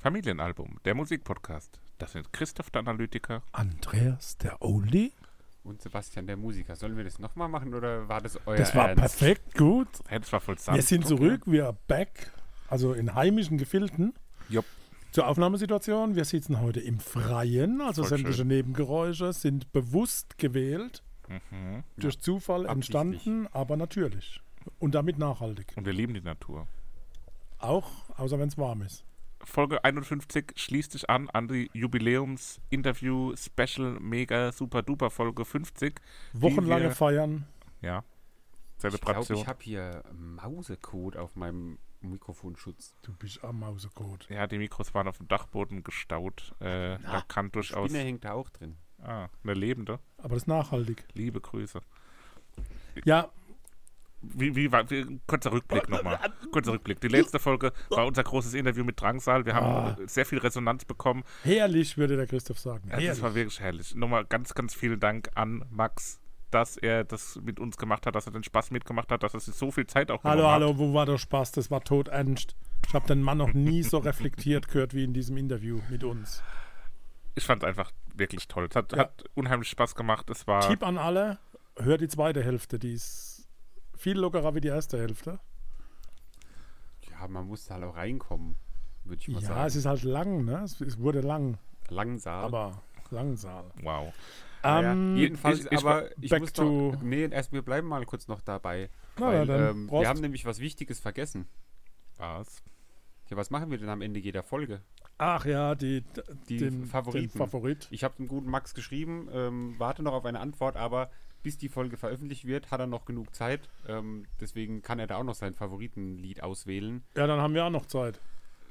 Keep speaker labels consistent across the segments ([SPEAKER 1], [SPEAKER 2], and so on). [SPEAKER 1] Familienalbum, der Musikpodcast. Das sind Christoph der Analytiker
[SPEAKER 2] Andreas, der Only?
[SPEAKER 3] Und Sebastian, der Musiker. Sollen wir das nochmal machen oder war das euer
[SPEAKER 2] Das war
[SPEAKER 3] Ernst?
[SPEAKER 2] perfekt gut.
[SPEAKER 1] Ja, das war voll
[SPEAKER 2] Wir
[SPEAKER 1] sanft,
[SPEAKER 2] sind
[SPEAKER 1] okay.
[SPEAKER 2] zurück, wir are back, also in heimischen Gefilden.
[SPEAKER 1] Jupp.
[SPEAKER 2] Zur Aufnahmesituation, wir sitzen heute im Freien, also
[SPEAKER 1] Voll
[SPEAKER 2] sämtliche
[SPEAKER 1] schön.
[SPEAKER 2] Nebengeräusche sind bewusst gewählt,
[SPEAKER 1] Mhm.
[SPEAKER 2] durch Zufall
[SPEAKER 3] absichtlich.
[SPEAKER 2] entstanden, aber natürlich. Und damit nachhaltig.
[SPEAKER 1] Und wir lieben die Natur.
[SPEAKER 2] Auch, außer wenn es warm ist.
[SPEAKER 1] Folge 51 schließt sich an an die Jubiläums-Interview-Special-Mega-Super-Duper-Folge 50. die
[SPEAKER 2] Wochenlange
[SPEAKER 1] wir-
[SPEAKER 2] Feiern.
[SPEAKER 1] Ja.
[SPEAKER 3] Ich glaube,
[SPEAKER 1] Zelebration.
[SPEAKER 3] ich habe hier Mausecode auf meinem Mikrofonschutz.
[SPEAKER 2] Du bist am Mausecode.
[SPEAKER 1] ja, die Mikros waren auf dem Dachboden gestaut. Äh, da kann durchaus
[SPEAKER 3] Spinne hängt da auch drin.
[SPEAKER 1] ah, eine lebende.
[SPEAKER 2] Aber das ist nachhaltig.
[SPEAKER 1] Liebe Grüße.
[SPEAKER 2] Ja,
[SPEAKER 1] Wie, wie war, wie, kurzer Rückblick nochmal. Kurzer Rückblick. Die letzte Folge war unser großes Interview mit Drangsal. Wir
[SPEAKER 2] Ah.
[SPEAKER 1] haben sehr viel Resonanz bekommen.
[SPEAKER 2] herrlich, würde der Christoph sagen.
[SPEAKER 1] Ja, das war wirklich herrlich. Nochmal ganz, ganz vielen Dank an Max, dass er das mit uns gemacht hat, dass er den Spaß mitgemacht hat, dass er sich so viel Zeit auch
[SPEAKER 2] Hallo,
[SPEAKER 3] Genau,
[SPEAKER 1] genommen hat.
[SPEAKER 2] hallo, wo war der Spaß? Das war tot ernst. Ich habe den Mann noch nie so reflektiert gehört wie in diesem Interview mit uns.
[SPEAKER 1] Ich fand es einfach wirklich toll. Es hat,
[SPEAKER 2] Ja.
[SPEAKER 1] hat unheimlich Spaß gemacht. Es war
[SPEAKER 2] Tipp an alle, hört die zweite Hälfte, die ist viel lockerer wie die erste Hälfte.
[SPEAKER 3] Ja, man musste halt auch reinkommen, würde ich mal
[SPEAKER 2] ja,
[SPEAKER 3] sagen.
[SPEAKER 2] es ist halt lang, ne? Es, es wurde lang,
[SPEAKER 3] Langsam.
[SPEAKER 2] aber langsam.
[SPEAKER 1] wow.
[SPEAKER 3] Naja,
[SPEAKER 2] Ähm,
[SPEAKER 3] jedenfalls,
[SPEAKER 1] ich- ich
[SPEAKER 3] aber ich
[SPEAKER 2] back
[SPEAKER 3] muss
[SPEAKER 2] to-
[SPEAKER 3] noch, nee, erst wir bleiben mal kurz noch dabei,
[SPEAKER 2] Na,
[SPEAKER 3] weil
[SPEAKER 2] na, dann
[SPEAKER 3] ähm,
[SPEAKER 2] Prost.
[SPEAKER 3] wir haben nämlich was Wichtiges vergessen.
[SPEAKER 1] Was?
[SPEAKER 3] Ja, was machen wir denn am Ende jeder Folge?
[SPEAKER 2] Ach ja, die,
[SPEAKER 3] Die
[SPEAKER 2] den, den
[SPEAKER 3] Favoriten.
[SPEAKER 2] Favorit.
[SPEAKER 3] Ich habe dem guten Max geschrieben, ähm, warte noch auf eine Antwort, aber bis die Folge veröffentlicht wird, hat er noch genug Zeit. Ähm, deswegen kann er da auch noch sein Favoritenlied auswählen.
[SPEAKER 2] Ja, dann haben wir auch noch Zeit.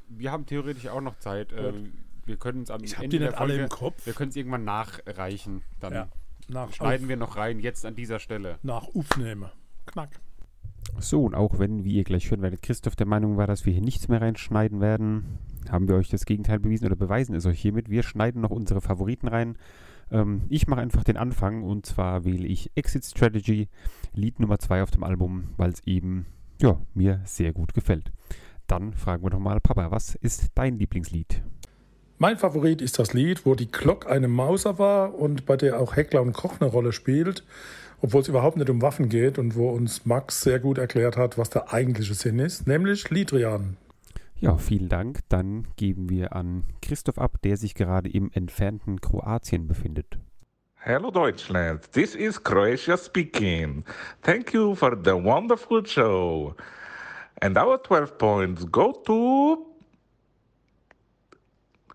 [SPEAKER 3] Wir haben theoretisch auch noch Zeit. Ähm, wir können es am
[SPEAKER 2] Ich habe
[SPEAKER 3] Ende
[SPEAKER 2] die
[SPEAKER 3] der
[SPEAKER 2] nicht alle im
[SPEAKER 3] Folge,
[SPEAKER 2] Kopf.
[SPEAKER 3] wir können es irgendwann nachreichen. Dann
[SPEAKER 2] Ja, nach,
[SPEAKER 3] schneiden wir noch rein, jetzt an dieser Stelle.
[SPEAKER 2] nach Aufnehmen. Knack.
[SPEAKER 3] So, und auch wenn, wie ihr gleich hören werdet, Christoph der Meinung war, dass wir hier nichts mehr reinschneiden werden, haben wir euch das Gegenteil bewiesen oder beweisen es euch hiermit. Wir schneiden noch unsere Favoriten rein. Ähm, ich mache einfach den Anfang und zwar wähle ich Exit Strategy, Lied Nummer 2 auf dem Album, weil es eben ja, mir sehr gut gefällt. Dann fragen wir doch mal, Papa, was ist dein Lieblingslied?
[SPEAKER 2] Mein Favorit ist das Lied, wo die Glock eine Mauser war und bei der auch Heckler und Koch eine Rolle spielt, obwohl es überhaupt nicht um Waffen geht und wo uns Max sehr gut erklärt hat, was der eigentliche Sinn ist, nämlich Litrian.
[SPEAKER 3] Ja, vielen Dank. Dann geben wir an Christoph ab, der sich gerade im entfernten Kroatien befindet.
[SPEAKER 4] Hello, Deutschland. This is Croatia speaking. Thank you for the wonderful show. And our 12 points go to.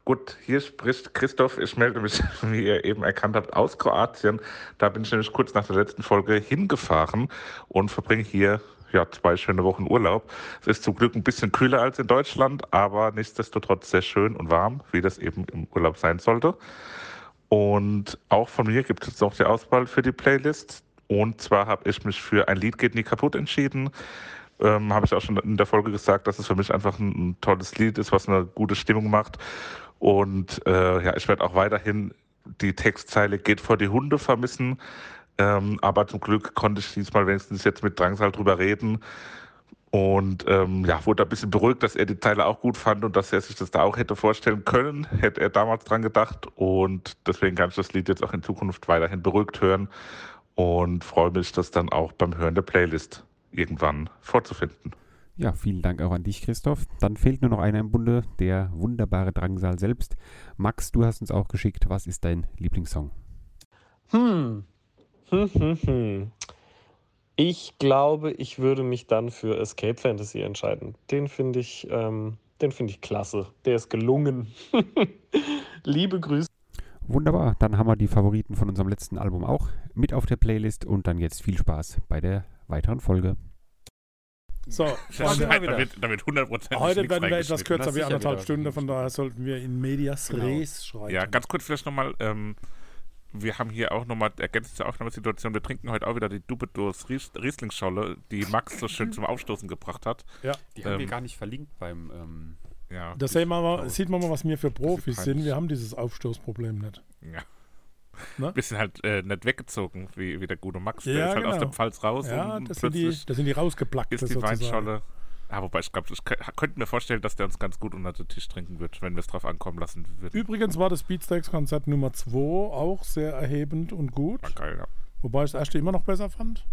[SPEAKER 4] Gut, hier spricht Christoph. Ich melde mich, wie ihr eben erkannt habt, aus Kroatien. Da bin ich nämlich kurz nach der letzten Folge hingefahren und verbringe hier ja, zwei schöne Wochen Urlaub. Es ist zum Glück ein bisschen kühler als in Deutschland, aber nichtsdestotrotz sehr schön und warm, wie das eben im Urlaub sein sollte. Und auch von mir gibt es noch die Auswahl für die Playlist. Und zwar habe ich mich für ein Lied geht nie kaputt entschieden. Ähm, habe ich auch schon in der Folge gesagt, dass es für mich einfach ein, ein tolles Lied ist, was eine gute Stimmung macht. Und äh, ja, ich werde auch weiterhin die Textzeile geht vor die Hunde vermissen. Ähm, aber zum Glück konnte ich diesmal wenigstens jetzt mit Drangsal drüber reden. Und ähm, ja, wurde ein bisschen beruhigt, dass er die Teile auch gut fand und dass er sich das da auch hätte vorstellen können, hätte er damals dran gedacht. Und deswegen kann ich das Lied jetzt auch in Zukunft weiterhin beruhigt hören und freue mich, das dann auch beim Hören der Playlist irgendwann vorzufinden.
[SPEAKER 3] Ja, vielen Dank auch an dich, Christoph. Dann fehlt nur noch einer im Bunde, der wunderbare Drangsal selbst. Max, du hast uns auch geschickt. Was ist dein Lieblingssong?
[SPEAKER 5] Hm. Hm, hm, hm. Ich glaube, ich würde mich dann für Escape Fantasy entscheiden. Den finde ich, ähm, den finde ich klasse. Der ist gelungen. Liebe Grüße.
[SPEAKER 3] Wunderbar, dann haben wir die Favoriten von unserem letzten Album auch mit auf der Playlist und dann jetzt viel Spaß bei der weiteren Folge.
[SPEAKER 2] So,
[SPEAKER 1] Das
[SPEAKER 2] Freunde,
[SPEAKER 1] da wird, da wird 100%
[SPEAKER 2] heute
[SPEAKER 1] nichts
[SPEAKER 2] werden wir etwas
[SPEAKER 1] reingeschnitten.
[SPEAKER 2] kürzer wie
[SPEAKER 3] Das ist ja
[SPEAKER 2] anderthalb
[SPEAKER 3] wieder-
[SPEAKER 2] Stunden, von daher sollten wir in Medias
[SPEAKER 3] Genau.
[SPEAKER 2] Res schreiben.
[SPEAKER 1] Ja, ganz kurz vielleicht nochmal. Ähm, wir haben hier auch nochmal ergänzt zur Aufnahmesituation. Wir trinken heute auch wieder die Dubedurs Ries Rieslingsscholle, die Max so schön zum Aufstoßen gebracht hat.
[SPEAKER 3] Die
[SPEAKER 1] haben wir
[SPEAKER 3] gar nicht verlinkt beim. ähm,
[SPEAKER 1] Ja,
[SPEAKER 2] das sehen wir mal, sieht man mal, was wir für Profis
[SPEAKER 1] peinlich.
[SPEAKER 2] sind. Wir haben dieses Aufstoßproblem nicht.
[SPEAKER 1] Ja.
[SPEAKER 2] Ne?
[SPEAKER 1] Bisschen halt äh, nicht weggezogen, wie, wie der gute Max. Der
[SPEAKER 2] Ja,
[SPEAKER 1] ist halt aus
[SPEAKER 2] genau.
[SPEAKER 1] der Pfalz raus
[SPEAKER 2] Ja,
[SPEAKER 1] und
[SPEAKER 2] das sind die,
[SPEAKER 1] plötzlich
[SPEAKER 2] das sind die rausgeplackten
[SPEAKER 1] ist die
[SPEAKER 2] sozusagen.
[SPEAKER 1] Weinscholle Ah, wobei, ich glaube, ich kö- könnte mir vorstellen, dass der uns ganz gut unter den Tisch trinken wird, wenn wir es drauf ankommen lassen würden.
[SPEAKER 2] Übrigens war das Beatsteaks-Konzert Nummer 2 auch sehr erhebend und gut.
[SPEAKER 1] War geil, ja.
[SPEAKER 2] Wobei ich das erste immer noch besser fand.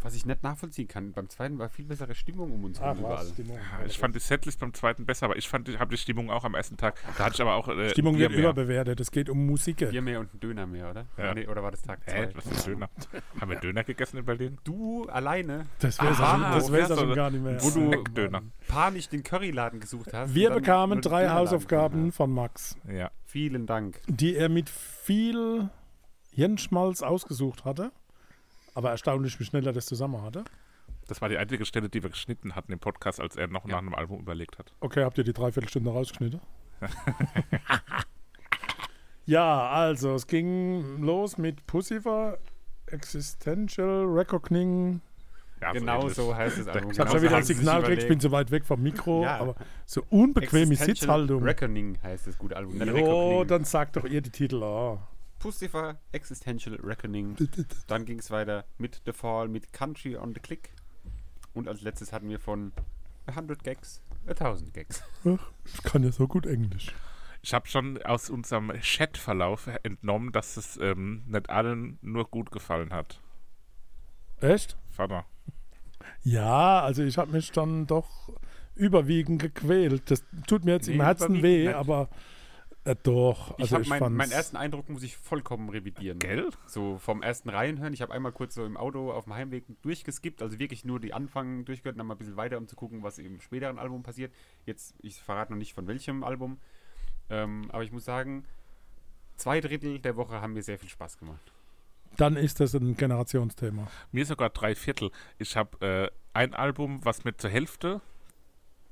[SPEAKER 3] Was ich nicht nachvollziehen kann, beim zweiten war viel bessere Stimmung um uns herum überall.
[SPEAKER 1] Ja, Ich fand die Setlist beim zweiten besser, aber ich fand, ich habe die Stimmung auch am ersten Tag. Da hatte ich aber auch. Äh,
[SPEAKER 2] Stimmung
[SPEAKER 1] Bier
[SPEAKER 2] wird
[SPEAKER 1] mehr.
[SPEAKER 2] überbewertet. Es geht um Musik.
[SPEAKER 3] Bier mehr und ein Döner mehr, oder?
[SPEAKER 1] Ja.
[SPEAKER 3] Nee, oder war das Tag
[SPEAKER 1] Hä,
[SPEAKER 3] 2?
[SPEAKER 1] was ist Döner? Haben wir Döner gegessen in Berlin?
[SPEAKER 3] Du alleine,
[SPEAKER 2] Das wäre
[SPEAKER 3] Aha,
[SPEAKER 2] das
[SPEAKER 1] wo
[SPEAKER 2] wär's ja ähm,
[SPEAKER 1] fährst
[SPEAKER 2] schon
[SPEAKER 1] du-
[SPEAKER 2] gar nicht mehr.
[SPEAKER 3] wo du
[SPEAKER 1] Snackdöner.
[SPEAKER 3] panisch den Curryladen gesucht hast.
[SPEAKER 2] Wir
[SPEAKER 3] und dann
[SPEAKER 2] bekamen
[SPEAKER 3] nur den
[SPEAKER 2] drei
[SPEAKER 3] Dönerladen
[SPEAKER 2] Hausaufgaben
[SPEAKER 3] gefunden
[SPEAKER 2] von Max,
[SPEAKER 1] Ja.
[SPEAKER 3] hast. Vielen Dank.
[SPEAKER 2] die er mit viel Hirnschmalz ausgesucht hatte. Aber erstaunlich, wie schnell er das zusammen hatte.
[SPEAKER 1] Das war die einzige Stelle, die wir geschnitten hatten im Podcast, als er noch nach einem Album überlegt hat.
[SPEAKER 2] Okay, habt ihr die Dreiviertelstunde rausgeschnitten? ja, also es ging los mit Pussifer, Existential Reckoning.
[SPEAKER 1] Ja, also
[SPEAKER 3] genau
[SPEAKER 1] ähnlich.
[SPEAKER 3] so heißt es Album.
[SPEAKER 2] Ich habe
[SPEAKER 3] Genau
[SPEAKER 2] schon
[SPEAKER 3] so
[SPEAKER 2] wieder ein
[SPEAKER 3] haben sie sich
[SPEAKER 2] Signal gekriegt, ich bin
[SPEAKER 3] überlegt.
[SPEAKER 2] so weit weg vom Mikro,
[SPEAKER 3] Ja.
[SPEAKER 2] aber so unbequeme
[SPEAKER 3] Existential
[SPEAKER 2] Sitzhaltung.
[SPEAKER 3] Reckoning heißt das gute Album. nicht
[SPEAKER 2] halt um. Jo,
[SPEAKER 3] Reckoning.
[SPEAKER 2] dann sagt doch ihr die Titel. Oh.
[SPEAKER 3] Pussifer, Existential Reckoning. Dann ging es weiter mit The Fall, mit Country on the Click. Und als letztes hatten wir von 100 Gags, 1000 Gags.
[SPEAKER 2] Ich kann ja so gut Englisch.
[SPEAKER 1] Ich habe schon aus unserem Chatverlauf entnommen, dass es ähm, nicht allen nur gut gefallen hat.
[SPEAKER 2] Echt?
[SPEAKER 1] Vater.
[SPEAKER 2] Ja, also ich habe mich dann doch überwiegend gequält. Das tut mir jetzt im
[SPEAKER 3] Nee,
[SPEAKER 2] Herzen
[SPEAKER 3] überwiegend
[SPEAKER 2] weh,
[SPEAKER 3] nicht.
[SPEAKER 2] aber äh, doch.
[SPEAKER 3] Ich
[SPEAKER 2] Also
[SPEAKER 3] habe
[SPEAKER 2] ich,
[SPEAKER 3] mein,
[SPEAKER 2] fand's,
[SPEAKER 3] meinen ersten Eindruck muss ich vollkommen revidieren.
[SPEAKER 1] Gell?
[SPEAKER 3] So vom ersten Reihenhören. Ich habe einmal kurz so im Auto auf dem Heimweg durchgeskippt, also wirklich nur die Anfang durchgehört, und dann mal ein bisschen weiter, um zu gucken, was im späteren Album passiert. Jetzt, ich verrate noch nicht von welchem Album, ähm, aber ich muss sagen, zwei Drittel der Woche haben mir sehr viel Spaß gemacht.
[SPEAKER 2] Dann ist das ein Generationsthema.
[SPEAKER 3] Mhm.
[SPEAKER 1] Mir sogar drei Viertel. Ich habe äh, ein Album, was mir zur Hälfte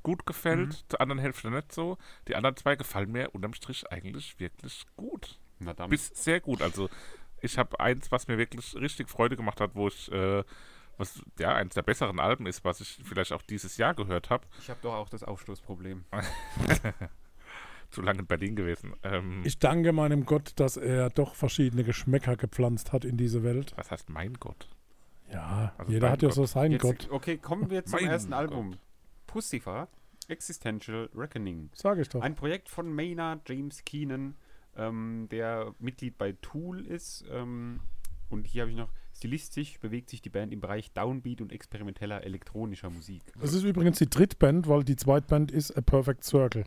[SPEAKER 1] gut gefällt, zur anderen Hälfte nicht so. Die anderen zwei gefallen mir unterm Strich eigentlich wirklich gut.
[SPEAKER 3] Na dann.
[SPEAKER 1] Bis sehr gut. Also ich habe eins, was mir wirklich richtig Freude gemacht hat, wo ich, äh, was ja eins der besseren Alben ist, was ich vielleicht auch dieses Jahr gehört habe.
[SPEAKER 3] ich habe doch auch das Aufstoßproblem.
[SPEAKER 1] Zu lange in Berlin gewesen. Ähm,
[SPEAKER 2] Ich danke meinem Gott, dass er doch verschiedene Geschmäcker gepflanzt hat in diese Welt.
[SPEAKER 1] was heißt mein Gott?
[SPEAKER 2] Ja,
[SPEAKER 1] Also
[SPEAKER 2] jeder
[SPEAKER 1] dein
[SPEAKER 2] hat ja so
[SPEAKER 1] Gott.
[SPEAKER 2] seinen
[SPEAKER 3] Jetzt,
[SPEAKER 2] Gott,
[SPEAKER 3] Okay, kommen wir zum
[SPEAKER 1] Mein
[SPEAKER 3] ersten
[SPEAKER 1] Gott.
[SPEAKER 3] Album. Pussifer, Existential Reckoning.
[SPEAKER 2] sage ich doch.
[SPEAKER 3] Ein Projekt von Maynard James Keenan, ähm, der Mitglied bei Tool ist. Ähm, und hier habe ich noch, stilistisch bewegt sich die Band im Bereich Downbeat und experimenteller elektronischer Musik.
[SPEAKER 2] Es ist übrigens die Drittband, weil die Zweitband ist A Perfect Circle.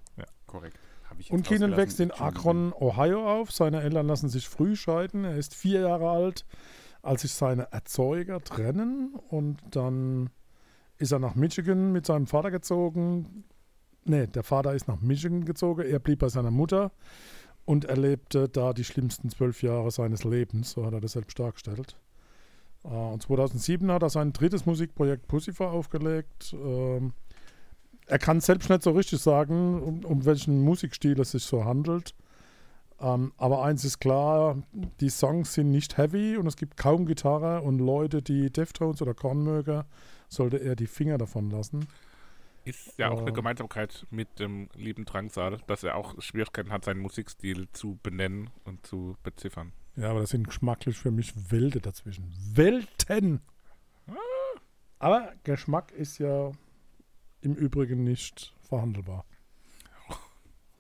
[SPEAKER 3] Korrekt. Habe ich jetzt
[SPEAKER 2] Und Keenan
[SPEAKER 3] ausgelassen.
[SPEAKER 2] wächst in
[SPEAKER 3] Entschuldigung.
[SPEAKER 2] Akron, Ohio auf. Seine Eltern lassen sich früh scheiden. Er ist vier Jahre alt, als sich seine Erzeuger trennen. Und dann ist er nach Michigan mit seinem Vater gezogen. Nee, der Vater ist nach Michigan gezogen. Er blieb bei seiner Mutter und erlebte da die schlimmsten zwölf Jahre seines Lebens. So hat er das selbst dargestellt. Äh, Und 2007 hat er sein drittes Musikprojekt Pussifer aufgelegt. Ähm, er kann selbst nicht so richtig sagen, um, um welchen Musikstil es sich so handelt. Ähm, aber eins ist klar, die Songs sind nicht heavy und es gibt kaum Gitarre und Leute, die Deftones oder Korn mögen, sollte er die Finger davon lassen.
[SPEAKER 1] Ist ja auch eine
[SPEAKER 2] Ähm.
[SPEAKER 1] Gemeinsamkeit mit dem lieben Drangsal, dass er auch Schwierigkeiten hat, seinen Musikstil zu benennen und zu beziffern.
[SPEAKER 2] Ja, aber das sind geschmacklich für mich Welten dazwischen. Welten! Aber Geschmack ist ja im Übrigen nicht verhandelbar.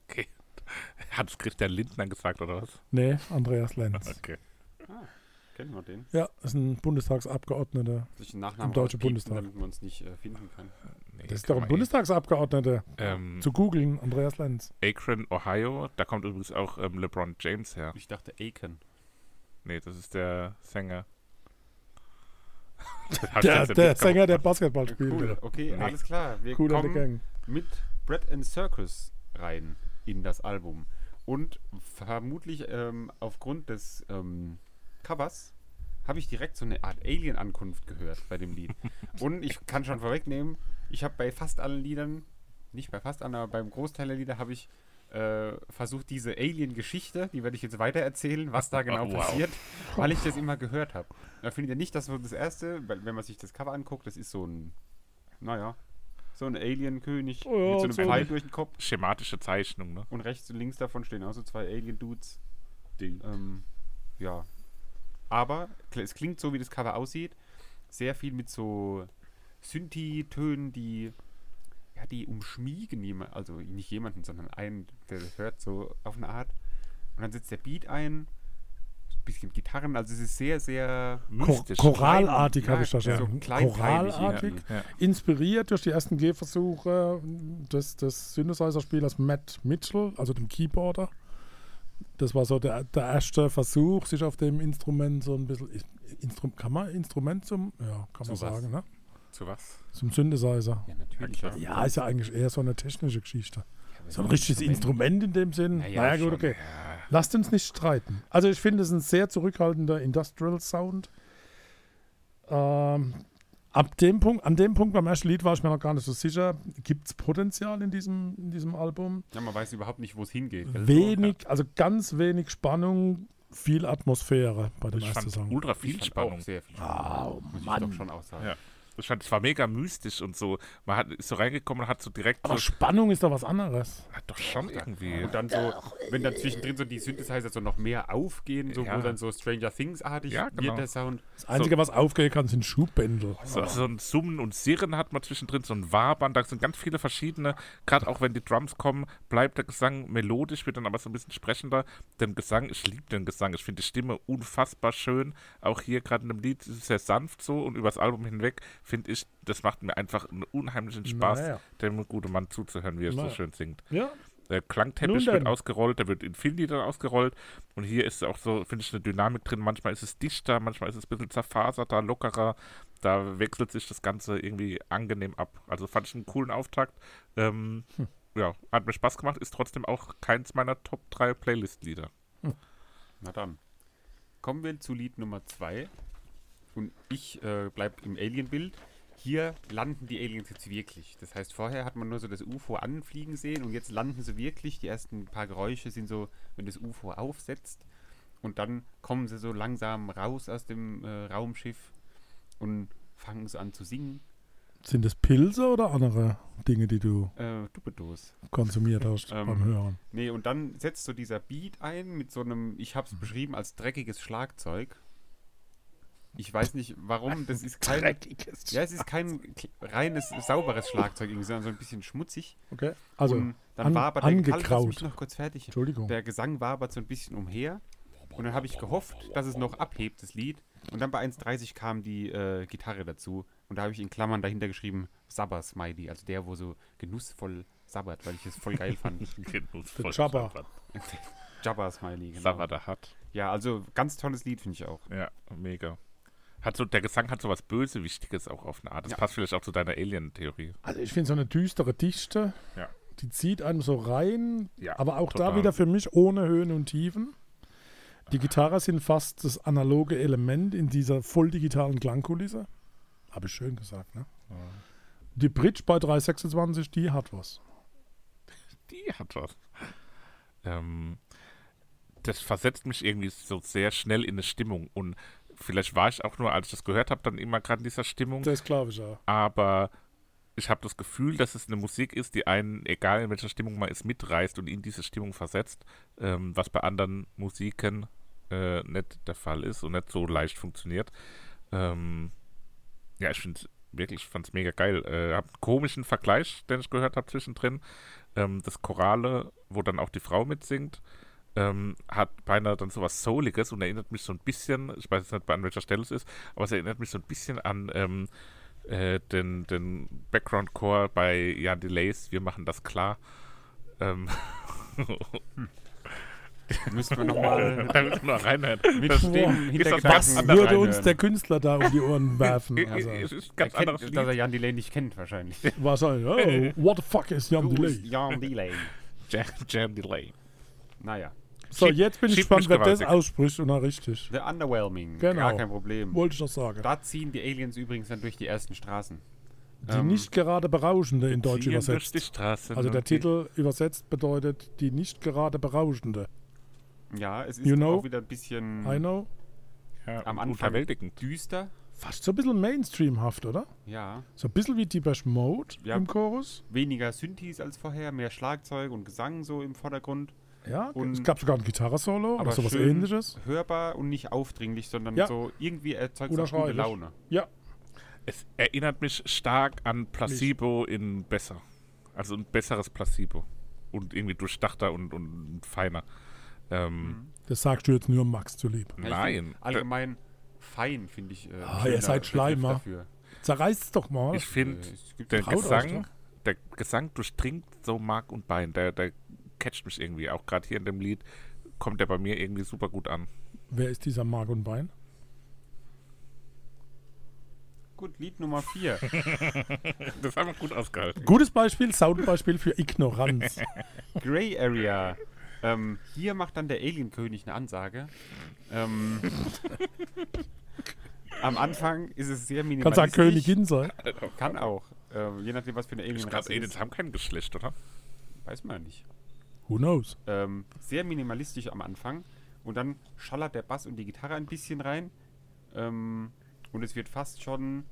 [SPEAKER 1] Okay. Hat es Christian Lindner gesagt, oder was?
[SPEAKER 2] Nee, Andreas Lenz.
[SPEAKER 1] Okay.
[SPEAKER 3] Kennen wir den?
[SPEAKER 2] Ja, ist ein Bundestagsabgeordneter.
[SPEAKER 3] Soll ich den Nachnamen
[SPEAKER 2] Im Deutschen
[SPEAKER 3] rauspiepen,
[SPEAKER 2] Bundestag.
[SPEAKER 3] Damit man uns nicht äh, finden kann.
[SPEAKER 1] Nee,
[SPEAKER 2] Das
[SPEAKER 1] kann
[SPEAKER 2] ist doch ein
[SPEAKER 1] man eh-
[SPEAKER 2] Bundestagsabgeordneter.
[SPEAKER 3] Hm.
[SPEAKER 1] Ähm,
[SPEAKER 2] Zu googeln, Andreas Lenz.
[SPEAKER 1] Akron, Ohio, da kommt übrigens auch ähm, LeBron James her.
[SPEAKER 3] Ich dachte Aiken.
[SPEAKER 1] Nee, das ist der Sänger. Das hab ich
[SPEAKER 2] Der,
[SPEAKER 1] jetzt nicht
[SPEAKER 2] der
[SPEAKER 1] mitgemacht.
[SPEAKER 2] Sänger, der Basketball spielt.
[SPEAKER 3] Cool,
[SPEAKER 2] Cool.
[SPEAKER 3] okay,
[SPEAKER 1] Nee.
[SPEAKER 3] alles klar. Wir
[SPEAKER 2] Cool an der Gang.
[SPEAKER 3] kommen mit Bread and Circus rein in das Album. Und vermutlich ähm, aufgrund des ähm, Covers habe ich direkt so eine Art Alien-Ankunft gehört bei dem Lied. Und ich kann schon vorwegnehmen, ich habe bei fast allen Liedern, nicht bei fast allen, aber beim Großteil der Lieder habe ich äh, versucht, diese Alien-Geschichte, die werde ich jetzt weitererzählen, was da genau
[SPEAKER 1] Oh, wow.
[SPEAKER 3] passiert, weil ich das immer gehört habe. Da findet ihr nicht, dass so das erste, weil wenn man sich das Cover anguckt, das ist so ein, naja, so ein Alien-König
[SPEAKER 2] Oh ja,
[SPEAKER 3] mit so einem
[SPEAKER 2] so
[SPEAKER 3] Pfeil
[SPEAKER 2] ein-
[SPEAKER 3] durch den Kopf.
[SPEAKER 1] Schematische Zeichnung, ne?
[SPEAKER 3] Und rechts und links davon stehen auch so zwei Alien-Dudes. Ähm, ja. Aber kl- es klingt so, wie das Cover aussieht. Sehr viel mit so Synthi-Tönen, die ja, die umschmiegen jemanden, also nicht jemanden, sondern einen, der das hört, so auf eine Art. Und dann setzt der Beat ein, bisschen Gitarren, also es ist sehr, sehr
[SPEAKER 2] Chor
[SPEAKER 1] Mystisch.
[SPEAKER 2] choralartig
[SPEAKER 3] Ja,
[SPEAKER 2] habe ich das ja.
[SPEAKER 3] so kleinteiliges
[SPEAKER 2] choralartig,
[SPEAKER 3] irgendwie.
[SPEAKER 1] Ja.
[SPEAKER 2] inspiriert durch die ersten Gehversuche des, des Synthesizer-Spielers Matt Mitchell, also dem Keyboarder. Das war so der, der erste Versuch, sich auf dem Instrument so ein bisschen. Instrum, kann man Instrument zum. Ja, kann man
[SPEAKER 1] Zu was?
[SPEAKER 2] sagen, ne?
[SPEAKER 1] Zu was?
[SPEAKER 2] Zum Synthesizer.
[SPEAKER 3] Ja, natürlich.
[SPEAKER 1] Ja,
[SPEAKER 3] was-
[SPEAKER 2] Ja, ist ja eigentlich eher so eine technische Geschichte.
[SPEAKER 3] aber
[SPEAKER 2] So ein richtiges Instrument in dem Sinn.
[SPEAKER 3] Naja,
[SPEAKER 2] Naja, gut,
[SPEAKER 3] schon.
[SPEAKER 2] okay. Lasst uns nicht streiten. Also ich finde es ein sehr zurückhaltender Industrial Sound. Ähm, ab dem Punkt, an dem Punkt beim ersten Lied war ich mir noch gar nicht so sicher, gibt es Potenzial in diesem, in diesem Album.
[SPEAKER 3] Ja, man weiß überhaupt nicht, wo es hingeht. gell?
[SPEAKER 2] Wenig, also ganz wenig Spannung, viel Atmosphäre bei dem
[SPEAKER 1] Ich
[SPEAKER 2] ersten
[SPEAKER 1] fand
[SPEAKER 2] Song.
[SPEAKER 1] ultra
[SPEAKER 3] Ich
[SPEAKER 1] viel
[SPEAKER 3] fand
[SPEAKER 1] Spannung.
[SPEAKER 3] Auch sehr viel Spannung. muss ich doch schon auch sagen.
[SPEAKER 1] Ja. Ich fand, es war mega mystisch und so. Man hat, ist so reingekommen und hat so direkt
[SPEAKER 2] Aber
[SPEAKER 1] so,
[SPEAKER 2] Spannung ist doch was anderes.
[SPEAKER 1] hat doch schon irgendwie.
[SPEAKER 3] Und dann so, wenn
[SPEAKER 1] äh,
[SPEAKER 3] dann zwischendrin so die Synthesizer so noch mehr aufgehen, so
[SPEAKER 1] Ja.
[SPEAKER 3] wo dann so Stranger Things-artig
[SPEAKER 1] Ja, genau.
[SPEAKER 3] wird der Sound.
[SPEAKER 2] Das Einzige, was aufgehen kann, sind Schuhbändel.
[SPEAKER 1] So, so ein Summen und Sirren hat man zwischendrin, so ein Wabern, da sind ganz viele verschiedene, gerade auch wenn die Drums kommen, bleibt der Gesang melodisch, wird dann aber so ein bisschen sprechender. Den Gesang, ich liebe den Gesang, ich finde die Stimme unfassbar schön. Auch hier gerade in dem Lied ist es sehr sanft so und übers Album hinweg finde ich, das macht mir einfach einen unheimlichen Spaß,
[SPEAKER 2] Naja.
[SPEAKER 1] dem guten Mann zuzuhören, wie er
[SPEAKER 2] Naja.
[SPEAKER 1] so schön singt.
[SPEAKER 2] Ja,
[SPEAKER 1] Der
[SPEAKER 2] Nun
[SPEAKER 1] Klangteppich
[SPEAKER 2] denn.
[SPEAKER 1] wird ausgerollt, der wird in vielen Liedern ausgerollt. Und hier ist auch so, finde ich, eine Dynamik drin. Manchmal ist es dichter, manchmal ist es ein bisschen zerfaserter, lockerer. Da wechselt sich das Ganze irgendwie angenehm ab. Also fand ich einen coolen Auftakt. Ähm,
[SPEAKER 2] Hm.
[SPEAKER 1] Ja, hat mir Spaß gemacht, ist trotzdem auch keins meiner Top 3 Playlist-Lieder.
[SPEAKER 3] Na dann. Kommen wir zu Lied Nummer 2. Und ich äh, bleibe im Alien-Bild. Hier landen die Aliens jetzt wirklich. Das heißt, vorher hat man nur so das UFO anfliegen sehen und jetzt landen sie wirklich. Die ersten paar Geräusche sind so, wenn das UFO aufsetzt. Und dann kommen sie so langsam raus aus dem äh, Raumschiff und fangen sie an zu singen.
[SPEAKER 2] sind das Pilze oder andere Dinge, die du
[SPEAKER 3] Äh, Duppedos.
[SPEAKER 2] konsumiert hast
[SPEAKER 3] Ähm,
[SPEAKER 2] beim Hören?
[SPEAKER 3] Nee, und dann setzt so dieser Beat ein mit so einem, ich hab's
[SPEAKER 2] Mhm.
[SPEAKER 3] beschrieben als dreckiges Schlagzeug. Ich weiß nicht warum, das ist kein.
[SPEAKER 2] Dreckiges
[SPEAKER 3] Ja, es ist kein kl- reines, sauberes Schlagzeug irgendwie, sondern so ein bisschen schmutzig.
[SPEAKER 2] Okay, also
[SPEAKER 3] und dann
[SPEAKER 2] an-
[SPEAKER 3] war aber der
[SPEAKER 2] angekraut.
[SPEAKER 3] mich noch kurz fertig.
[SPEAKER 2] Entschuldigung.
[SPEAKER 3] Der Gesang wabert so ein bisschen umher. Und dann habe ich gehofft, dass es noch abhebt, das Lied. Und dann bei 1,30 kam die äh, Gitarre dazu. Und da habe ich in Klammern dahinter geschrieben, Sabber Smiley. Also der, wo so genussvoll sabbert, weil ich es voll geil fand.
[SPEAKER 2] Genau. Der Jabba.
[SPEAKER 3] Jabba Smiley, genau.
[SPEAKER 1] Sabber da hat.
[SPEAKER 3] Ja, also ganz tolles Lied finde ich auch.
[SPEAKER 1] Ja, mega. Hat so, der Gesang hat so was Bösewichtiges auch auf eine Art. Das
[SPEAKER 3] Ja.
[SPEAKER 1] passt vielleicht auch zu deiner Alien-Theorie.
[SPEAKER 2] Also ich finde so eine düstere Dichte,
[SPEAKER 1] Ja.
[SPEAKER 2] die zieht einem so rein,
[SPEAKER 1] Ja,
[SPEAKER 2] aber auch da
[SPEAKER 1] total.
[SPEAKER 2] wieder für mich ohne Höhen und Tiefen. Die Gitarre sind fast das analoge Element in dieser voll digitalen Klangkulisse. Habe ich schön gesagt, ne? Die Bridge bei 326, die hat was.
[SPEAKER 1] die hat was. Ähm, das versetzt mich irgendwie so sehr schnell in eine Stimmung. Und vielleicht war ich auch nur, als ich das gehört habe, dann immer gerade in dieser Stimmung.
[SPEAKER 2] Das glaube ich ja.
[SPEAKER 1] Aber ich habe das Gefühl, dass es eine Musik ist, die einen, egal in welcher Stimmung man ist, mitreißt und in diese Stimmung versetzt, ähm, was bei anderen Musiken äh, nicht der Fall ist und nicht so leicht funktioniert. Ähm, ja, ich finde wirklich, ich fand's mega geil. Äh, hab einen komischen Vergleich, den ich gehört habe zwischendrin. Ähm, das Chorale, wo dann auch die Frau mitsingt, ähm, hat beinahe dann sowas Souliges und erinnert mich so ein bisschen, ich weiß jetzt nicht, an welcher Stelle es ist, aber es erinnert mich so ein bisschen an ähm, äh, den, den Background Core bei Jan Delays, wir machen das klar. Ähm,
[SPEAKER 3] Müssten wir nochmal
[SPEAKER 1] Äh, da müssen wir noch reinhören.
[SPEAKER 3] mit
[SPEAKER 1] Das-
[SPEAKER 3] dem
[SPEAKER 1] Ist das was
[SPEAKER 3] Hintergedanken
[SPEAKER 2] Das
[SPEAKER 1] Andere
[SPEAKER 2] würde
[SPEAKER 3] reinhören.
[SPEAKER 2] uns der Künstler da um die Ohren werfen. Also,
[SPEAKER 1] Es ist ein
[SPEAKER 3] Er
[SPEAKER 1] ganz anderes
[SPEAKER 3] kennt, dass er
[SPEAKER 1] Lied.
[SPEAKER 3] Jan Delay nicht kennt wahrscheinlich.
[SPEAKER 2] wahrscheinlich, oh, what the fuck is Jan
[SPEAKER 3] Du bist
[SPEAKER 2] Delay?
[SPEAKER 3] Jan Delay.
[SPEAKER 1] Jam, Jam Delay.
[SPEAKER 3] Naja.
[SPEAKER 2] So,
[SPEAKER 1] Schieb-
[SPEAKER 2] jetzt bin ich
[SPEAKER 1] schieb
[SPEAKER 2] gespannt,
[SPEAKER 1] mich
[SPEAKER 2] wer das
[SPEAKER 1] gewaltig.
[SPEAKER 2] ausspricht und dann richtig.
[SPEAKER 3] The Underwhelming.
[SPEAKER 2] Genau.
[SPEAKER 3] Gar kein Problem.
[SPEAKER 2] Wollte ich doch sagen.
[SPEAKER 3] Da ziehen die Aliens übrigens dann durch die ersten Straßen.
[SPEAKER 2] Die nicht gerade berauschende in Deutsch
[SPEAKER 1] Ähm. Ziehen durch Die
[SPEAKER 2] übersetzt.
[SPEAKER 1] Straßen
[SPEAKER 2] Also der
[SPEAKER 1] und die-
[SPEAKER 2] Titel übersetzt bedeutet die nicht gerade berauschende.
[SPEAKER 3] Ja, es ist
[SPEAKER 2] You know?
[SPEAKER 3] auch wieder ein bisschen
[SPEAKER 2] I know.
[SPEAKER 1] ja,
[SPEAKER 3] am
[SPEAKER 1] und
[SPEAKER 3] Anfang
[SPEAKER 1] Unterwältigend.
[SPEAKER 3] düster.
[SPEAKER 2] Fast so ein bisschen mainstreamhaft, oder?
[SPEAKER 3] Ja.
[SPEAKER 2] So ein bisschen wie Deepesh Mode
[SPEAKER 3] Ja.
[SPEAKER 2] im Chorus.
[SPEAKER 3] Weniger Synthes als vorher, mehr Schlagzeug und Gesang so im Vordergrund.
[SPEAKER 2] Ja,
[SPEAKER 3] Und-
[SPEAKER 2] es gab sogar ein Gitarre-Solo oder sowas
[SPEAKER 3] schön
[SPEAKER 2] ähnliches.
[SPEAKER 3] Hörbar und nicht aufdringlich, sondern
[SPEAKER 2] Ja.
[SPEAKER 3] so irgendwie erzeugt es auch gute
[SPEAKER 2] Unerschreiblich.
[SPEAKER 3] Laune.
[SPEAKER 2] Ja,
[SPEAKER 1] Es erinnert mich stark an Placebo in Besser. Also ein besseres Placebo. Und irgendwie durchdachter und, und feiner. Ähm,
[SPEAKER 2] Das sagst du jetzt nur um Max zu lieb.
[SPEAKER 3] Mhm. Ja, Also ich
[SPEAKER 1] Nein.
[SPEAKER 3] find Allgemein fein, finde ich. Äh,
[SPEAKER 2] Ah,
[SPEAKER 3] schöner
[SPEAKER 2] ihr seid
[SPEAKER 3] Begriff
[SPEAKER 2] Schleimer.
[SPEAKER 3] dafür.
[SPEAKER 2] Zerreiß's doch mal.
[SPEAKER 1] Ich finde,
[SPEAKER 3] Äh, es gibt
[SPEAKER 1] der
[SPEAKER 3] Haut
[SPEAKER 1] Gesang,
[SPEAKER 3] aus,
[SPEAKER 1] der Gesang durchdringt so Mark und Bein. Der, der catcht mich irgendwie. Auch gerade hier in dem Lied kommt der bei mir irgendwie super gut an.
[SPEAKER 2] Wer ist dieser Mark und Bein?
[SPEAKER 3] Gut, Lied Nummer 4.
[SPEAKER 1] Das haben wir gut ausgehalten.
[SPEAKER 2] Gutes Beispiel, Soundbeispiel für Ignoranz.
[SPEAKER 3] Grey Area. Ähm, hier macht dann der Alienkönig eine Ansage. Ähm, am Anfang ist es sehr
[SPEAKER 2] Kann
[SPEAKER 3] minimalistisch.
[SPEAKER 2] sagen Königin sein.
[SPEAKER 3] Kann auch. Ähm, je nachdem, was für eine
[SPEAKER 1] Ich
[SPEAKER 3] Alienrasse
[SPEAKER 1] glaube,
[SPEAKER 3] ist.
[SPEAKER 1] Aliens haben kein Geschlecht, oder?
[SPEAKER 3] Weiß man ja nicht.
[SPEAKER 2] Who knows?
[SPEAKER 3] Ähm, sehr minimalistisch am Anfang. Und dann schallert der Bass und die Gitarre ein bisschen rein. Ähm, und es wird fast schon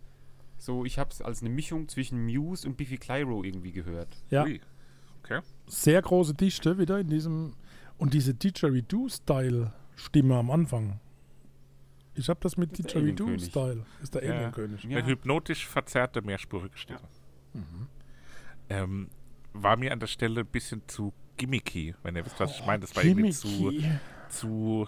[SPEAKER 3] so, ich habe es als eine Mischung zwischen Muse und Biffy Clyro irgendwie gehört.
[SPEAKER 2] Ja,
[SPEAKER 1] Ui. Okay.
[SPEAKER 2] sehr große Dichte wieder in diesem und diese Didgeridoo-Style-Stimme am Anfang. Ich habe das mit
[SPEAKER 3] Ist der
[SPEAKER 2] Didgeridoo-Style. Ist der
[SPEAKER 1] Ja.
[SPEAKER 2] Alienkönig.
[SPEAKER 3] Ja.
[SPEAKER 1] Eine hypnotisch verzerrte mehrspurige Stimme. Ähm, war mir an der Stelle ein bisschen zu gimmicky, wenn ihr wisst, was ich meine. Das war irgendwie
[SPEAKER 2] Gimmicky.
[SPEAKER 1] zu, zu,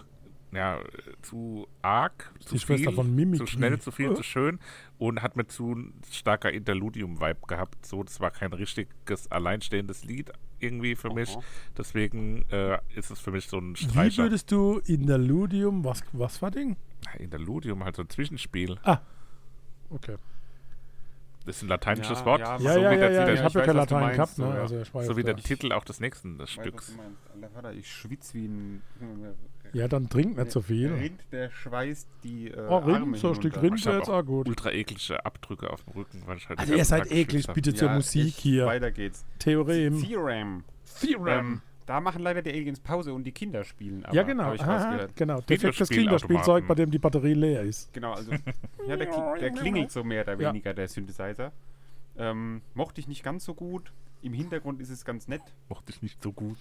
[SPEAKER 1] ja, zu arg, zu
[SPEAKER 2] Schwester
[SPEAKER 1] viel,
[SPEAKER 2] von Oh. Mimikry.
[SPEAKER 1] zu schnell, zu viel, zu schön und hat mir zu ein starker Interludium-Vibe gehabt. So, das war kein richtiges alleinstehendes Lied irgendwie für mich.
[SPEAKER 3] Aha.
[SPEAKER 1] Deswegen äh, ist es für mich so ein
[SPEAKER 2] Wie
[SPEAKER 1] Streicher.
[SPEAKER 2] würdest du in der Ludium, was, was war Ding?
[SPEAKER 1] Interludium, halt so ein Zwischenspiel.
[SPEAKER 2] Okay.
[SPEAKER 1] Das ist ein lateinisches
[SPEAKER 3] Ja,
[SPEAKER 1] Wort.
[SPEAKER 3] ja,
[SPEAKER 1] so
[SPEAKER 2] Ja,
[SPEAKER 1] wie
[SPEAKER 2] ja, ja,
[SPEAKER 1] der,
[SPEAKER 2] ja,
[SPEAKER 1] der,
[SPEAKER 2] ich
[SPEAKER 3] ich
[SPEAKER 2] habe ja
[SPEAKER 3] weiß,
[SPEAKER 2] kein
[SPEAKER 3] was du
[SPEAKER 2] Latein
[SPEAKER 3] meinst,
[SPEAKER 2] gehabt.
[SPEAKER 3] so,
[SPEAKER 2] Ne?
[SPEAKER 3] ja.
[SPEAKER 2] Also ich war
[SPEAKER 1] so
[SPEAKER 2] jetzt
[SPEAKER 1] wie der
[SPEAKER 2] da.
[SPEAKER 1] Titel auch des nächsten Stücks.
[SPEAKER 3] ich schwitze wie ein.
[SPEAKER 2] ja, dann trinkt nicht so viel.
[SPEAKER 3] Rind, der schweißt die. Äh,
[SPEAKER 2] Oh, Rind,
[SPEAKER 3] Arme
[SPEAKER 2] so ein Stück
[SPEAKER 3] hinunter.
[SPEAKER 2] Rind
[SPEAKER 1] Ich hab
[SPEAKER 2] wäre jetzt
[SPEAKER 1] auch
[SPEAKER 2] auch gut.
[SPEAKER 1] ultra eklige Abdrücke auf dem Rücken. Weil ich halt
[SPEAKER 2] Also
[SPEAKER 1] den
[SPEAKER 2] ihr
[SPEAKER 1] ganzen
[SPEAKER 2] seid
[SPEAKER 1] Tag geschwitzt
[SPEAKER 2] eklig,
[SPEAKER 1] hab.
[SPEAKER 2] bitte zur
[SPEAKER 3] Ja,
[SPEAKER 2] Musik
[SPEAKER 3] ich-
[SPEAKER 2] hier.
[SPEAKER 3] Weiter geht's.
[SPEAKER 2] Theorem.
[SPEAKER 3] Theorem. Ähm, da machen leider die Aliens Pause und die Kinder spielen. Aber,
[SPEAKER 2] Ja, genau.
[SPEAKER 3] hab ich
[SPEAKER 2] Aha,
[SPEAKER 3] rausgehört.
[SPEAKER 2] genau. Defektes
[SPEAKER 1] Videospielautomaten.
[SPEAKER 2] Kinderspielzeug, bei dem die Batterie leer ist.
[SPEAKER 3] Genau, also ja, der, kli- der klingelt so mehr oder
[SPEAKER 2] Ja.
[SPEAKER 3] weniger, der Synthesizer. Ähm, mochte ich nicht ganz so gut. Im Hintergrund ist es ganz nett.
[SPEAKER 1] Mochte ich nicht so gut.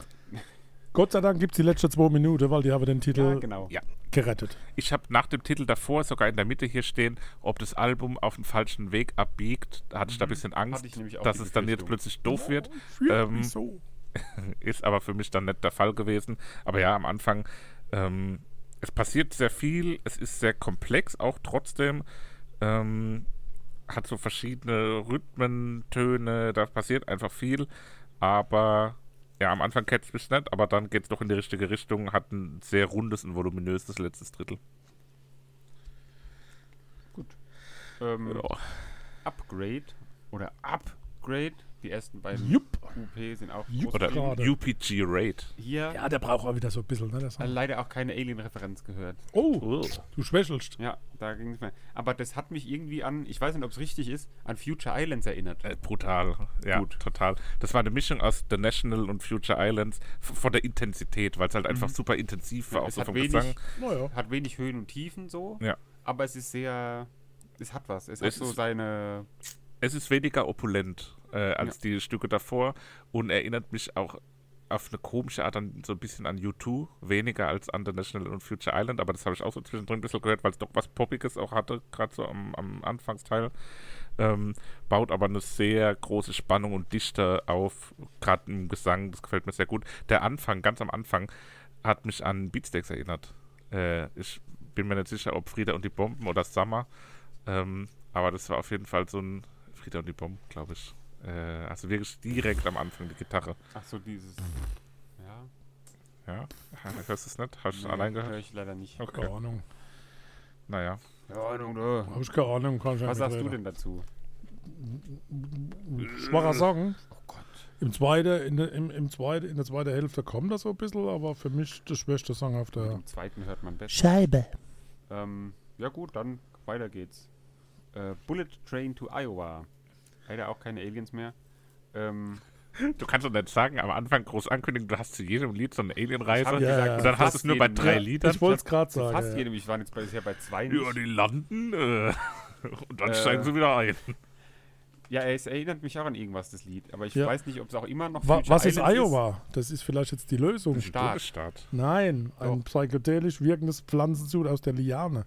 [SPEAKER 2] Gott sei Dank gibt es die letzten zwei Minuten, weil die haben den Titel
[SPEAKER 3] Ja, genau.
[SPEAKER 1] Ja.
[SPEAKER 2] gerettet.
[SPEAKER 1] Ich habe nach dem Titel davor sogar in der Mitte hier stehen, ob das Album auf den falschen Weg abbiegt. Da hatte ich da ein bisschen Angst,
[SPEAKER 3] Mhm. Hatte ich nämlich auch
[SPEAKER 1] dass
[SPEAKER 3] die
[SPEAKER 1] es dann jetzt plötzlich
[SPEAKER 3] Befürchtung. Oh.
[SPEAKER 1] doof wird. Ähm,
[SPEAKER 2] Wieso?
[SPEAKER 1] Ist aber für mich dann nicht der Fall gewesen. Aber ja, am Anfang, ähm, es passiert sehr viel, es ist sehr komplex, auch trotzdem. Ähm, hat so verschiedene Rhythmen, Töne, da passiert einfach viel. Aber ja, am Anfang catcht mich nicht, aber dann geht es doch in die richtige Richtung, hat ein sehr rundes und voluminöses letztes Drittel.
[SPEAKER 3] Ähm,
[SPEAKER 1] genau.
[SPEAKER 3] Upgrade oder Upgrade. Die ersten beiden
[SPEAKER 2] Jupp.
[SPEAKER 3] UP sind auch
[SPEAKER 2] Jupp.
[SPEAKER 3] groß
[SPEAKER 1] Oder
[SPEAKER 3] geschrieben.
[SPEAKER 2] Gerade.
[SPEAKER 1] UPG Raid.
[SPEAKER 3] Hier
[SPEAKER 2] Ja, der braucht auch wieder so ein bisschen. Ne? Das
[SPEAKER 3] äh, leider auch keine Alien-Referenz gehört.
[SPEAKER 2] oh, du schwächelst.
[SPEAKER 3] Ja, da ging es mehr. Aber das hat mich irgendwie an, ich weiß nicht, ob es richtig ist, an Future Islands erinnert.
[SPEAKER 1] Äh, brutal. Ja,
[SPEAKER 3] Gut.
[SPEAKER 1] total. Das war eine Mischung aus The National und Future Islands f- von der Intensität, weil es halt einfach super intensiv war, auch
[SPEAKER 3] Mhm. es
[SPEAKER 1] so
[SPEAKER 3] hat
[SPEAKER 1] vom
[SPEAKER 3] wenig-
[SPEAKER 1] Gesang.
[SPEAKER 2] Naja.
[SPEAKER 3] Hat wenig Höhen und Tiefen so,
[SPEAKER 1] Ja.
[SPEAKER 3] aber es ist sehr, es hat was. Es,
[SPEAKER 1] Es
[SPEAKER 3] hat so
[SPEAKER 1] ist-
[SPEAKER 3] seine,
[SPEAKER 1] Es ist weniger opulent äh, als die Stücke davor und erinnert mich auch auf eine komische Art an, so ein bisschen an U2, weniger als an The National und Future Island, aber das habe ich auch so zwischendrin ein bisschen gehört, weil es doch was Poppiges auch hatte, gerade so am, am Anfangsteil. Ähm, baut aber eine sehr große Spannung und Dichte auf, gerade im Gesang, das gefällt mir sehr gut. Der Anfang, ganz am Anfang, hat mich an Beatsteaks erinnert. Äh, ich bin mir nicht sicher, ob Frieda und die Bomben oder Summer, ähm, aber das war auf jeden Fall so ein Frieda und die Bomben, glaube ich. Äh, also wirklich direkt am Anfang die Gitarre.
[SPEAKER 3] ach so dieses, ja,
[SPEAKER 1] Ja, hörst du es nicht? Hast du
[SPEAKER 3] nee,
[SPEAKER 1] es allein
[SPEAKER 3] höre
[SPEAKER 1] gehört?
[SPEAKER 3] ich leider nicht.
[SPEAKER 1] Okay.
[SPEAKER 2] Keine Ahnung.
[SPEAKER 1] Naja.
[SPEAKER 3] Keine Ahnung, du.
[SPEAKER 2] Hab ich keine Ahnung. Kann ich
[SPEAKER 3] Was
[SPEAKER 2] nicht
[SPEAKER 3] sagst du
[SPEAKER 2] mitreden.
[SPEAKER 3] denn dazu?
[SPEAKER 2] Schwacher Song. Im zweiten, in der, im, im zweiten, in der zweiten Hälfte kommt das so ein bisschen, aber für mich der schwächste Song auf
[SPEAKER 3] Mit
[SPEAKER 2] der.
[SPEAKER 3] dem zweiten hört man besser.
[SPEAKER 2] Scheibe.
[SPEAKER 3] Ähm, ja gut, dann weiter geht's. Äh, Bullet Train to Iowa. Leider auch keine Aliens mehr. Ähm,
[SPEAKER 1] Du kannst doch nicht sagen, am Anfang groß ankündigen, du hast zu jedem Lied so eine Alien-Reise
[SPEAKER 3] hab
[SPEAKER 1] und
[SPEAKER 3] ich
[SPEAKER 2] ja,
[SPEAKER 3] gesagt,
[SPEAKER 2] ja.
[SPEAKER 3] zu
[SPEAKER 1] dann hast
[SPEAKER 3] fast
[SPEAKER 1] du es nur bei
[SPEAKER 3] jedem,
[SPEAKER 1] drei
[SPEAKER 3] ja.
[SPEAKER 1] Liedern.
[SPEAKER 2] Ich wollte es gerade
[SPEAKER 3] Zu fast
[SPEAKER 2] sagen.
[SPEAKER 3] jedem. Ich war jetzt bisher bei zwei.
[SPEAKER 1] Ja,
[SPEAKER 3] nicht.
[SPEAKER 1] die landen äh, und dann
[SPEAKER 3] Äh,
[SPEAKER 1] steigen sie wieder ein.
[SPEAKER 3] Ja, es erinnert mich auch an irgendwas, das Lied. Aber ich
[SPEAKER 2] Ja.
[SPEAKER 3] weiß nicht, ob es auch immer noch
[SPEAKER 2] Wa
[SPEAKER 3] Future
[SPEAKER 2] was ist
[SPEAKER 3] Islands
[SPEAKER 2] Iowa? Das ist vielleicht jetzt die Lösung.
[SPEAKER 3] Staat.
[SPEAKER 1] Start.
[SPEAKER 2] Nein, ein psychedelisch wirkendes Pflanzensud aus der Liane.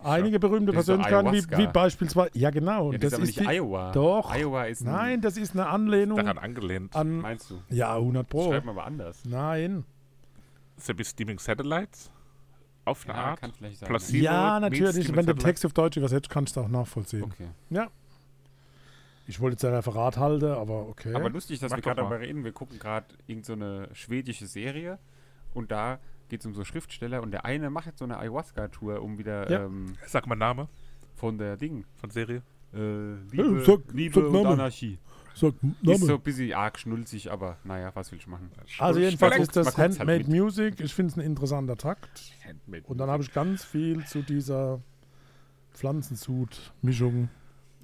[SPEAKER 2] einige berühmte
[SPEAKER 3] Hm. das ist doch
[SPEAKER 2] Persönlichkeiten, wie,
[SPEAKER 3] Ayahuasca.
[SPEAKER 2] wie beispielsweise. Ja, genau.
[SPEAKER 3] Ja, das, ist aber nicht
[SPEAKER 2] die,
[SPEAKER 3] Iowa.
[SPEAKER 2] Doch.
[SPEAKER 3] Iowa ist ein-
[SPEAKER 2] Nein, das ist eine Anlehnung
[SPEAKER 1] Daran angelehnt.
[SPEAKER 2] an.
[SPEAKER 3] Meinst du?
[SPEAKER 2] Ja, 100
[SPEAKER 3] Das
[SPEAKER 2] Pro.
[SPEAKER 3] schreibt man aber anders.
[SPEAKER 2] Nein.
[SPEAKER 1] Sebi Steaming Satellites? Auf eine
[SPEAKER 3] Ja,
[SPEAKER 1] Art?
[SPEAKER 3] kann vielleicht sein.
[SPEAKER 1] Placebo meets
[SPEAKER 2] ja, natürlich.
[SPEAKER 1] Steaming
[SPEAKER 2] Wenn du
[SPEAKER 1] Satellites.
[SPEAKER 2] Text auf Deutsch übersetzt, kannst du es auch nachvollziehen.
[SPEAKER 3] Okay.
[SPEAKER 2] Ich wollte jetzt ein Referat halten, aber okay.
[SPEAKER 3] Aber lustig, dass
[SPEAKER 1] Mach
[SPEAKER 3] wir
[SPEAKER 1] doch
[SPEAKER 3] gerade
[SPEAKER 1] mal.
[SPEAKER 3] darüber reden. Wir gucken gerade irgendeine so eine schwedische Serie und da geht es um so Schriftsteller und der eine macht jetzt so eine Ayahuasca-Tour, um wieder
[SPEAKER 2] Ja.
[SPEAKER 3] ähm,
[SPEAKER 1] Sag mal Name
[SPEAKER 3] von der Ding.
[SPEAKER 1] von Serie.
[SPEAKER 3] Äh, Liebe,
[SPEAKER 2] Äh, sag-
[SPEAKER 3] Liebe
[SPEAKER 2] sag
[SPEAKER 3] und
[SPEAKER 2] Namen.
[SPEAKER 3] Anarchie.
[SPEAKER 2] Sag
[SPEAKER 3] Ist so
[SPEAKER 2] Name.
[SPEAKER 3] ein bisschen arg schnulzig, aber naja, was willst du machen?
[SPEAKER 2] also
[SPEAKER 3] man
[SPEAKER 2] jedenfalls
[SPEAKER 3] guckt's-
[SPEAKER 2] ist das
[SPEAKER 3] man guckt's halt
[SPEAKER 2] Handmade
[SPEAKER 3] mit.
[SPEAKER 2] Music. Ich finde es ein interessanter Takt. Und dann habe ich ganz viel zu dieser Pflanzensud-Mischung.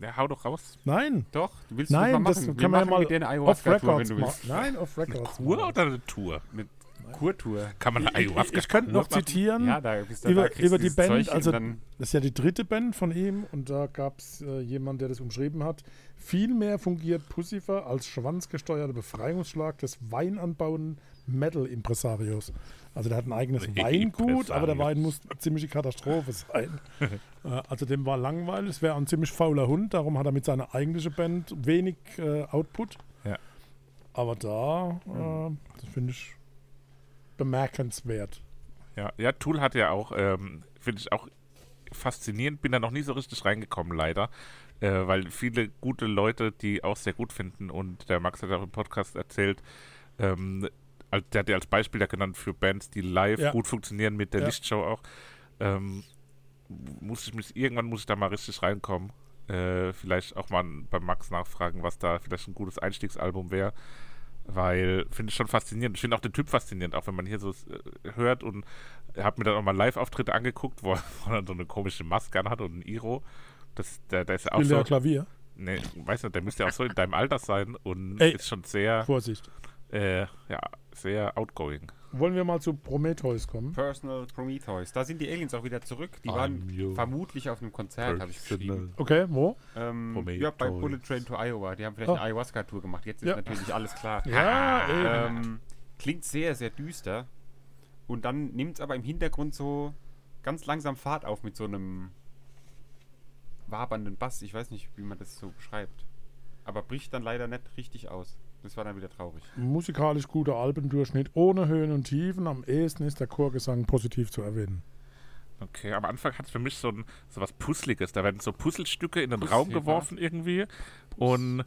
[SPEAKER 1] Ja, hau doch raus.
[SPEAKER 2] Nein,
[SPEAKER 3] Doch, du willst
[SPEAKER 2] nein,
[SPEAKER 3] mal
[SPEAKER 2] das
[SPEAKER 3] machen.
[SPEAKER 2] kann man ja
[SPEAKER 3] machen mit dir
[SPEAKER 2] mal
[SPEAKER 3] eine
[SPEAKER 2] off
[SPEAKER 3] Ayahuasca-Tour, wenn
[SPEAKER 2] Records
[SPEAKER 3] du
[SPEAKER 2] machen.
[SPEAKER 3] willst.
[SPEAKER 2] Nein, off Records.
[SPEAKER 1] Kur
[SPEAKER 2] machen.
[SPEAKER 1] oder eine Tour?
[SPEAKER 3] Eine Kurtour.
[SPEAKER 1] Kann man eine Ayahuasca
[SPEAKER 2] Ich könnte noch zitieren
[SPEAKER 3] Ja, da bist du da
[SPEAKER 2] über,
[SPEAKER 3] kriegst du
[SPEAKER 2] über die
[SPEAKER 3] dieses
[SPEAKER 2] Band.
[SPEAKER 3] Zeug und
[SPEAKER 2] also,
[SPEAKER 3] dann
[SPEAKER 2] das ist ja die dritte Band von ihm und da gab es äh, jemanden, der das umschrieben hat. Vielmehr fungiert Pussifer als schwanzgesteuerter Befreiungsschlag des Weinanbauen Metal-Impresarios. Also, der hat ein eigenes Weingut, aber der
[SPEAKER 1] Impresarios.
[SPEAKER 2] Wein muss eine ziemliche Katastrophe sein. Äh, Also dem war langweilig, es wäre ein ziemlich fauler Hund, darum hat er mit seiner eigentlichen Band wenig äh, Output.
[SPEAKER 1] Ja.
[SPEAKER 2] Aber da, äh, das finde ich bemerkenswert.
[SPEAKER 1] Ja, ja Tool hat ja auch, ähm, finde ich auch faszinierend, bin da noch nie so richtig reingekommen, leider. Äh, weil viele gute Leute, die auch sehr gut finden und der Max hat auch im Podcast erzählt, ähm, als- der hat ja als Beispiel da genannt für Bands, die live
[SPEAKER 2] Ja.
[SPEAKER 1] gut funktionieren mit der
[SPEAKER 2] Ja.
[SPEAKER 1] Lichtshow auch. Ähm, muss ich mich, irgendwann muss ich da mal richtig reinkommen. Äh, vielleicht auch mal beim Max nachfragen, was da vielleicht ein gutes Einstiegsalbum wäre. Weil, finde ich schon faszinierend. Ich finde auch den Typ faszinierend, auch wenn man hier so äh, hört und habe mir dann auch mal Live-Auftritte angeguckt, wo, wo er so eine komische Maske anhat und ein Iro. Das, der, der ist ja auch
[SPEAKER 2] Will
[SPEAKER 1] so,
[SPEAKER 2] der Klavier?
[SPEAKER 1] nee, weiß nicht, der müsste ja auch so in deinem Alter sein und
[SPEAKER 2] Ey.
[SPEAKER 1] ist schon sehr,
[SPEAKER 2] Vorsicht.
[SPEAKER 1] äh, ja, sehr outgoing.
[SPEAKER 2] Wollen wir mal zu Prometheus kommen?
[SPEAKER 3] Personal Prometheus. Da sind die Aliens auch wieder zurück. Die waren vermutlich auf einem Konzert, habe ich geschrieben.
[SPEAKER 2] Okay, wo?
[SPEAKER 3] Ähm,
[SPEAKER 1] Prometheus.
[SPEAKER 3] ja, bei Bullet Train to Iowa. Die haben vielleicht
[SPEAKER 2] Ah.
[SPEAKER 3] eine Ayahuasca-Tour gemacht. Jetzt ist
[SPEAKER 2] Ja.
[SPEAKER 3] natürlich alles klar.
[SPEAKER 2] Ja, eben.
[SPEAKER 3] Ähm, klingt sehr, sehr düster. Und dann nimmt es aber im Hintergrund so ganz langsam Fahrt auf mit so einem wabernden Bass. Ich weiß nicht, wie man das so beschreibt. Aber bricht dann leider nicht richtig aus. Das war dann wieder traurig.
[SPEAKER 2] Musikalisch guter Albendurchschnitt ohne Höhen und Tiefen. Am ehesten ist der Chorgesang positiv zu erwähnen.
[SPEAKER 1] Okay, am Anfang hat es für mich so, ein, so was Puzzliges. Da werden so Puzzlestücke in den
[SPEAKER 3] Puzzle,
[SPEAKER 1] Raum
[SPEAKER 3] ja.
[SPEAKER 1] geworfen irgendwie. Und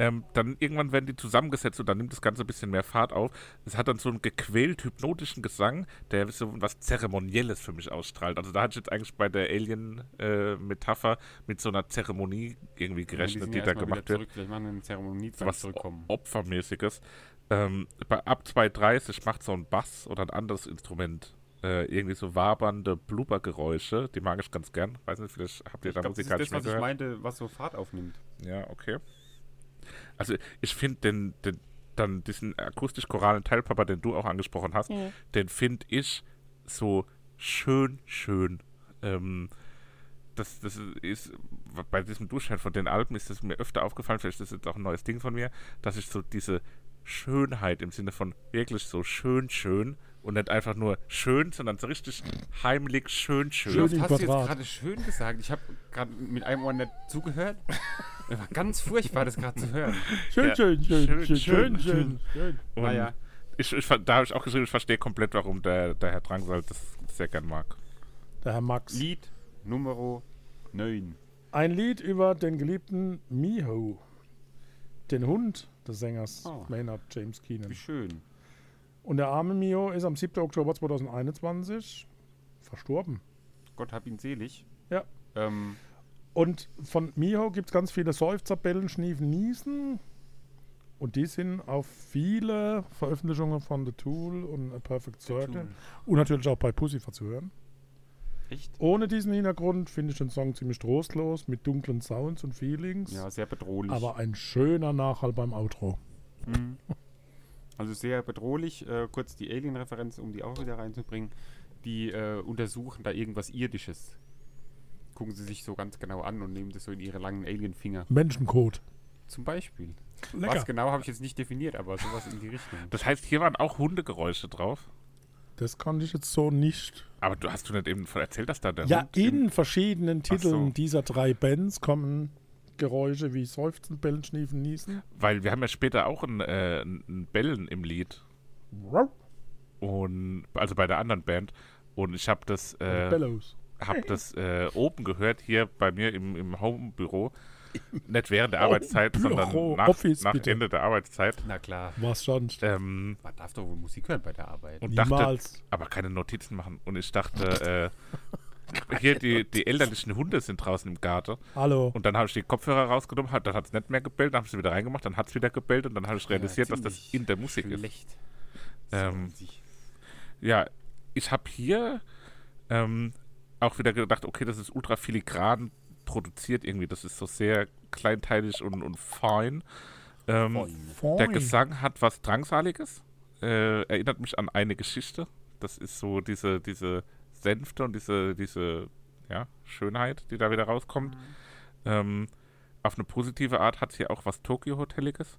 [SPEAKER 1] ähm, dann irgendwann werden die zusammengesetzt und dann nimmt das Ganze ein bisschen mehr Fahrt auf. Es hat dann so einen gequält hypnotischen Gesang, der so was Zeremonielles für mich ausstrahlt. Also da hatte ich jetzt eigentlich bei der Alien-Metapher mit so einer Zeremonie irgendwie gerechnet,
[SPEAKER 3] sind
[SPEAKER 1] die,
[SPEAKER 3] ja
[SPEAKER 1] da
[SPEAKER 3] erstmal wieder
[SPEAKER 1] gemacht wird
[SPEAKER 3] Zurück. Vielleicht machen wir eine Zeremonie, wenn
[SPEAKER 1] was
[SPEAKER 3] sie zurückkommen.
[SPEAKER 1] Opfermäßiges. Ähm, bei, ab 2.30 macht so ein Bass oder ein anderes Instrument äh, irgendwie so wabernde Blubbergeräusche. Die mag ich ganz gern. Weiß nicht, vielleicht habt ihr da
[SPEAKER 3] glaub, das
[SPEAKER 1] musikalisch
[SPEAKER 3] ist das, was ich
[SPEAKER 1] mehr
[SPEAKER 3] meinte, was so Fahrt aufnimmt.
[SPEAKER 1] gehört. Ja, okay. Also ich finde den, den dann diesen akustisch-choralen Teilpapa, den du auch angesprochen hast, den finde ich so schön, schön. Ähm, das, das ist bei diesem Durchschnitt von den Alben ist es mir öfter aufgefallen, vielleicht ist das jetzt auch ein neues Ding von mir, dass ich so diese Schönheit im Sinne von wirklich so schön, schön und nicht einfach nur schön, sondern so richtig heimlich schön, schön.
[SPEAKER 3] Wie
[SPEAKER 2] Schön
[SPEAKER 3] oft
[SPEAKER 2] im
[SPEAKER 3] hast du jetzt
[SPEAKER 2] Quadrat.
[SPEAKER 3] gerade schön gesagt? Ich habe gerade mit einem Ohr nicht zugehört. Das war ganz furchtbar, das gerade zu hören.
[SPEAKER 2] Schön,
[SPEAKER 1] Ja.
[SPEAKER 2] schön,
[SPEAKER 1] Schön,
[SPEAKER 2] schön, schön, schön,
[SPEAKER 1] schön.
[SPEAKER 2] schön, schön.
[SPEAKER 1] Und
[SPEAKER 3] Ah ja.
[SPEAKER 1] ich, ich, ver- da habe ich auch geschrieben, ich verstehe komplett, warum der, der Herr Drangsal das sehr gern mag.
[SPEAKER 2] Der Herr Max.
[SPEAKER 3] Lied Nummer 9.
[SPEAKER 2] Ein Lied über den geliebten Miho, den Hund des Sängers
[SPEAKER 3] Oh.
[SPEAKER 2] Maynard James Keenan.
[SPEAKER 3] Wie schön.
[SPEAKER 2] Und der arme Miho ist am 7. Oktober 2021 verstorben.
[SPEAKER 3] Gott hab ihn selig.
[SPEAKER 2] Ja.
[SPEAKER 3] Ähm,
[SPEAKER 2] Und von Miho gibt es ganz viele Seufzer, Bellen, Schniefen, Niesen. Und die sind auf viele Veröffentlichungen von The Tool und A Perfect Circle
[SPEAKER 3] Tool.
[SPEAKER 2] und natürlich auch bei Pussifer zu hören.
[SPEAKER 3] echt?
[SPEAKER 2] Ohne diesen Hintergrund finde ich den Song ziemlich trostlos mit dunklen Sounds und Feelings.
[SPEAKER 3] Ja, sehr bedrohlich.
[SPEAKER 2] aber ein schöner Nachhall beim Outro.
[SPEAKER 3] also sehr bedrohlich. Äh, kurz die Alien-Referenz, um die auch wieder reinzubringen. Die äh, untersuchen da irgendwas Irdisches. Gucken sie sich so ganz genau an und nehmen das so in ihre langen Alien-Finger.
[SPEAKER 2] Menschencode.
[SPEAKER 3] Zum Beispiel.
[SPEAKER 2] Lecker.
[SPEAKER 3] Was genau habe ich jetzt nicht definiert, aber sowas in die Richtung.
[SPEAKER 1] Das heißt, hier waren auch Hundegeräusche drauf.
[SPEAKER 2] Das kann ich jetzt so nicht
[SPEAKER 1] Aber du hast du nicht eben von erzählt, dass da der
[SPEAKER 2] Ja,
[SPEAKER 1] Hund im-
[SPEAKER 2] in verschiedenen Titeln
[SPEAKER 1] so.
[SPEAKER 2] dieser drei Bands kommen Geräusche wie Seufzen, Bellen, Schniefen, Niesen.
[SPEAKER 1] Weil wir haben ja später auch ein, äh, ein Bellen im Lied. Und also bei der anderen Band. Und ich habe das, äh,
[SPEAKER 2] Bellows.
[SPEAKER 1] hab das äh, oben gehört hier bei mir im, im Homebüro. Nicht während der Arbeitszeit,
[SPEAKER 2] Homebüro,
[SPEAKER 1] sondern nach,
[SPEAKER 2] Office,
[SPEAKER 1] nach
[SPEAKER 2] bitte.
[SPEAKER 1] Ende der Arbeitszeit.
[SPEAKER 3] Na klar,
[SPEAKER 2] Was sonst?
[SPEAKER 1] Ähm,
[SPEAKER 3] man darf doch wohl Musik hören bei der Arbeit.
[SPEAKER 1] und
[SPEAKER 2] Niemals.
[SPEAKER 1] dachte, aber keine Notizen machen. Und ich dachte, äh, hier die, die elterlichen Hunde sind draußen im Garten.
[SPEAKER 2] Hallo.
[SPEAKER 1] Und dann habe ich die Kopfhörer rausgenommen, hat, dann hat es nicht mehr gebellt, dann habe ich sie wieder reingemacht, dann hat es wieder gebellt und dann habe ich realisiert, dass das
[SPEAKER 3] ziemlich
[SPEAKER 1] in der Musik ist.
[SPEAKER 3] schlecht.
[SPEAKER 1] Ähm,
[SPEAKER 3] So sich-
[SPEAKER 1] Ja, ich habe hier ähm, auch wieder gedacht, okay, das ist ultra filigran produziert irgendwie, das ist so sehr kleinteilig und, und fein. Ähm, Der Gesang hat was Drangsaliges, äh, erinnert mich an eine Geschichte. Das ist so diese, diese Sänfte und diese, diese ja, Schönheit, die da wieder rauskommt. Ähm, auf eine positive Art hat sie auch was Tokio-Hoteliges.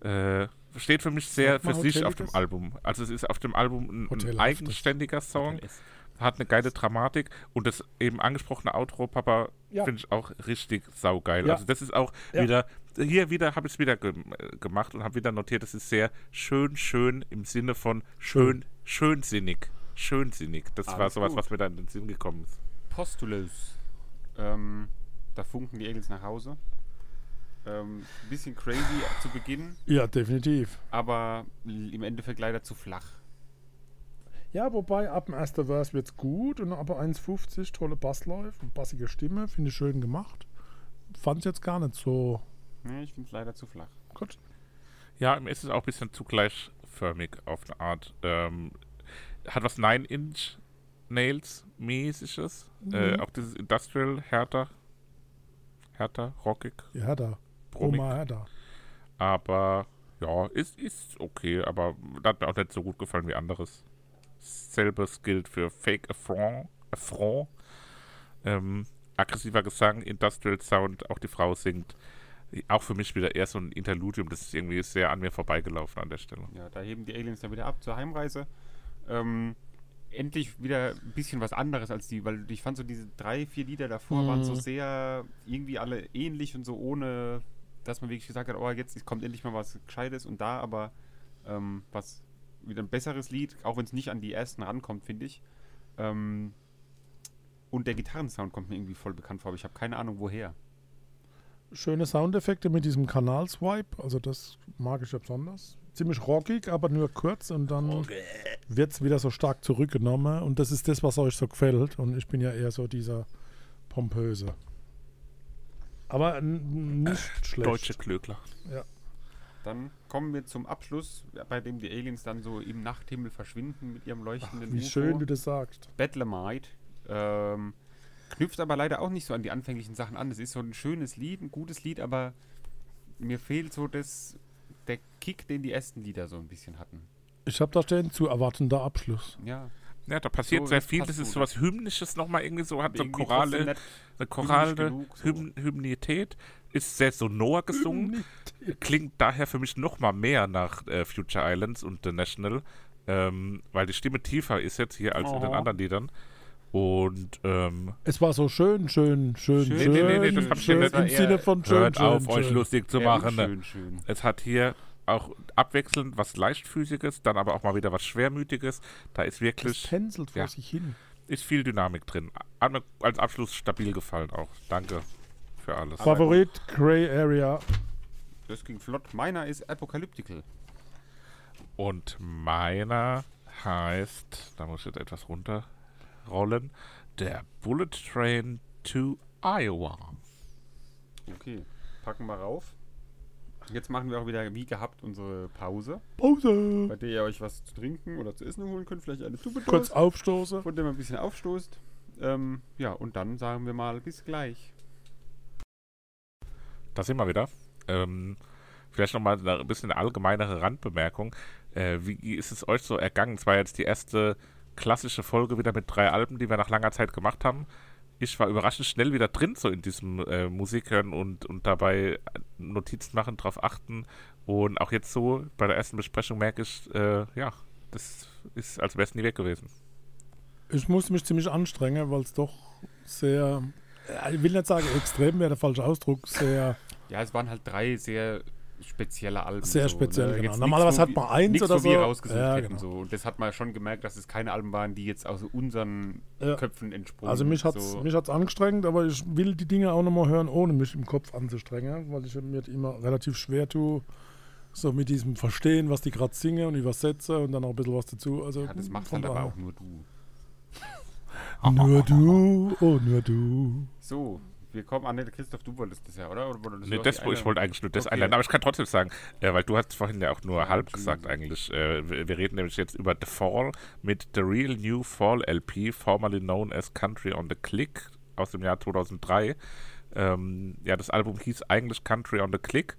[SPEAKER 1] Äh, steht für mich sehr
[SPEAKER 2] Sagt man
[SPEAKER 1] für sich auf dem
[SPEAKER 2] Hoteliges?
[SPEAKER 1] Album. Also es ist auf dem Album ein, ein
[SPEAKER 2] Hotelhaftes.
[SPEAKER 1] eigenständiger Song,
[SPEAKER 3] Hotel S.
[SPEAKER 1] hat eine geile Dramatik und das eben angesprochene Outro, Papa,
[SPEAKER 2] Ja.
[SPEAKER 1] finde ich auch richtig saugeil.
[SPEAKER 2] Ja.
[SPEAKER 1] Also das ist auch
[SPEAKER 2] Ja.
[SPEAKER 1] wieder, hier wieder habe ich es wieder gem- äh, gemacht und habe wieder notiert, das ist sehr schön, schön im Sinne von schön, schönsinnig. Schönsinnig. Das war
[SPEAKER 3] Alles
[SPEAKER 1] sowas,
[SPEAKER 3] gut.
[SPEAKER 1] was mir da in den Sinn gekommen ist.
[SPEAKER 3] Postulous. Ähm, da funken die Eagles nach Hause. Ähm, bisschen crazy zu Beginn,
[SPEAKER 2] Ja, definitiv.
[SPEAKER 3] aber l- im Endeffekt leider zu flach.
[SPEAKER 2] Ja, wobei ab dem ersten Vers wird's gut und ab 1,50 tolle Bassläufe, bassige Stimme, finde ich schön gemacht. Fand's jetzt gar nicht so
[SPEAKER 3] Ne, ich finde es leider zu flach.
[SPEAKER 2] gut.
[SPEAKER 1] Ja, mir ist es auch ein bisschen zu gleichförmig auf eine Art. Ähm, hat was Nine-Inch-Nails-mäßiges. Äh, auch dieses Industrial härter, härter, rockig,
[SPEAKER 2] Ja, da.
[SPEAKER 1] brummig.
[SPEAKER 2] Oma, ja, da.
[SPEAKER 1] Aber ja, ist, ist okay, aber hat mir auch nicht so gut gefallen wie anderes. Selbes gilt für Fake Affront. Affront. Ähm, aggressiver Gesang, Industrial Sound, auch die Frau singt. Auch für mich wieder eher so ein Interludium, das ist irgendwie sehr an mir vorbeigelaufen an der Stelle.
[SPEAKER 3] Ja, da heben die Aliens dann wieder ab zur Heimreise. Ähm, endlich wieder ein bisschen was anderes als die, weil ich fand so diese drei, vier Lieder davor waren so sehr irgendwie alle ähnlich und so ohne, dass man wirklich gesagt hat, oh, jetzt kommt endlich mal was Gescheites und da aber ähm, was wieder ein besseres Lied, auch wenn es nicht an die ersten rankommt, finde ich. Ähm, und der Gitarrensound kommt mir irgendwie voll bekannt vor, aber ich habe keine Ahnung woher.
[SPEAKER 2] Schöne Soundeffekte mit diesem Kanalswipe, also das mag ich ja besonders. Ziemlich rockig, aber nur kurz und dann wird's wieder so stark zurückgenommen und das ist das, was euch so gefällt und ich bin ja eher so dieser pompöse. Aber n- nicht schlecht.
[SPEAKER 1] Äh, Deutsche Klögler.
[SPEAKER 3] Dann kommen wir zum Abschluss, bei dem die Aliens dann so im Nachthimmel verschwinden mit ihrem leuchtenden
[SPEAKER 2] Wie
[SPEAKER 3] UFO.
[SPEAKER 2] schön du das sagst.
[SPEAKER 3] Battlemite. Ähm, knüpft aber leider auch nicht so an die anfänglichen Sachen an. Es ist so ein schönes Lied, ein gutes Lied, aber mir fehlt so das, der Kick, den die ersten Lieder so ein bisschen hatten.
[SPEAKER 2] Ich habe da stehen zu erwartender Abschluss.
[SPEAKER 3] Ja,
[SPEAKER 1] Ja, da passiert
[SPEAKER 3] So,
[SPEAKER 1] sehr
[SPEAKER 3] das
[SPEAKER 1] viel.
[SPEAKER 3] passt
[SPEAKER 1] Das ist
[SPEAKER 3] gut.
[SPEAKER 1] sowas Hymnisches nochmal irgendwie so, hat so
[SPEAKER 3] irgendwie
[SPEAKER 1] Chorale,
[SPEAKER 3] trotzdem nett.
[SPEAKER 1] eine chorale
[SPEAKER 3] genug, so.
[SPEAKER 1] Hymn Hymnität, ist sehr sonor gesungen, klingt daher für mich nochmal mehr nach äh, Future Islands und The National, ähm, weil die Stimme tiefer ist jetzt hier als in den
[SPEAKER 3] Oh.
[SPEAKER 1] anderen Liedern. Und ähm,
[SPEAKER 2] Es war so schön, schön, schön, schön.
[SPEAKER 3] Schön,
[SPEAKER 2] Schön,
[SPEAKER 1] nee, nee, nee, das hab ich
[SPEAKER 2] schön
[SPEAKER 1] nicht.
[SPEAKER 2] im
[SPEAKER 3] Das war
[SPEAKER 2] Sinne
[SPEAKER 3] eher-
[SPEAKER 2] von schön,
[SPEAKER 1] hört
[SPEAKER 2] schön,
[SPEAKER 1] auf,
[SPEAKER 2] schön.
[SPEAKER 1] euch lustig zu
[SPEAKER 3] Ja, und
[SPEAKER 1] machen. ne?
[SPEAKER 3] Schön, schön.
[SPEAKER 1] Es hat hier auch abwechselnd was Leichtfüßiges, dann aber auch mal wieder was Schwermütiges. Da ist
[SPEAKER 2] Das
[SPEAKER 1] wirklich
[SPEAKER 2] tänzelt vor
[SPEAKER 1] Ja.
[SPEAKER 2] sich hin.
[SPEAKER 1] ist viel Dynamik drin. An- Als Abschluss stabil gefallen auch. Danke für alles.
[SPEAKER 2] Favorit Grey Area.
[SPEAKER 3] Das ging flott. Meiner ist Apocalyptical.
[SPEAKER 1] Und meiner heißt, da muss ich jetzt etwas runterrollen, der Bullet Train to Iowa.
[SPEAKER 3] Okay, packen wir rauf. Jetzt machen wir auch wieder, wie gehabt, unsere Pause,
[SPEAKER 2] Pause.
[SPEAKER 3] bei der ihr euch was zu trinken oder zu essen holen könnt. Vielleicht eine Tube
[SPEAKER 2] Kurz aufstoßen.
[SPEAKER 3] von dem ihr ein bisschen aufstoßt. Ähm, ja, und dann sagen wir mal bis gleich.
[SPEAKER 1] Da sind wir wieder. Ähm, vielleicht nochmal ein bisschen eine allgemeinere Randbemerkung. Äh, wie ist es euch so ergangen? Es war jetzt die erste klassische Folge wieder mit drei Alben, die wir nach langer Zeit gemacht haben. Ich war überraschend schnell wieder drin, so in diesem äh, Musikhören und, und dabei äh, Notizen machen, drauf achten. Und auch jetzt so bei der ersten Besprechung merke ich, äh, ja, das ist, als wäre es nie weg gewesen.
[SPEAKER 2] Ich musste mich ziemlich anstrengen, weil es doch sehr, äh, ich will nicht sagen extrem, wäre der falsche Ausdruck, sehr,
[SPEAKER 3] Ja, es waren halt drei sehr spezielle Alben.
[SPEAKER 2] sehr
[SPEAKER 3] so,
[SPEAKER 2] speziell.
[SPEAKER 3] ne? Jetzt
[SPEAKER 2] Genau.
[SPEAKER 3] nix,
[SPEAKER 2] Normalerweise
[SPEAKER 3] wo
[SPEAKER 2] hat
[SPEAKER 3] wir-
[SPEAKER 2] man eins
[SPEAKER 3] nix,
[SPEAKER 2] oder
[SPEAKER 3] wo
[SPEAKER 2] so.
[SPEAKER 3] wir rausgesucht
[SPEAKER 2] ja,
[SPEAKER 3] hätten.
[SPEAKER 2] genau.
[SPEAKER 3] So. Und das hat man schon gemerkt, dass es keine Alben waren, die jetzt aus unseren
[SPEAKER 2] Ja.
[SPEAKER 3] Köpfen entsprungen
[SPEAKER 2] Also mich hat es
[SPEAKER 3] so.
[SPEAKER 2] mich hat's angestrengt, aber ich will die Dinge auch nochmal hören, ohne mich im Kopf anzustrengen, weil ich mir immer relativ schwer tue, so mit diesem Verstehen, was die gerade singen und übersetze und dann auch ein bisschen was dazu. Also
[SPEAKER 3] ja, das macht
[SPEAKER 2] von
[SPEAKER 3] halt aber
[SPEAKER 2] daher.
[SPEAKER 3] auch nur du.
[SPEAKER 2] Nur du, oh nur du.
[SPEAKER 3] So, wir kommen an. den- Christoph, du wolltest das ja, oder? oder wolltest du
[SPEAKER 1] Nee,
[SPEAKER 3] auch
[SPEAKER 1] das,
[SPEAKER 3] die
[SPEAKER 1] wo
[SPEAKER 3] eine-
[SPEAKER 1] ich wollte eigentlich nur das
[SPEAKER 3] Okay.
[SPEAKER 1] einleiten, aber ich kann trotzdem sagen, äh, weil du hast vorhin ja auch nur halb
[SPEAKER 3] natürlich.
[SPEAKER 1] gesagt eigentlich. Äh, wir, wir reden nämlich jetzt über The Fall mit The Real New Fall LP, formerly known as Country on the Click aus dem Jahr 2003. Ähm, ja, das Album hieß eigentlich Country on the Click.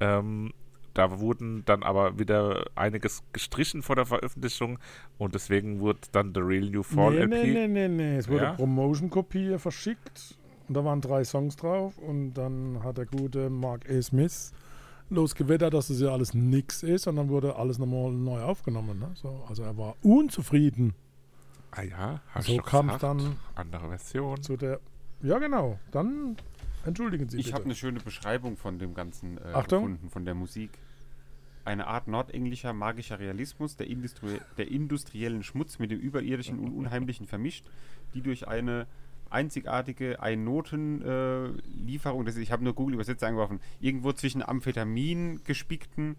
[SPEAKER 1] Ähm, da wurden dann aber wieder einiges gestrichen vor der Veröffentlichung und deswegen wurde dann The Real New Fall
[SPEAKER 2] Nee,
[SPEAKER 1] LP.
[SPEAKER 2] nee, nee, nee, nee. Es wurde
[SPEAKER 1] Ja?
[SPEAKER 2] Promotion-Kopie verschickt und da waren drei Songs drauf und dann hat der gute Mark A. Smith losgewettert, dass es ja alles nix ist und dann wurde alles nochmal neu aufgenommen. Ne? So, also er war unzufrieden
[SPEAKER 1] Ah ja, hab
[SPEAKER 2] So
[SPEAKER 1] ich doch
[SPEAKER 2] kam's
[SPEAKER 1] gesagt.
[SPEAKER 2] dann-
[SPEAKER 1] Andere Version.
[SPEAKER 2] zu der... Ja, genau. Dann entschuldigen Sie
[SPEAKER 3] Ich habe
[SPEAKER 2] bitte.
[SPEAKER 3] eine schöne Beschreibung von dem Ganzen äh,
[SPEAKER 2] Achtung.
[SPEAKER 3] gefunden, von der Musik. Eine Art nordenglischer magischer Realismus, der, Industrie der industriellen Schmutz mit dem Überirdischen und Unheimlichen vermischt, die durch eine einzigartige Einnoten-Lieferung, äh, Lieferung des- ich habe nur Google-Übersetzer angeworfen, irgendwo zwischen Amphetamin gespickten,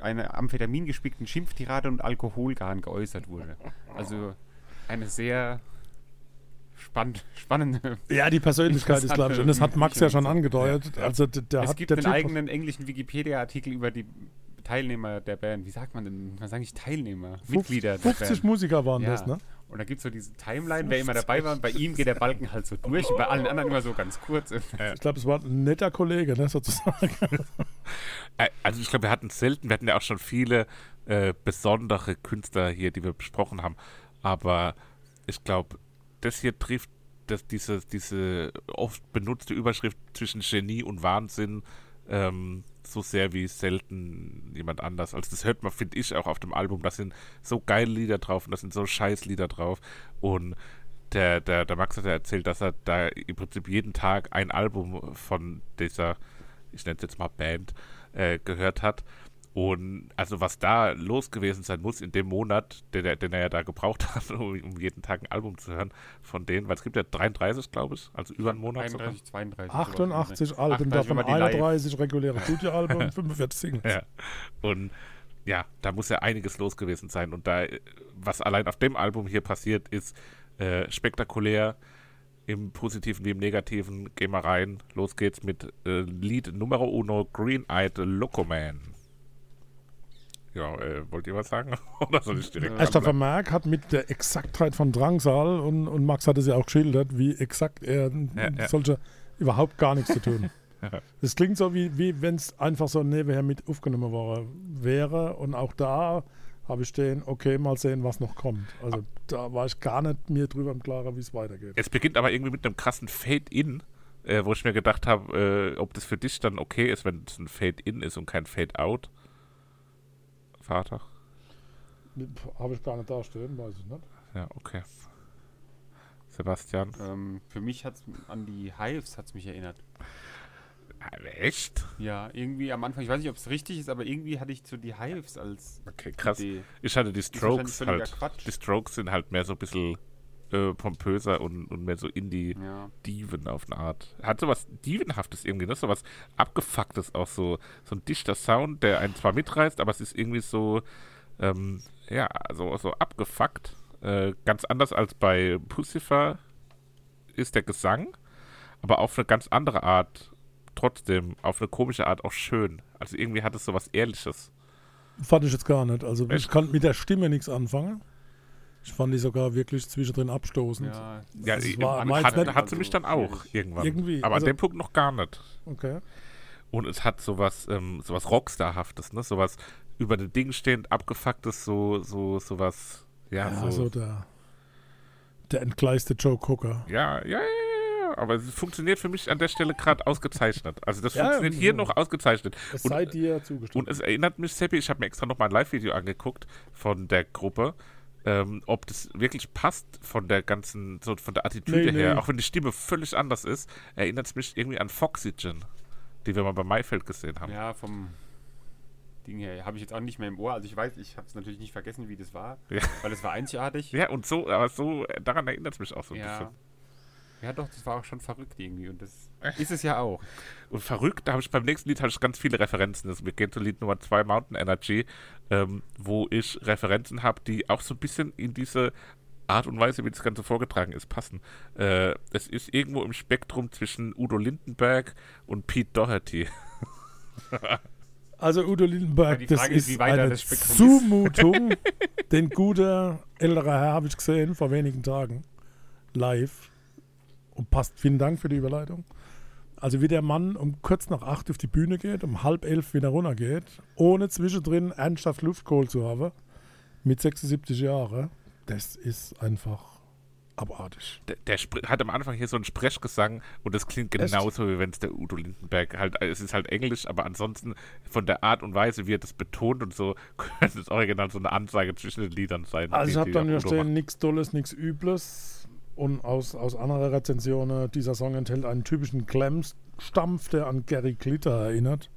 [SPEAKER 3] einer Amphetamin gespickten Schimpftirade und Alkoholgarn geäußert wurde. Also eine sehr spann spannende
[SPEAKER 2] Ja, die Persönlichkeit ist, glaube ich, und das hat Max ja schon angedeutet. Also d- der
[SPEAKER 3] es
[SPEAKER 2] hat
[SPEAKER 3] gibt
[SPEAKER 2] der
[SPEAKER 3] einen
[SPEAKER 2] Typ-
[SPEAKER 3] eigenen englischen Wikipedia-Artikel über die Teilnehmer der Band. Wie sagt man denn? Man sagt nicht Teilnehmer, Mitglieder der
[SPEAKER 2] 50
[SPEAKER 3] Band.
[SPEAKER 2] Musiker waren
[SPEAKER 3] Ja.
[SPEAKER 2] das, ne?
[SPEAKER 3] Und da gibt es so diese Timeline, wer immer dabei war. Und bei ihm geht der Balken halt so durch, und bei allen anderen immer so ganz kurz.
[SPEAKER 2] Ich glaube, es war ein netter Kollege, ne, sozusagen.
[SPEAKER 1] Äh, Also ich glaube, wir hatten selten, wir hatten ja auch schon viele äh, besondere Künstler hier, die wir besprochen haben. Aber ich glaube, das hier trifft dass diese, diese oft benutzte Überschrift zwischen Genie und Wahnsinn ähm, so sehr wie selten jemand anders. Also das hört man, finde ich, auch auf dem Album. Da sind so geile Lieder drauf und da sind so scheiß Lieder drauf. Und der, der, der Max hat ja erzählt, dass er da im Prinzip jeden Tag ein Album von dieser, ich nenne es jetzt mal Band, äh, gehört hat. Und also was da los gewesen sein muss in dem Monat, den, er- den er ja da gebraucht hat, um, um jeden Tag ein Album zu hören von denen, weil es gibt ja 33, glaube ich, also über einen Monat. sogar.
[SPEAKER 3] 31, 32. sowas.
[SPEAKER 2] 88 Alben,
[SPEAKER 3] 88
[SPEAKER 2] davon
[SPEAKER 3] war die Live.
[SPEAKER 2] 31 reguläre Studioalben und 45 Singles.
[SPEAKER 1] Ja. Und ja, da muss ja einiges los gewesen sein. Und da, äh, was allein auf dem Album hier passiert, ist äh, spektakulär im Positiven wie im Negativen. Geh mal rein. Los geht's mit äh, Lied Numero Uno, Green Eyed Locoman. Ja, äh, wollt ihr was sagen? Oder soll ich direkt?
[SPEAKER 2] Erster
[SPEAKER 1] anfangen?
[SPEAKER 2] Vermerk hat mit der Exaktheit von Drangsal und, und Max hat es ja auch geschildert, wie exakt er
[SPEAKER 1] ja.
[SPEAKER 2] sollte überhaupt gar nichts zu tun. Es klingt so, wie, wie wenn es einfach so nebenher mit aufgenommen war, wäre. Und auch da habe ich stehen, okay, mal sehen, was noch kommt. Also da war ich gar nicht mir drüber im Klaren, wie es weitergeht.
[SPEAKER 1] Es beginnt aber irgendwie mit einem krassen Fade-In, äh, wo ich mir gedacht habe, äh, ob das für dich dann okay ist, wenn es ein Fade-In ist und kein Fade-Out. Vater.
[SPEAKER 2] Habe ich gar nicht da stehen, weiß ich nicht.
[SPEAKER 1] Ja, okay. Sebastian.
[SPEAKER 3] Ähm, für mich hat es an die Hives hat's mich erinnert.
[SPEAKER 1] Ah, Echt?
[SPEAKER 3] Ja, irgendwie am Anfang, ich weiß nicht, ob es richtig ist, aber irgendwie hatte ich so die Hives als
[SPEAKER 1] Okay, krass.
[SPEAKER 3] Idee.
[SPEAKER 1] Ich hatte die Strokes
[SPEAKER 3] wahrscheinlich
[SPEAKER 1] halt.
[SPEAKER 3] völliger Quatsch.
[SPEAKER 1] Die Strokes sind halt mehr so ein bisschen äh, pompöser und, und mehr so Indie-Diven
[SPEAKER 3] Ja.
[SPEAKER 1] auf eine Art. Hat so was Dievenhaftes irgendwie, ne? So was Abgefucktes auch so. So ein dichter Sound, der einen zwar mitreißt, aber es ist irgendwie so, ähm, ja, so, so abgefuckt. Äh, ganz anders als bei Pussifer ist der Gesang, aber auf eine ganz andere Art. Trotzdem, auf eine komische Art auch schön. Also irgendwie hat es so was Ehrliches.
[SPEAKER 2] Fand ich jetzt gar nicht. Also ich
[SPEAKER 1] Echt?
[SPEAKER 2] kann mit der Stimme nichts anfangen. Ich fand die sogar wirklich zwischendrin abstoßend.
[SPEAKER 3] Ja,
[SPEAKER 1] Ja,
[SPEAKER 2] Das
[SPEAKER 1] ich-
[SPEAKER 2] war-
[SPEAKER 1] hat,
[SPEAKER 2] meinst
[SPEAKER 1] hat,
[SPEAKER 2] nicht?
[SPEAKER 1] hat sie mich dann auch
[SPEAKER 3] Schwierig.
[SPEAKER 1] irgendwann.
[SPEAKER 2] Irgendwie,
[SPEAKER 1] Aber
[SPEAKER 2] also-
[SPEAKER 1] an dem Punkt noch gar nicht.
[SPEAKER 2] Okay.
[SPEAKER 1] Und es hat sowas, ähm, sowas Rockstarhaftes, ne? Sowas über den Ding stehend, abgefucktes, so, so, sowas. Ja,
[SPEAKER 2] Ja,
[SPEAKER 1] so.
[SPEAKER 2] so Also der, der entgleiste Joe Cocker.
[SPEAKER 1] ja, ja, ja, ja, ja. Aber es funktioniert für mich an der Stelle gerade ausgezeichnet. Also das
[SPEAKER 2] Ja,
[SPEAKER 1] funktioniert
[SPEAKER 2] ja.
[SPEAKER 1] hier noch ausgezeichnet.
[SPEAKER 2] Es
[SPEAKER 1] Und- äh,
[SPEAKER 2] sei dir
[SPEAKER 1] Und
[SPEAKER 2] zugestimmt.
[SPEAKER 1] es erinnert mich, Seppi, ich habe mir extra noch mal ein Live-Video angeguckt von der Gruppe. ähm, ob das wirklich passt von der ganzen, so von der
[SPEAKER 2] Nee,
[SPEAKER 1] Attitüde
[SPEAKER 2] nee.
[SPEAKER 1] her, auch wenn die Stimme völlig anders ist, erinnert es mich irgendwie an Foxygen, die wir mal bei Maifeld gesehen haben.
[SPEAKER 3] Ja, vom Ding her habe ich jetzt auch nicht mehr im Ohr. Also ich weiß, ich habe es natürlich nicht vergessen, wie das war,
[SPEAKER 1] Ja.
[SPEAKER 3] weil es war einzigartig.
[SPEAKER 1] Ja, und so, aber so, äh, daran erinnert es mich auch so ein bisschen.
[SPEAKER 3] ja. Ja, doch, das war auch schon verrückt irgendwie und das ist es ja auch.
[SPEAKER 1] Und verrückt, da habe ich beim nächsten Lied habe ich ganz viele Referenzen. Das, wir gehen zu Lied Nummer 2, Mountain Energy, ähm, wo ich Referenzen habe, die auch so ein bisschen in diese Art und Weise, wie das Ganze vorgetragen ist, passen. Äh, es ist irgendwo im Spektrum zwischen Udo Lindenberg und Pete Doherty.
[SPEAKER 2] Also Udo
[SPEAKER 3] Ja,
[SPEAKER 2] Lindenberg,
[SPEAKER 3] die
[SPEAKER 2] das
[SPEAKER 3] Frage ist,
[SPEAKER 2] ist,
[SPEAKER 3] wie weit er
[SPEAKER 2] eine
[SPEAKER 3] das Spektrum ist.
[SPEAKER 2] Zumutung. Denn guter älterer Herr habe ich gesehen vor wenigen Tagen live. Und passt, vielen Dank für die Überleitung. Also wie der Mann um kurz nach acht auf die Bühne geht, um halb elf wieder runtergeht, ohne zwischendrin ernsthaft Luft geholt zu haben, mit 76 Jahren, das ist einfach abartig.
[SPEAKER 1] Der, der spr- hat am Anfang hier so einen Sprechgesang und das klingt genauso, wie wenn es der Udo Lindenberg halt, es ist halt Englisch, aber ansonsten von der Art und Weise, wie er das betont und so, könnte es original so eine Ansage zwischen den Liedern sein.
[SPEAKER 2] Also
[SPEAKER 1] die-
[SPEAKER 2] ich habe
[SPEAKER 1] die
[SPEAKER 2] dann
[SPEAKER 1] Udo
[SPEAKER 2] hier
[SPEAKER 1] macht.
[SPEAKER 2] stehen, nichts Tolles, nichts Übles. Und aus, aus anderer Rezensionen, dieser Song enthält einen typischen Glam-Stampf, der an Gary Glitter erinnert.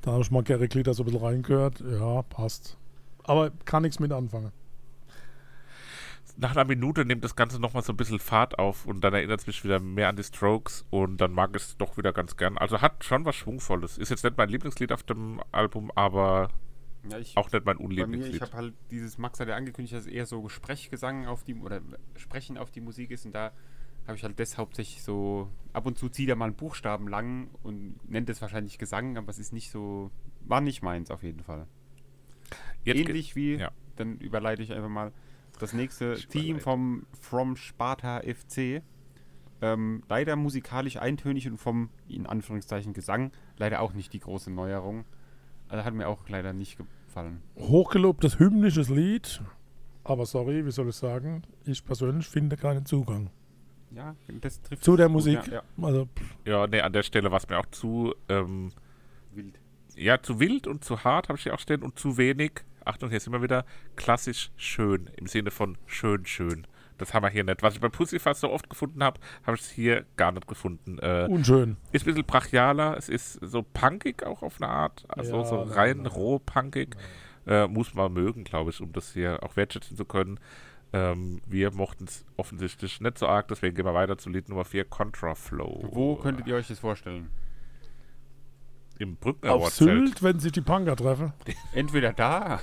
[SPEAKER 2] Da habe ich mal Gary Glitter so ein bisschen reingehört. Ja, passt. Aber kann nichts mit anfangen.
[SPEAKER 1] nach einer Minute nimmt das Ganze nochmal so ein bisschen Fahrt auf und dann erinnert es mich wieder mehr an die Strokes und dann mag ich es doch wieder ganz gern. Also hat schon was Schwungvolles. Ist jetzt nicht mein Lieblingslied auf dem Album, aber
[SPEAKER 3] Ja, ich,
[SPEAKER 1] auch nicht mein
[SPEAKER 3] bei mir, ich
[SPEAKER 1] Unlieblingslied.
[SPEAKER 3] habe halt dieses Max hat ja angekündigt, dass es eher so Gesprächgesang auf die oder Sprechen auf die Musik ist und da habe ich halt das hauptsächlich so ab und zu zieht er mal einen Buchstaben lang und nennt es wahrscheinlich Gesang, aber es ist nicht so war nicht meins auf jeden Fall.
[SPEAKER 1] Jetzt geht-
[SPEAKER 3] Ähnlich wie
[SPEAKER 1] ja.
[SPEAKER 3] dann überleite ich einfach mal das nächste
[SPEAKER 1] Ich
[SPEAKER 3] Team
[SPEAKER 1] überleite.
[SPEAKER 3] vom From Sparta FC. Ähm, leider musikalisch eintönig und vom in Anführungszeichen Gesang leider auch nicht die große Neuerung. Also hat mir auch leider nicht gefallen.
[SPEAKER 2] Hochgelobtes hymnisches Lied. Aber sorry, wie soll ich sagen? Ich persönlich finde keinen Zugang
[SPEAKER 3] Ja, das trifft
[SPEAKER 2] zu
[SPEAKER 3] es
[SPEAKER 2] der
[SPEAKER 3] gut,
[SPEAKER 2] Musik.
[SPEAKER 3] Ja, ja.
[SPEAKER 2] Also, pff,
[SPEAKER 1] Ja, nee, an der Stelle war es mir auch zu, ähm,
[SPEAKER 3] Wild.
[SPEAKER 1] ja, zu wild und zu hart habe ich hier auch stehen und zu wenig. Achtung, hier sind wir wieder klassisch schön im Sinne von schön, schön. Das haben wir hier nicht. Was ich bei Pussyfass so oft gefunden habe, habe ich es hier gar nicht gefunden. Äh,
[SPEAKER 2] unschön.
[SPEAKER 1] Ist ein bisschen brachialer, es ist so punkig auch auf eine Art, also
[SPEAKER 2] Ja,
[SPEAKER 1] so
[SPEAKER 2] nein,
[SPEAKER 1] rein
[SPEAKER 2] nein.
[SPEAKER 1] roh punkig. Äh, muss man mögen, glaube ich, um das hier auch wertschätzen zu können. Ähm, wir mochten es offensichtlich nicht so arg, deswegen gehen wir weiter zu Lied Nummer 4, Contraflow.
[SPEAKER 3] Wo könntet ihr euch das vorstellen?
[SPEAKER 1] Im Brücken
[SPEAKER 2] Auf
[SPEAKER 1] Award Zelt.
[SPEAKER 2] Sylt, wenn sich die Punker treffen.
[SPEAKER 3] Entweder da,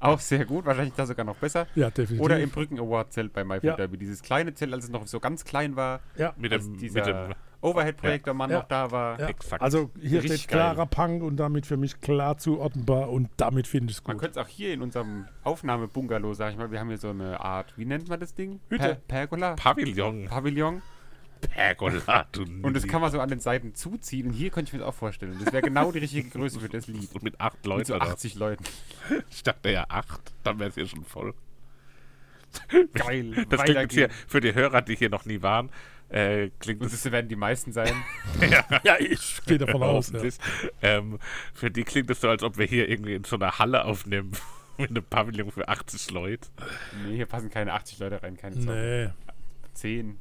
[SPEAKER 3] auch sehr gut, wahrscheinlich da sogar noch besser,
[SPEAKER 2] Ja, definitiv.
[SPEAKER 3] oder im Brücken Award Zelt bei MyFit
[SPEAKER 2] Ja.
[SPEAKER 3] Derby. Dieses kleine Zelt, als es noch so ganz klein war,
[SPEAKER 2] ja.
[SPEAKER 1] Mit
[SPEAKER 3] als
[SPEAKER 1] dem, mit
[SPEAKER 3] dieser
[SPEAKER 1] dem
[SPEAKER 3] Overhead-Projektormann
[SPEAKER 2] Ja.
[SPEAKER 3] noch da war.
[SPEAKER 2] Ja.
[SPEAKER 1] Exakt.
[SPEAKER 2] Also hier
[SPEAKER 3] Richtig
[SPEAKER 2] steht klarer Punk und damit für mich klar zuordnenbar und damit finde ich es
[SPEAKER 3] Man
[SPEAKER 2] gut.
[SPEAKER 3] könnte es auch hier in unserem Aufnahmebungalow, sag ich mal, wir haben hier so eine Art, wie nennt man das Ding?
[SPEAKER 2] Hütte.
[SPEAKER 3] Pa Pergola?
[SPEAKER 1] Pavillon.
[SPEAKER 3] Pavillon.
[SPEAKER 1] Pergola. du
[SPEAKER 3] Und das
[SPEAKER 1] Niedi.
[SPEAKER 3] kann man so an den Seiten zuziehen. Und hier könnte ich mir das auch vorstellen. Das wäre genau die richtige Größe für das Lied.
[SPEAKER 1] Und mit acht
[SPEAKER 3] Mit
[SPEAKER 1] Leuten.
[SPEAKER 3] so
[SPEAKER 1] oder?
[SPEAKER 3] 80 Leuten.
[SPEAKER 1] Ich dachte ja acht, dann wäre es hier schon voll.
[SPEAKER 3] Geil.
[SPEAKER 1] Das klingt jetzt hier
[SPEAKER 3] geht's.
[SPEAKER 1] für die Hörer, die hier noch nie waren, äh, klingt
[SPEAKER 3] Und
[SPEAKER 1] es
[SPEAKER 3] das werden die meisten sein.
[SPEAKER 2] Ja, ich gehe davon aus. Ja.
[SPEAKER 1] Hoffentlich. Ähm, für die klingt es so, als ob wir hier irgendwie in so einer Halle aufnehmen. Mit einem Pavillon für 80 Leute.
[SPEAKER 3] Nee, hier passen keine 80 Leute rein, keine nee.
[SPEAKER 2] Nee,
[SPEAKER 3] 10.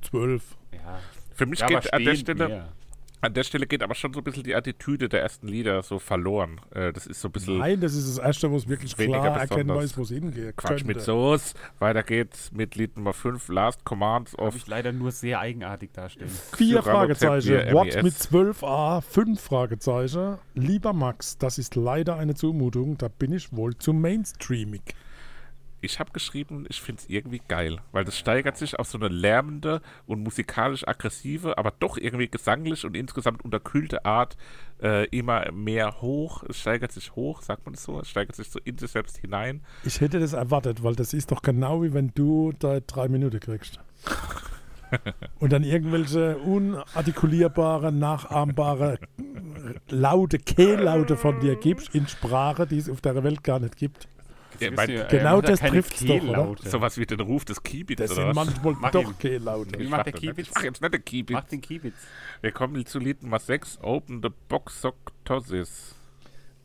[SPEAKER 2] zwölf.
[SPEAKER 3] Ja,
[SPEAKER 1] Für mich
[SPEAKER 3] ja
[SPEAKER 1] geht an der,
[SPEAKER 3] stehend
[SPEAKER 1] Stelle,
[SPEAKER 3] mehr.
[SPEAKER 1] an der Stelle geht aber schon so ein bisschen die Attitüde der ersten Lieder so verloren. Äh, das ist so ein bisschen
[SPEAKER 2] Nein, das ist das Erste, wo es wirklich
[SPEAKER 1] Weniger
[SPEAKER 2] klar erkennbar
[SPEAKER 1] besonders.
[SPEAKER 2] ist, wo es hingeht.
[SPEAKER 1] Quatsch mit
[SPEAKER 2] Könnte.
[SPEAKER 1] Soße. Weiter geht's mit Lied Nummer 5, Last Commands
[SPEAKER 3] Habe
[SPEAKER 1] of
[SPEAKER 3] ich leider nur sehr eigenartig dastehen.
[SPEAKER 2] Vier
[SPEAKER 1] Cyrano Teppier,
[SPEAKER 2] Fragezeichen.
[SPEAKER 1] MES.
[SPEAKER 2] What mit 12a? Fünf Fragezeichen. Lieber Max, das ist leider eine Zumutung. Da bin ich wohl zu mainstreamig.
[SPEAKER 1] Ich habe geschrieben, ich finde es irgendwie geil, weil das steigert sich auf so eine lärmende und musikalisch aggressive, aber doch irgendwie gesanglich und insgesamt unterkühlte Art äh, immer mehr hoch. Es steigert sich hoch, sagt man das so? Es steigert sich so in sich selbst hinein.
[SPEAKER 2] Ich hätte das erwartet, weil das ist doch genau wie wenn du da drei Minuten kriegst. Und dann irgendwelche unartikulierbare, nachahmbare, laute Kehllaute von dir gibst in Sprache, die es auf der Welt gar nicht gibt.
[SPEAKER 1] Ja, mein,
[SPEAKER 3] äh,
[SPEAKER 2] genau das trifft's
[SPEAKER 3] trifft
[SPEAKER 2] doch, oder?
[SPEAKER 1] sowas wie den Ruf des Kiebitz
[SPEAKER 2] Das
[SPEAKER 1] oder
[SPEAKER 2] sind
[SPEAKER 1] was?
[SPEAKER 2] manchmal
[SPEAKER 3] Mach
[SPEAKER 2] doch
[SPEAKER 3] ihn.
[SPEAKER 2] Kehllaute.
[SPEAKER 3] Wie
[SPEAKER 1] Ich
[SPEAKER 3] macht
[SPEAKER 1] mach
[SPEAKER 3] der
[SPEAKER 1] doch nicht-
[SPEAKER 3] Kiebitz?
[SPEAKER 1] Ich mach jetzt nicht den Kiebitz.
[SPEAKER 3] Mach den Kiebitz.
[SPEAKER 1] Wir kommen zu Lied Nummer 6, Open the Boxoctosis.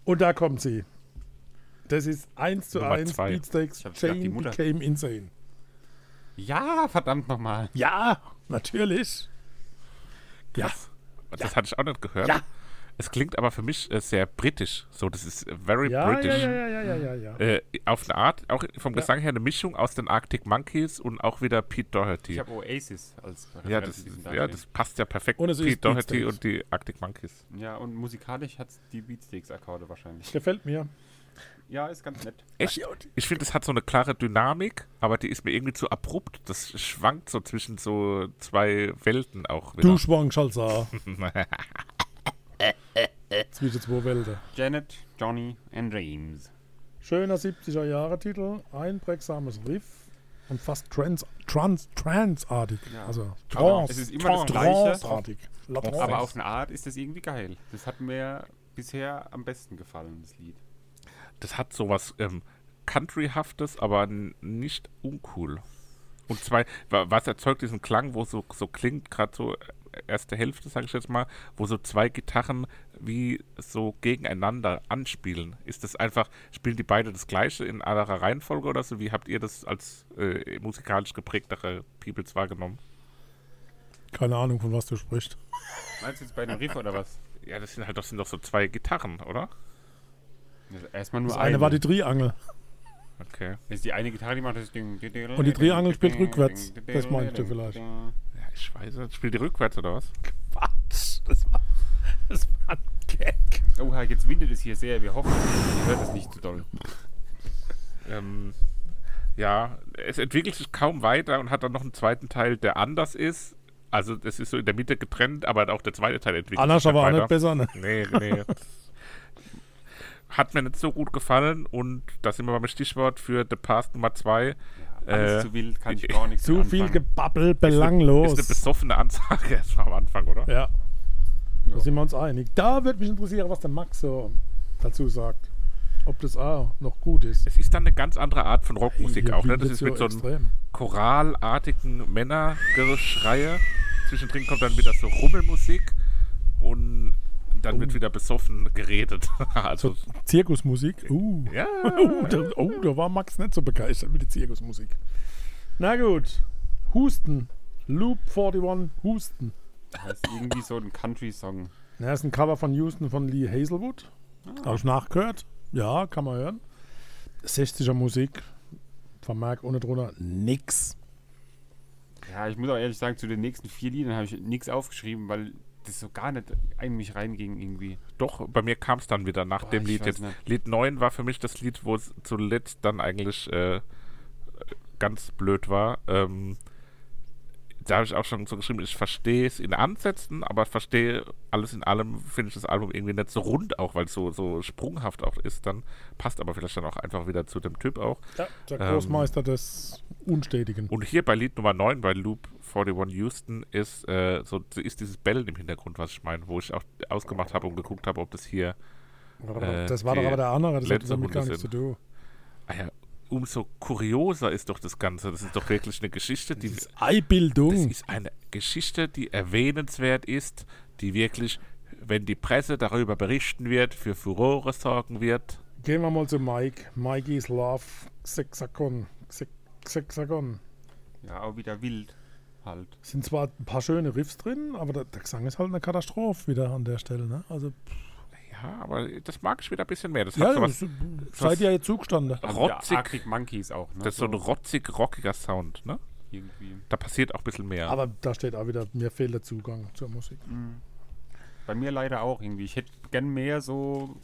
[SPEAKER 2] Und da kommt sie. Das ist 1 zu
[SPEAKER 1] Nummer
[SPEAKER 2] 1
[SPEAKER 1] zwei.
[SPEAKER 3] Ich
[SPEAKER 2] Beatsteaks.
[SPEAKER 3] hab gedacht, die
[SPEAKER 2] Jane
[SPEAKER 3] Mutter.
[SPEAKER 2] became insane.
[SPEAKER 3] Ja, verdammt nochmal.
[SPEAKER 2] Ja, natürlich. Ja,
[SPEAKER 1] Das hatte ich auch nicht gehört.
[SPEAKER 2] Ja.
[SPEAKER 1] Es klingt aber für mich äh, sehr britisch. So, das ist äh, very
[SPEAKER 2] ja, ja,
[SPEAKER 1] British.
[SPEAKER 2] ja, ja, ja, ja, ja.
[SPEAKER 1] Äh, auf eine Art, auch vom
[SPEAKER 2] Ja.
[SPEAKER 1] Gesang her, eine Mischung aus den Arctic Monkeys und auch wieder Pete Doherty.
[SPEAKER 3] Ich Also habe Oasis als
[SPEAKER 1] ja,
[SPEAKER 3] Referenz
[SPEAKER 1] das,
[SPEAKER 3] diesen Tag
[SPEAKER 1] ja,
[SPEAKER 3] gesehen.
[SPEAKER 1] das passt ja perfekt.
[SPEAKER 2] Und es ist
[SPEAKER 1] Pete Doherty
[SPEAKER 2] Beatsteaks.
[SPEAKER 1] und die Arctic Monkeys.
[SPEAKER 3] ja, und musikalisch hat die Beatsteaks-Akkorde wahrscheinlich.
[SPEAKER 2] Gefällt mir.
[SPEAKER 3] Ja, ist ganz nett.
[SPEAKER 1] Echt? Ich finde, das hat so eine klare Dynamik, aber die ist mir irgendwie zu abrupt. Das schwankt so zwischen so zwei Welten auch wieder.
[SPEAKER 2] Du Schwangschalzer. Zwischen zwei Welten.
[SPEAKER 3] Janet, Johnny and James.
[SPEAKER 2] Schöner 70er-Jahre-Titel, einprägsames Riff und fast trans, trans, transartig.
[SPEAKER 3] Ja.
[SPEAKER 2] Also
[SPEAKER 3] Aber
[SPEAKER 2] trans,
[SPEAKER 3] es ist immer das Gleiche.
[SPEAKER 2] transartig. La Trance.
[SPEAKER 3] Aber auf eine Art ist das irgendwie geil. Das hat mir bisher am besten gefallen, das Lied.
[SPEAKER 1] das hat sowas ähm, Countryhaftes, aber n- nicht uncool. Und zwei, wa- was erzeugt diesen Klang, wo so, so klingt, gerade so äh, erste Hälfte, sage ich jetzt mal, wo so zwei Gitarren wie so gegeneinander anspielen. Ist das einfach, spielen die beide das Gleiche in anderer Reihenfolge oder so? Wie habt ihr das als äh, musikalisch geprägtere Peoples wahrgenommen?
[SPEAKER 2] Keine Ahnung, von was du sprichst.
[SPEAKER 3] Meinst du jetzt bei dem Riff oder was?
[SPEAKER 1] Ja, das sind halt das sind doch so zwei Gitarren, oder?
[SPEAKER 3] Also Erstmal nur
[SPEAKER 2] Das eine war die Triangel.
[SPEAKER 1] Okay.
[SPEAKER 3] Das ist die eine Gitarre, die macht das Ding. Und
[SPEAKER 2] die Triangel spielt rückwärts. Das meinst du vielleicht.
[SPEAKER 1] Ja, ich weiß nicht. Spielt die rückwärts oder was?
[SPEAKER 2] Quatsch, das war, das war ein Gag.
[SPEAKER 3] Oha, Oh, jetzt windet es hier sehr. Wir hoffen, ihr hört es nicht zu doll.
[SPEAKER 1] Ähm, ja, es entwickelt sich kaum weiter und hat dann noch einen zweiten Teil, der anders ist. Also es ist so in der Mitte getrennt, aber auch der zweite Teil entwickelt
[SPEAKER 2] Anders
[SPEAKER 1] sich
[SPEAKER 2] aber auch
[SPEAKER 1] nicht
[SPEAKER 2] nicht
[SPEAKER 1] weiter.
[SPEAKER 2] besser, ne?
[SPEAKER 1] Nee, nee. hat mir nicht so gut gefallen und da sind wir beim Stichwort für The Past Nummer 2.
[SPEAKER 3] Alles
[SPEAKER 1] Äh,
[SPEAKER 3] zu wild, kann ich gar nichts
[SPEAKER 2] Zu
[SPEAKER 3] mit
[SPEAKER 2] viel
[SPEAKER 3] anfangen.
[SPEAKER 2] Gebabbel,
[SPEAKER 1] Ist eine
[SPEAKER 2] belanglos.
[SPEAKER 1] besoffene Ansage erstmal am Anfang, oder?
[SPEAKER 2] Ja, da sind wir uns einig. Da würde mich interessieren, was der Max so dazu sagt. Ob das A noch gut ist.
[SPEAKER 1] Es ist dann eine ganz andere Art von Rockmusik
[SPEAKER 2] Hier
[SPEAKER 1] auch, ne?
[SPEAKER 2] klingt
[SPEAKER 1] Das ist mit so einem
[SPEAKER 2] extrem.
[SPEAKER 1] choralartigen Männergeschreie. Zwischendrin kommt dann wieder so Rummelmusik und dann wird wieder besoffen geredet. also,
[SPEAKER 2] So Zirkusmusik. Uh.
[SPEAKER 1] ja.
[SPEAKER 2] Oh da, oh, da war Max nicht so begeistert mit der Zirkusmusik. Na gut. Husten. Loop 41 Husten.
[SPEAKER 3] Das ist irgendwie so ein Country-Song.
[SPEAKER 2] Na, ist ein Cover von Houston von Lee Hazelwood.
[SPEAKER 1] Ah.
[SPEAKER 2] Habe ich nachgehört. Ja, kann man hören. 60er Musik. Vermerk ohne drunter nix.
[SPEAKER 3] Ja, ich muss auch ehrlich sagen, zu den nächsten vier Liedern habe ich nichts aufgeschrieben, weil das so gar nicht in mich reinging irgendwie.
[SPEAKER 1] Doch, bei mir kam es dann wieder nach
[SPEAKER 3] Boah,
[SPEAKER 1] dem
[SPEAKER 3] ich
[SPEAKER 1] Lied.
[SPEAKER 3] weiß
[SPEAKER 1] Jetzt,
[SPEAKER 3] nicht.
[SPEAKER 1] Lied 9 war für mich das Lied, wo es zuletzt dann eigentlich äh, ganz blöd war. Ähm, da habe ich auch schon so geschrieben, ich verstehe es in Ansätzen, aber verstehe alles in allem, finde ich das Album irgendwie nicht so rund auch, weil es so, so sprunghaft auch ist. Dann passt aber vielleicht dann auch einfach wieder zu dem Typ auch.
[SPEAKER 2] Ja, der
[SPEAKER 1] Ähm.
[SPEAKER 2] Großmeister des Unstetigen.
[SPEAKER 1] Und hier bei Lied Nummer 9, bei Loop 41 Houston, ist, äh, so, ist dieses Bellen im Hintergrund, was ich meine, wo ich auch ausgemacht habe und geguckt habe, ob das hier Äh,
[SPEAKER 2] das war doch
[SPEAKER 1] die
[SPEAKER 2] aber der andere, das hat
[SPEAKER 1] letzte
[SPEAKER 2] damit gar nichts zu
[SPEAKER 1] Bundesliga.
[SPEAKER 2] tun.
[SPEAKER 1] Ah ja, umso kurioser ist doch das Ganze. Das ist doch wirklich eine Geschichte, die. Das
[SPEAKER 2] Eibildung.
[SPEAKER 1] ist eine Geschichte, die erwähnenswert ist, die wirklich, wenn die Presse darüber berichten wird, für Furore sorgen wird.
[SPEAKER 2] Gehen wir mal zu Mike. Mikey's Love Sexagon. Sex- Sexagon.
[SPEAKER 3] Ja, auch wieder wild halt.
[SPEAKER 2] Sind zwar ein paar schöne Riffs drin, aber der, der Gesang ist halt eine Katastrophe wieder an der Stelle. Ne? Also,
[SPEAKER 1] Ja, aber das mag ich wieder ein bisschen mehr. Das hat
[SPEAKER 2] ja,
[SPEAKER 1] so was.
[SPEAKER 2] das, seid ihr jetzt zugestanden.
[SPEAKER 3] Also der
[SPEAKER 1] Rotzig.
[SPEAKER 3] Arctic Monkeys auch, ne?
[SPEAKER 1] Das ist so ein
[SPEAKER 2] also
[SPEAKER 1] rotzig-rockiger Sound, ne?
[SPEAKER 3] irgendwie.
[SPEAKER 1] Da passiert auch ein bisschen mehr.
[SPEAKER 2] Aber da steht auch wieder, mir fehlt der Zugang zur Musik.
[SPEAKER 3] Bei mir leider auch irgendwie. Ich hätte gern mehr so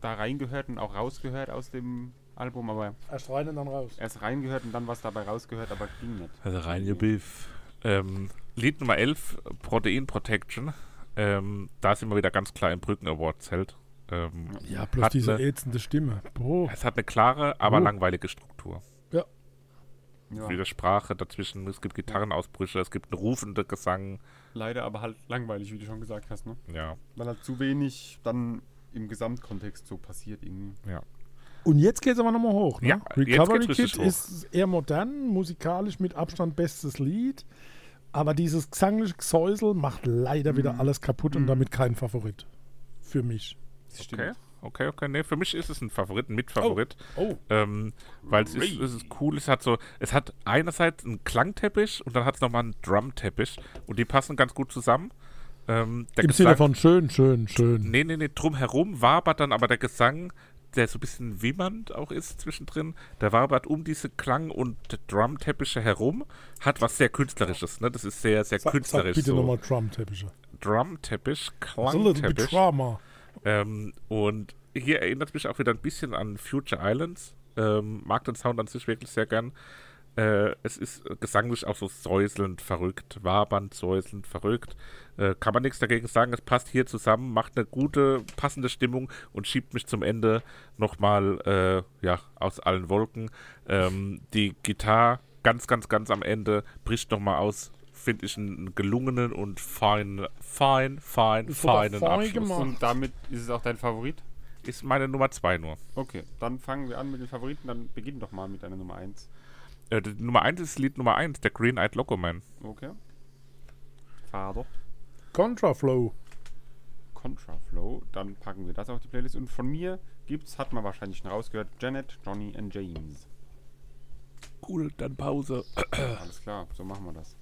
[SPEAKER 3] da reingehört und auch rausgehört aus dem Album, aber
[SPEAKER 2] Erst rein und dann raus.
[SPEAKER 3] erst reingehört und dann was dabei rausgehört, aber ging nicht.
[SPEAKER 1] Also rein ihr Biff. Ähm, Lied Nummer 11, Protein Protection. Ähm, da sind wir wieder ganz klar im Brücken Award Zelt. Ähm,
[SPEAKER 2] Ja, bloß
[SPEAKER 1] Hat
[SPEAKER 2] diese
[SPEAKER 1] ne-
[SPEAKER 2] ätzende Stimme. Boah.
[SPEAKER 1] Es hat eine klare, aber
[SPEAKER 2] Oh.
[SPEAKER 1] langweilige Struktur.
[SPEAKER 3] Ja,
[SPEAKER 1] Wieder Sprache dazwischen, es gibt Gitarrenausbrüche, es gibt einen rufenden Gesang.
[SPEAKER 3] leider aber halt langweilig, wie du schon gesagt hast, ne?
[SPEAKER 1] Ja,
[SPEAKER 3] Weil halt zu wenig dann im Gesamtkontext so passiert irgendwie.
[SPEAKER 2] Und jetzt geht es aber nochmal hoch. Ne?
[SPEAKER 1] Ja, jetzt
[SPEAKER 2] Recovery
[SPEAKER 1] geht's
[SPEAKER 2] Kid
[SPEAKER 1] richtig hoch.
[SPEAKER 2] ist eher modern, musikalisch mit Abstand bestes Lied. Aber dieses gesangliche
[SPEAKER 1] Mhm.
[SPEAKER 2] Gesäusel macht leider wieder alles kaputt und damit kein Favorit. Für mich.
[SPEAKER 3] Das
[SPEAKER 1] okay. okay, okay. Nee, für mich ist es ein Favorit, ein Mitfavorit.
[SPEAKER 2] Oh,
[SPEAKER 1] Ähm, weil es ist, es ist cool, es hat so, es hat einerseits einen Klangteppich und dann hat es nochmal einen Drumteppich und die passen ganz gut zusammen. Ähm, der
[SPEAKER 2] im Sinne
[SPEAKER 1] Gesang-
[SPEAKER 2] von schön, schön, schön.
[SPEAKER 1] Nee, nee, nee, drumherum wabert dann aber der Gesang, der so ein bisschen wimmernd auch ist zwischendrin, der wabert um diese Klang- und Drumteppiche herum, hat was sehr Künstlerisches, ne? Das ist sehr, sehr
[SPEAKER 2] Sag, sag
[SPEAKER 1] künstlerisch.
[SPEAKER 2] bitte
[SPEAKER 1] so.
[SPEAKER 2] nochmal Drum-Teppiche.
[SPEAKER 1] Drumteppich,
[SPEAKER 2] It's a little bit
[SPEAKER 1] Klangteppich.
[SPEAKER 2] drama.
[SPEAKER 1] Ähm, und hier erinnert mich auch wieder ein bisschen an Future Islands. Ähm, mag den Sound an sich wirklich sehr gern. Äh, es ist gesanglich auch so säuselnd verrückt, wabernd, säuselnd verrückt. Äh, kann man nichts dagegen sagen. Es passt hier zusammen, macht eine gute, passende Stimmung und schiebt mich zum Ende nochmal äh, ja, aus allen Wolken. Ähm, die Gitarre ganz, ganz, ganz am Ende bricht nochmal aus. Finde ich einen gelungenen und feinen, fein, fein,
[SPEAKER 2] Ist sogar
[SPEAKER 1] feinen
[SPEAKER 2] fein
[SPEAKER 1] Abschluss.
[SPEAKER 2] gemacht.
[SPEAKER 3] Und damit ist es auch dein Favorit?
[SPEAKER 1] Ist meine Nummer 2 nur.
[SPEAKER 3] Okay, dann fangen wir an mit den Favoriten, dann beginn doch mal mit deiner Nummer 1.
[SPEAKER 1] Äh, die Nummer 1 ist Lied Nummer 1, der Green Eyed Locoman.
[SPEAKER 3] Okay. Fader.
[SPEAKER 2] Contraflow.
[SPEAKER 3] Contraflow. Dann packen wir das auf die Playlist. Und von mir gibt's, hat man wahrscheinlich schon rausgehört, Janet, Johnny and James.
[SPEAKER 1] Cool, dann Pause.
[SPEAKER 3] Alles klar, so machen wir das.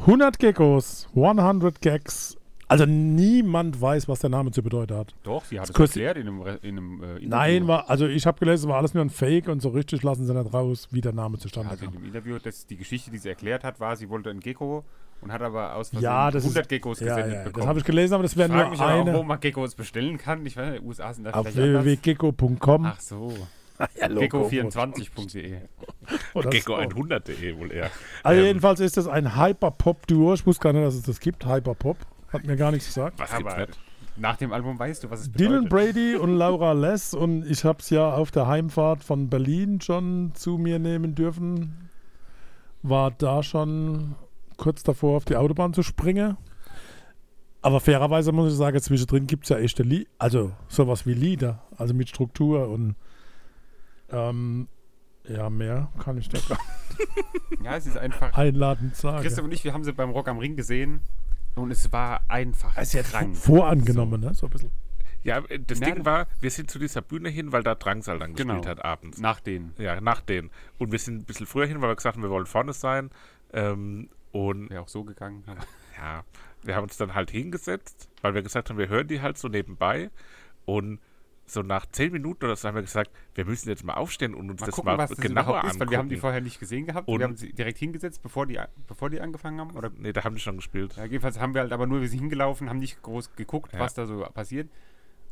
[SPEAKER 2] 100 Geckos, 100 Gags. Also niemand weiß, was der Name zu bedeuten hat.
[SPEAKER 3] Doch, sie hat es
[SPEAKER 2] kostet-
[SPEAKER 3] erklärt in einem, Re- in einem äh, Interview.
[SPEAKER 2] Nein, war, also ich habe gelesen, war alles nur ein Fake und so richtig lassen sie nicht raus, wie der Name zustande
[SPEAKER 3] Also in
[SPEAKER 2] kam.
[SPEAKER 3] dem Interview, dass die Geschichte, die sie erklärt hat, war, sie wollte ein Gecko und hat aber aus Versehen
[SPEAKER 2] Ja, das
[SPEAKER 3] 100
[SPEAKER 2] ist,
[SPEAKER 3] also Geckos
[SPEAKER 2] ja,
[SPEAKER 3] gesendet
[SPEAKER 2] ja, Das
[SPEAKER 3] bekommen.
[SPEAKER 2] habe ich gelesen, aber das wäre
[SPEAKER 3] Frag mich
[SPEAKER 2] nur
[SPEAKER 3] aber auch, wo
[SPEAKER 2] eine.
[SPEAKER 3] man Geckos bestellen kann. Ich weiß, nicht, in den USA sind da
[SPEAKER 2] Auf
[SPEAKER 3] vielleicht anders.
[SPEAKER 2] www.gecko.com
[SPEAKER 3] Ach so,
[SPEAKER 2] ja,
[SPEAKER 3] gecko24.de. Oh,
[SPEAKER 2] oder so.
[SPEAKER 1] Gecko100.de wohl eher.
[SPEAKER 2] Also
[SPEAKER 1] Ähm,
[SPEAKER 2] jedenfalls ist das ein Hyperpop-Duo. Ich wusste gar nicht, dass es das gibt. Hyperpop. Hat mir gar nichts gesagt.
[SPEAKER 1] Was gibt's
[SPEAKER 3] Aber
[SPEAKER 1] nicht?
[SPEAKER 3] nach dem Album weißt du, was es bedeutet.
[SPEAKER 2] Dylan Brady und Laura Less und ich habe es ja auf der Heimfahrt von Berlin schon zu mir nehmen dürfen. War da schon kurz davor, auf die Autobahn zu springen. Aber fairerweise muss ich sagen, zwischendrin gibt es ja echte Lieder, also sowas wie Lieder, also mit Struktur und ähm, ja, mehr kann ich da gar nicht
[SPEAKER 3] Ja, es ist einfach.
[SPEAKER 2] einladend sagen.
[SPEAKER 3] Christoph und ich, wir haben sie beim Rock am Ring gesehen und es war einfach. Es ist
[SPEAKER 2] Vor- Vorangenommen, ne? So ein bisschen.
[SPEAKER 1] Ja, äh, das
[SPEAKER 3] Nein.
[SPEAKER 1] Ding war, wir sind zu dieser Bühne hin, weil da Drangsal dann
[SPEAKER 3] Genau.
[SPEAKER 1] gespielt hat abends.
[SPEAKER 3] Nach denen.
[SPEAKER 1] Ja, nach denen. Und wir sind ein bisschen früher hin, weil wir gesagt haben, wir wollen vorne sein. Ähm, und
[SPEAKER 3] Wäre auch so gegangen. aber-
[SPEAKER 1] ja, wir haben uns dann halt hingesetzt, weil wir gesagt haben, wir hören die halt so nebenbei. Und so nach zehn Minuten oder so haben wir gesagt, wir müssen jetzt mal aufstehen und uns
[SPEAKER 3] Mal
[SPEAKER 1] das
[SPEAKER 3] gucken,
[SPEAKER 1] mal
[SPEAKER 3] was das
[SPEAKER 1] genauer
[SPEAKER 3] überhaupt ist,
[SPEAKER 1] angucken.
[SPEAKER 3] weil wir haben die vorher nicht gesehen gehabt.
[SPEAKER 1] Und-
[SPEAKER 3] wir haben sie direkt hingesetzt, bevor die, bevor die angefangen haben. Oder,
[SPEAKER 1] nee, da haben die schon gespielt.
[SPEAKER 3] ja, jedenfalls haben wir halt aber nur, wir sind hingelaufen, haben nicht groß geguckt,
[SPEAKER 1] Ja.
[SPEAKER 3] was da so passiert.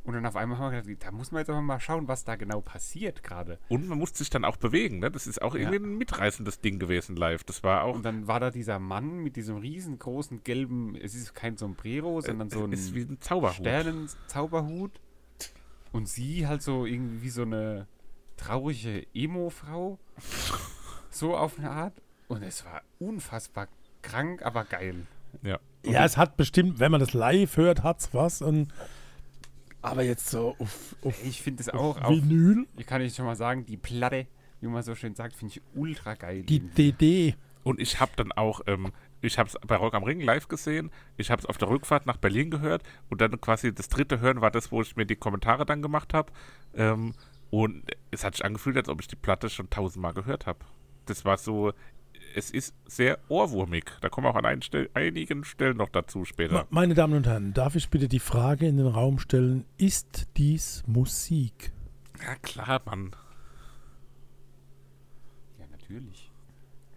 [SPEAKER 3] Und dann auf einmal haben wir gedacht, da muss man jetzt aber mal schauen, was da genau passiert gerade.
[SPEAKER 1] Und man musste sich dann auch bewegen, ne? Das ist auch irgendwie ein mitreißendes Ding gewesen live. Das war auch.
[SPEAKER 3] Und dann war da dieser Mann mit diesem riesengroßen gelben, es ist kein Sombrero, sondern so ein
[SPEAKER 1] Äh, ist wie ein Zauberhut.
[SPEAKER 3] Sternenzauberhut. Und sie halt so irgendwie wie so eine traurige Emo-Frau. So auf eine Art. Und es war unfassbar krank, aber geil.
[SPEAKER 1] Ja.
[SPEAKER 2] Ja, es hat bestimmt, wenn man das live hört, hat's was. Und, aber jetzt so auf, auf
[SPEAKER 3] Ich finde es auch, auch
[SPEAKER 2] Vinyl.
[SPEAKER 3] ich kann ich schon mal sagen, die Platte, wie man so schön sagt, finde ich ultra geil.
[SPEAKER 2] Die DD.
[SPEAKER 1] Und ich habe dann auch, ähm, ich habe es bei Rock am Ring live gesehen, ich habe es auf der Rückfahrt nach Berlin gehört und dann quasi das dritte Hören war das, wo ich mir die Kommentare dann gemacht habe. Ähm, und es hat sich angefühlt, als ob ich die Platte schon tausendmal gehört habe. Das war so, es ist sehr ohrwurmig. Da kommen wir auch an ein Stel einigen Stellen noch dazu
[SPEAKER 2] Me-
[SPEAKER 1] später.
[SPEAKER 2] Meine Damen und Herren, darf ich bitte die Frage in den Raum stellen, ist dies Musik?
[SPEAKER 1] Ja klar, Mann.
[SPEAKER 3] Ja, natürlich.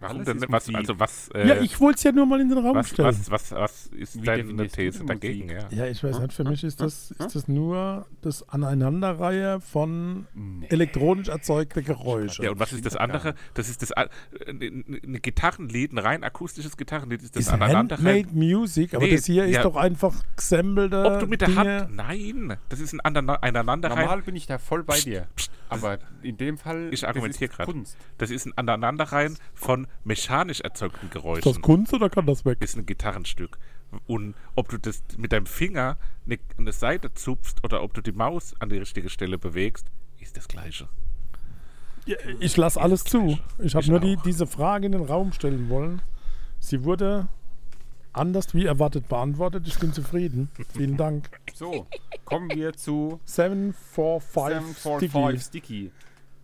[SPEAKER 1] Warum
[SPEAKER 3] Alles
[SPEAKER 1] denn?
[SPEAKER 3] ist
[SPEAKER 1] Was,
[SPEAKER 3] Musik.
[SPEAKER 1] also was, äh,
[SPEAKER 2] ja, ich wollte es ja nur mal in den Raum
[SPEAKER 1] was,
[SPEAKER 2] stellen.
[SPEAKER 1] was, was, was ist
[SPEAKER 3] Wie
[SPEAKER 1] deine
[SPEAKER 3] definierst du
[SPEAKER 1] These
[SPEAKER 3] die
[SPEAKER 1] dagegen?
[SPEAKER 3] Musik?
[SPEAKER 1] Ja.
[SPEAKER 2] Ja, ich weiß nicht,
[SPEAKER 1] Hm?
[SPEAKER 2] für mich ist das, ist das nur das Aneinanderreihe von
[SPEAKER 3] Nee.
[SPEAKER 2] elektronisch erzeugte Geräusche.
[SPEAKER 1] ja, und was ist das andere? Das ist das a- äh, ein ein Gitarrenlied, ein rein akustisches Gitarrenlied ist das
[SPEAKER 2] ist
[SPEAKER 1] aneinanderrein.
[SPEAKER 2] Handmade Music, aber
[SPEAKER 1] Nee,
[SPEAKER 2] das hier
[SPEAKER 1] ja.
[SPEAKER 2] ist doch einfach gesammelte
[SPEAKER 1] Ob du mit der
[SPEAKER 2] Dinge.
[SPEAKER 1] Hand. Nein, das ist ein aneinander-
[SPEAKER 3] Normal
[SPEAKER 1] aneinanderrein.
[SPEAKER 3] bin ich da voll bei dir. Aber in dem Fall
[SPEAKER 1] Ich argumentiere
[SPEAKER 3] das ist
[SPEAKER 1] gerade.
[SPEAKER 3] Kunst.
[SPEAKER 1] Das ist ein aneinanderrein von mechanisch erzeugten
[SPEAKER 2] Ist das
[SPEAKER 1] Geräuschen.
[SPEAKER 2] Kunst oder kann das weg?
[SPEAKER 1] Ist ein Gitarrenstück. Und ob du das mit deinem Finger eine, eine Seite zupfst oder ob du die Maus an die richtige Stelle bewegst, ist das Gleiche.
[SPEAKER 2] Ja, Ich lasse alles zu. Ich habe
[SPEAKER 1] Ich
[SPEAKER 2] nur die,
[SPEAKER 1] auch.
[SPEAKER 2] diese Frage in den Raum stellen wollen. Sie wurde anders wie erwartet beantwortet. Ich bin zufrieden. Vielen Dank.
[SPEAKER 3] So, Kommen wir zu
[SPEAKER 6] 745
[SPEAKER 3] 745
[SPEAKER 6] Sticky.
[SPEAKER 3] Sticky.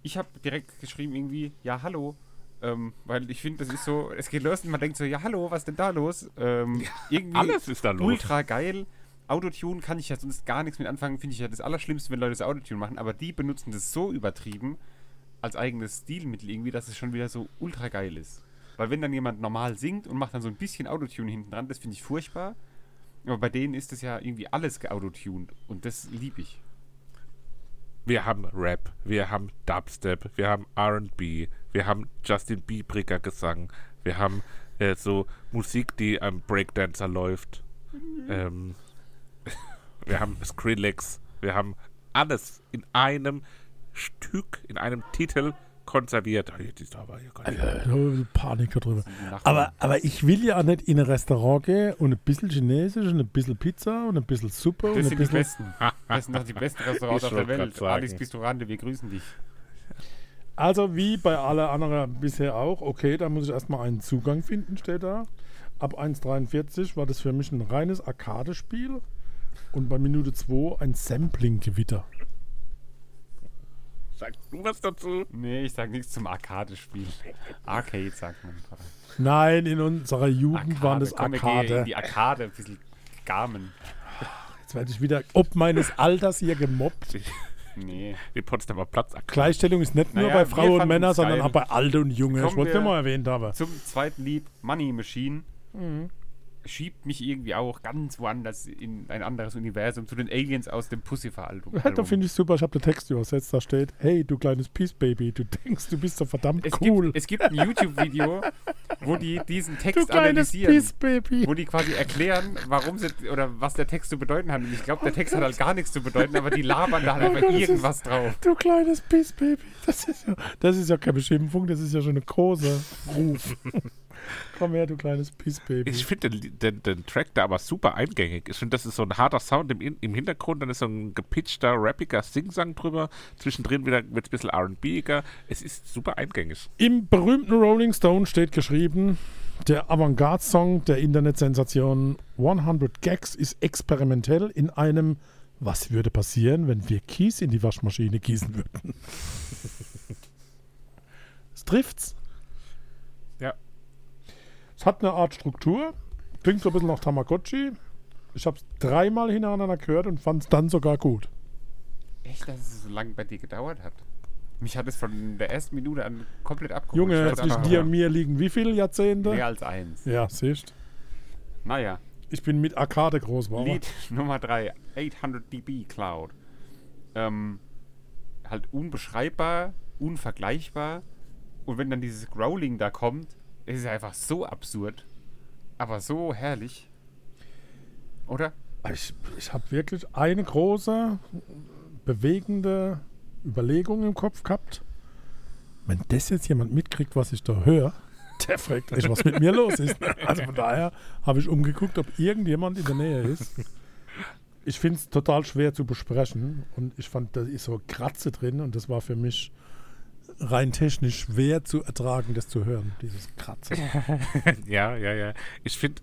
[SPEAKER 3] Ich habe direkt geschrieben irgendwie, ja, hallo. Ähm, weil ich finde, das ist so, es geht los und man denkt so, ja, hallo, was denn da los? Ähm, irgendwie
[SPEAKER 1] Alles ist da los.
[SPEAKER 3] ultra geil. Autotune kann ich ja sonst gar nichts mit anfangen, finde ich ja das Allerschlimmste, wenn Leute das Autotune machen, aber die benutzen das so übertrieben als eigenes Stilmittel irgendwie, dass es schon wieder so ultra geil ist. Weil wenn dann jemand normal singt und macht dann so ein bisschen Autotune hinten dran, das finde ich furchtbar. Aber bei denen ist das ja irgendwie alles geautotuned und das liebe ich.
[SPEAKER 1] Wir haben Rap, wir haben Dubstep, wir haben RB, wir haben Justin Biebriger Gesang, wir haben äh, so Musik, die am Breakdancer läuft. Ähm, wir haben Skrillex, wir haben alles in einem Stück, in einem Titel konserviert. Ah, jetzt ist aber hier gar
[SPEAKER 2] Also-
[SPEAKER 1] nicht-
[SPEAKER 2] Ja, Panik darüber.
[SPEAKER 3] Nachbarn.
[SPEAKER 2] Aber, aber ich will ja auch nicht in ein Restaurant gehen und ein bisschen Chinesisch und ein bisschen Pizza und ein bisschen Suppe und
[SPEAKER 3] Das
[SPEAKER 2] ein
[SPEAKER 3] sind die
[SPEAKER 2] bisschen.
[SPEAKER 3] besten. Das sind doch die besten Restaurants
[SPEAKER 1] Ich
[SPEAKER 3] auf der
[SPEAKER 1] wollte grad
[SPEAKER 3] Welt.
[SPEAKER 1] sagen.
[SPEAKER 3] Alex Pistorande, wir grüßen dich.
[SPEAKER 2] Also wie bei aller anderen bisher auch, okay, da muss ich erstmal einen Zugang finden, steht da. Ab 1,43 war das für mich ein reines Arcade-Spiel und bei Minute 2 ein Sampling-Gewitter.
[SPEAKER 1] Sag du was dazu?
[SPEAKER 3] Nee, ich sag nichts zum Arcade-Spiel. Arcade sagt man.
[SPEAKER 2] Nein, in unserer Jugend waren das
[SPEAKER 3] Komm, wir gehen in
[SPEAKER 2] Arcade.
[SPEAKER 3] die Arcade, ein bisschen Gamen.
[SPEAKER 2] Jetzt werde ich wieder ob meines Alters hier gemobbt.
[SPEAKER 3] Nee.
[SPEAKER 1] Die Potsdamer Platz.
[SPEAKER 2] Gleichstellung ist nicht nur
[SPEAKER 3] Naja,
[SPEAKER 2] bei
[SPEAKER 3] wir
[SPEAKER 2] Frau und
[SPEAKER 3] fanden
[SPEAKER 2] Männer,
[SPEAKER 3] es
[SPEAKER 2] sondern
[SPEAKER 3] geil.
[SPEAKER 2] auch bei Alte und Junge. Ich
[SPEAKER 3] Kommen
[SPEAKER 2] wollte es
[SPEAKER 3] wir-
[SPEAKER 2] nur mal erwähnt haben.
[SPEAKER 3] Zum zweiten Lied, Money Machine.
[SPEAKER 2] Mhm.
[SPEAKER 3] Schiebt mich irgendwie auch ganz woanders in ein anderes Universum zu den Aliens aus dem Pussifer-Album.
[SPEAKER 2] Ja, da finde ich super, ich habe den Text übersetzt, da steht, hey, du kleines Peace Baby, du denkst, du bist so verdammt
[SPEAKER 3] es
[SPEAKER 2] cool.
[SPEAKER 3] Gibt, es gibt ein YouTube-Video, wo die diesen
[SPEAKER 2] du
[SPEAKER 3] Text
[SPEAKER 2] kleines
[SPEAKER 3] analysieren.
[SPEAKER 2] Peace Baby.
[SPEAKER 3] wo die quasi erklären, warum sie oder was der Text zu bedeuten hat. Und ich glaube, der Text hat halt gar nichts zu bedeuten, aber die labern da halt einfach
[SPEAKER 2] Gott, das ist-
[SPEAKER 3] irgendwas drauf.
[SPEAKER 2] Du kleines Peace Baby. Das ist ja, das ist ja keine Beschimpfung, das ist ja schon eine große Ruf. Komm her, du kleines Peace Baby.
[SPEAKER 1] Ich finde den, Li- den, den Track da aber super eingängig. Ich finde, das ist so ein harter Sound im, In- im Hintergrund, dann ist so ein gepitchter, rappiger Singsang drüber. Zwischendrin wieder wird es ein bisschen RBiger. Es ist super eingängig.
[SPEAKER 2] Im berühmten Rolling Stone steht geschrieben, der Avantgarde-Song der Internetsensation 100 Gags ist experimentell in einem Was würde passieren, wenn wir Kies in die Waschmaschine gießen würden? Es trifft's.
[SPEAKER 1] Ja.
[SPEAKER 2] Es hat eine Art Struktur, klingt so ein bisschen nach Tamagotchi. Ich habe es dreimal hintereinander gehört und fand es dann sogar gut.
[SPEAKER 3] Echt, dass es so lange bei dir gedauert hat? Mich hat es von der ersten Minute an komplett abgeholt. Oh, Ich
[SPEAKER 2] Junge,
[SPEAKER 3] weiß auch
[SPEAKER 2] zwischen
[SPEAKER 3] noch,
[SPEAKER 2] dir und mir liegen wie viele Jahrzehnte?
[SPEAKER 3] Mehr als eins.
[SPEAKER 2] Ja, siehst
[SPEAKER 3] Naja,
[SPEAKER 2] Ich bin mit Arcade groß geworden.
[SPEAKER 3] Lied Nummer 3, 800 dB Cloud. Ähm, halt unbeschreibbar, unvergleichbar. Und wenn dann dieses Growling da kommt, ist es einfach so absurd, aber so herrlich. Oder?
[SPEAKER 2] Ich, ich habe wirklich eine große, bewegende Überlegung im Kopf gehabt. Wenn das jetzt jemand mitkriegt, was ich da höre, der fragt sich, was mit mir los ist. Also von daher habe ich umgeguckt, ob irgendjemand in der Nähe ist. Ich finde es total schwer zu besprechen und ich fand, da ist so Kratze drin und das war für mich rein technisch schwer zu ertragen, das zu hören, dieses Kratze.
[SPEAKER 1] ja, ja, ja. Ich finde,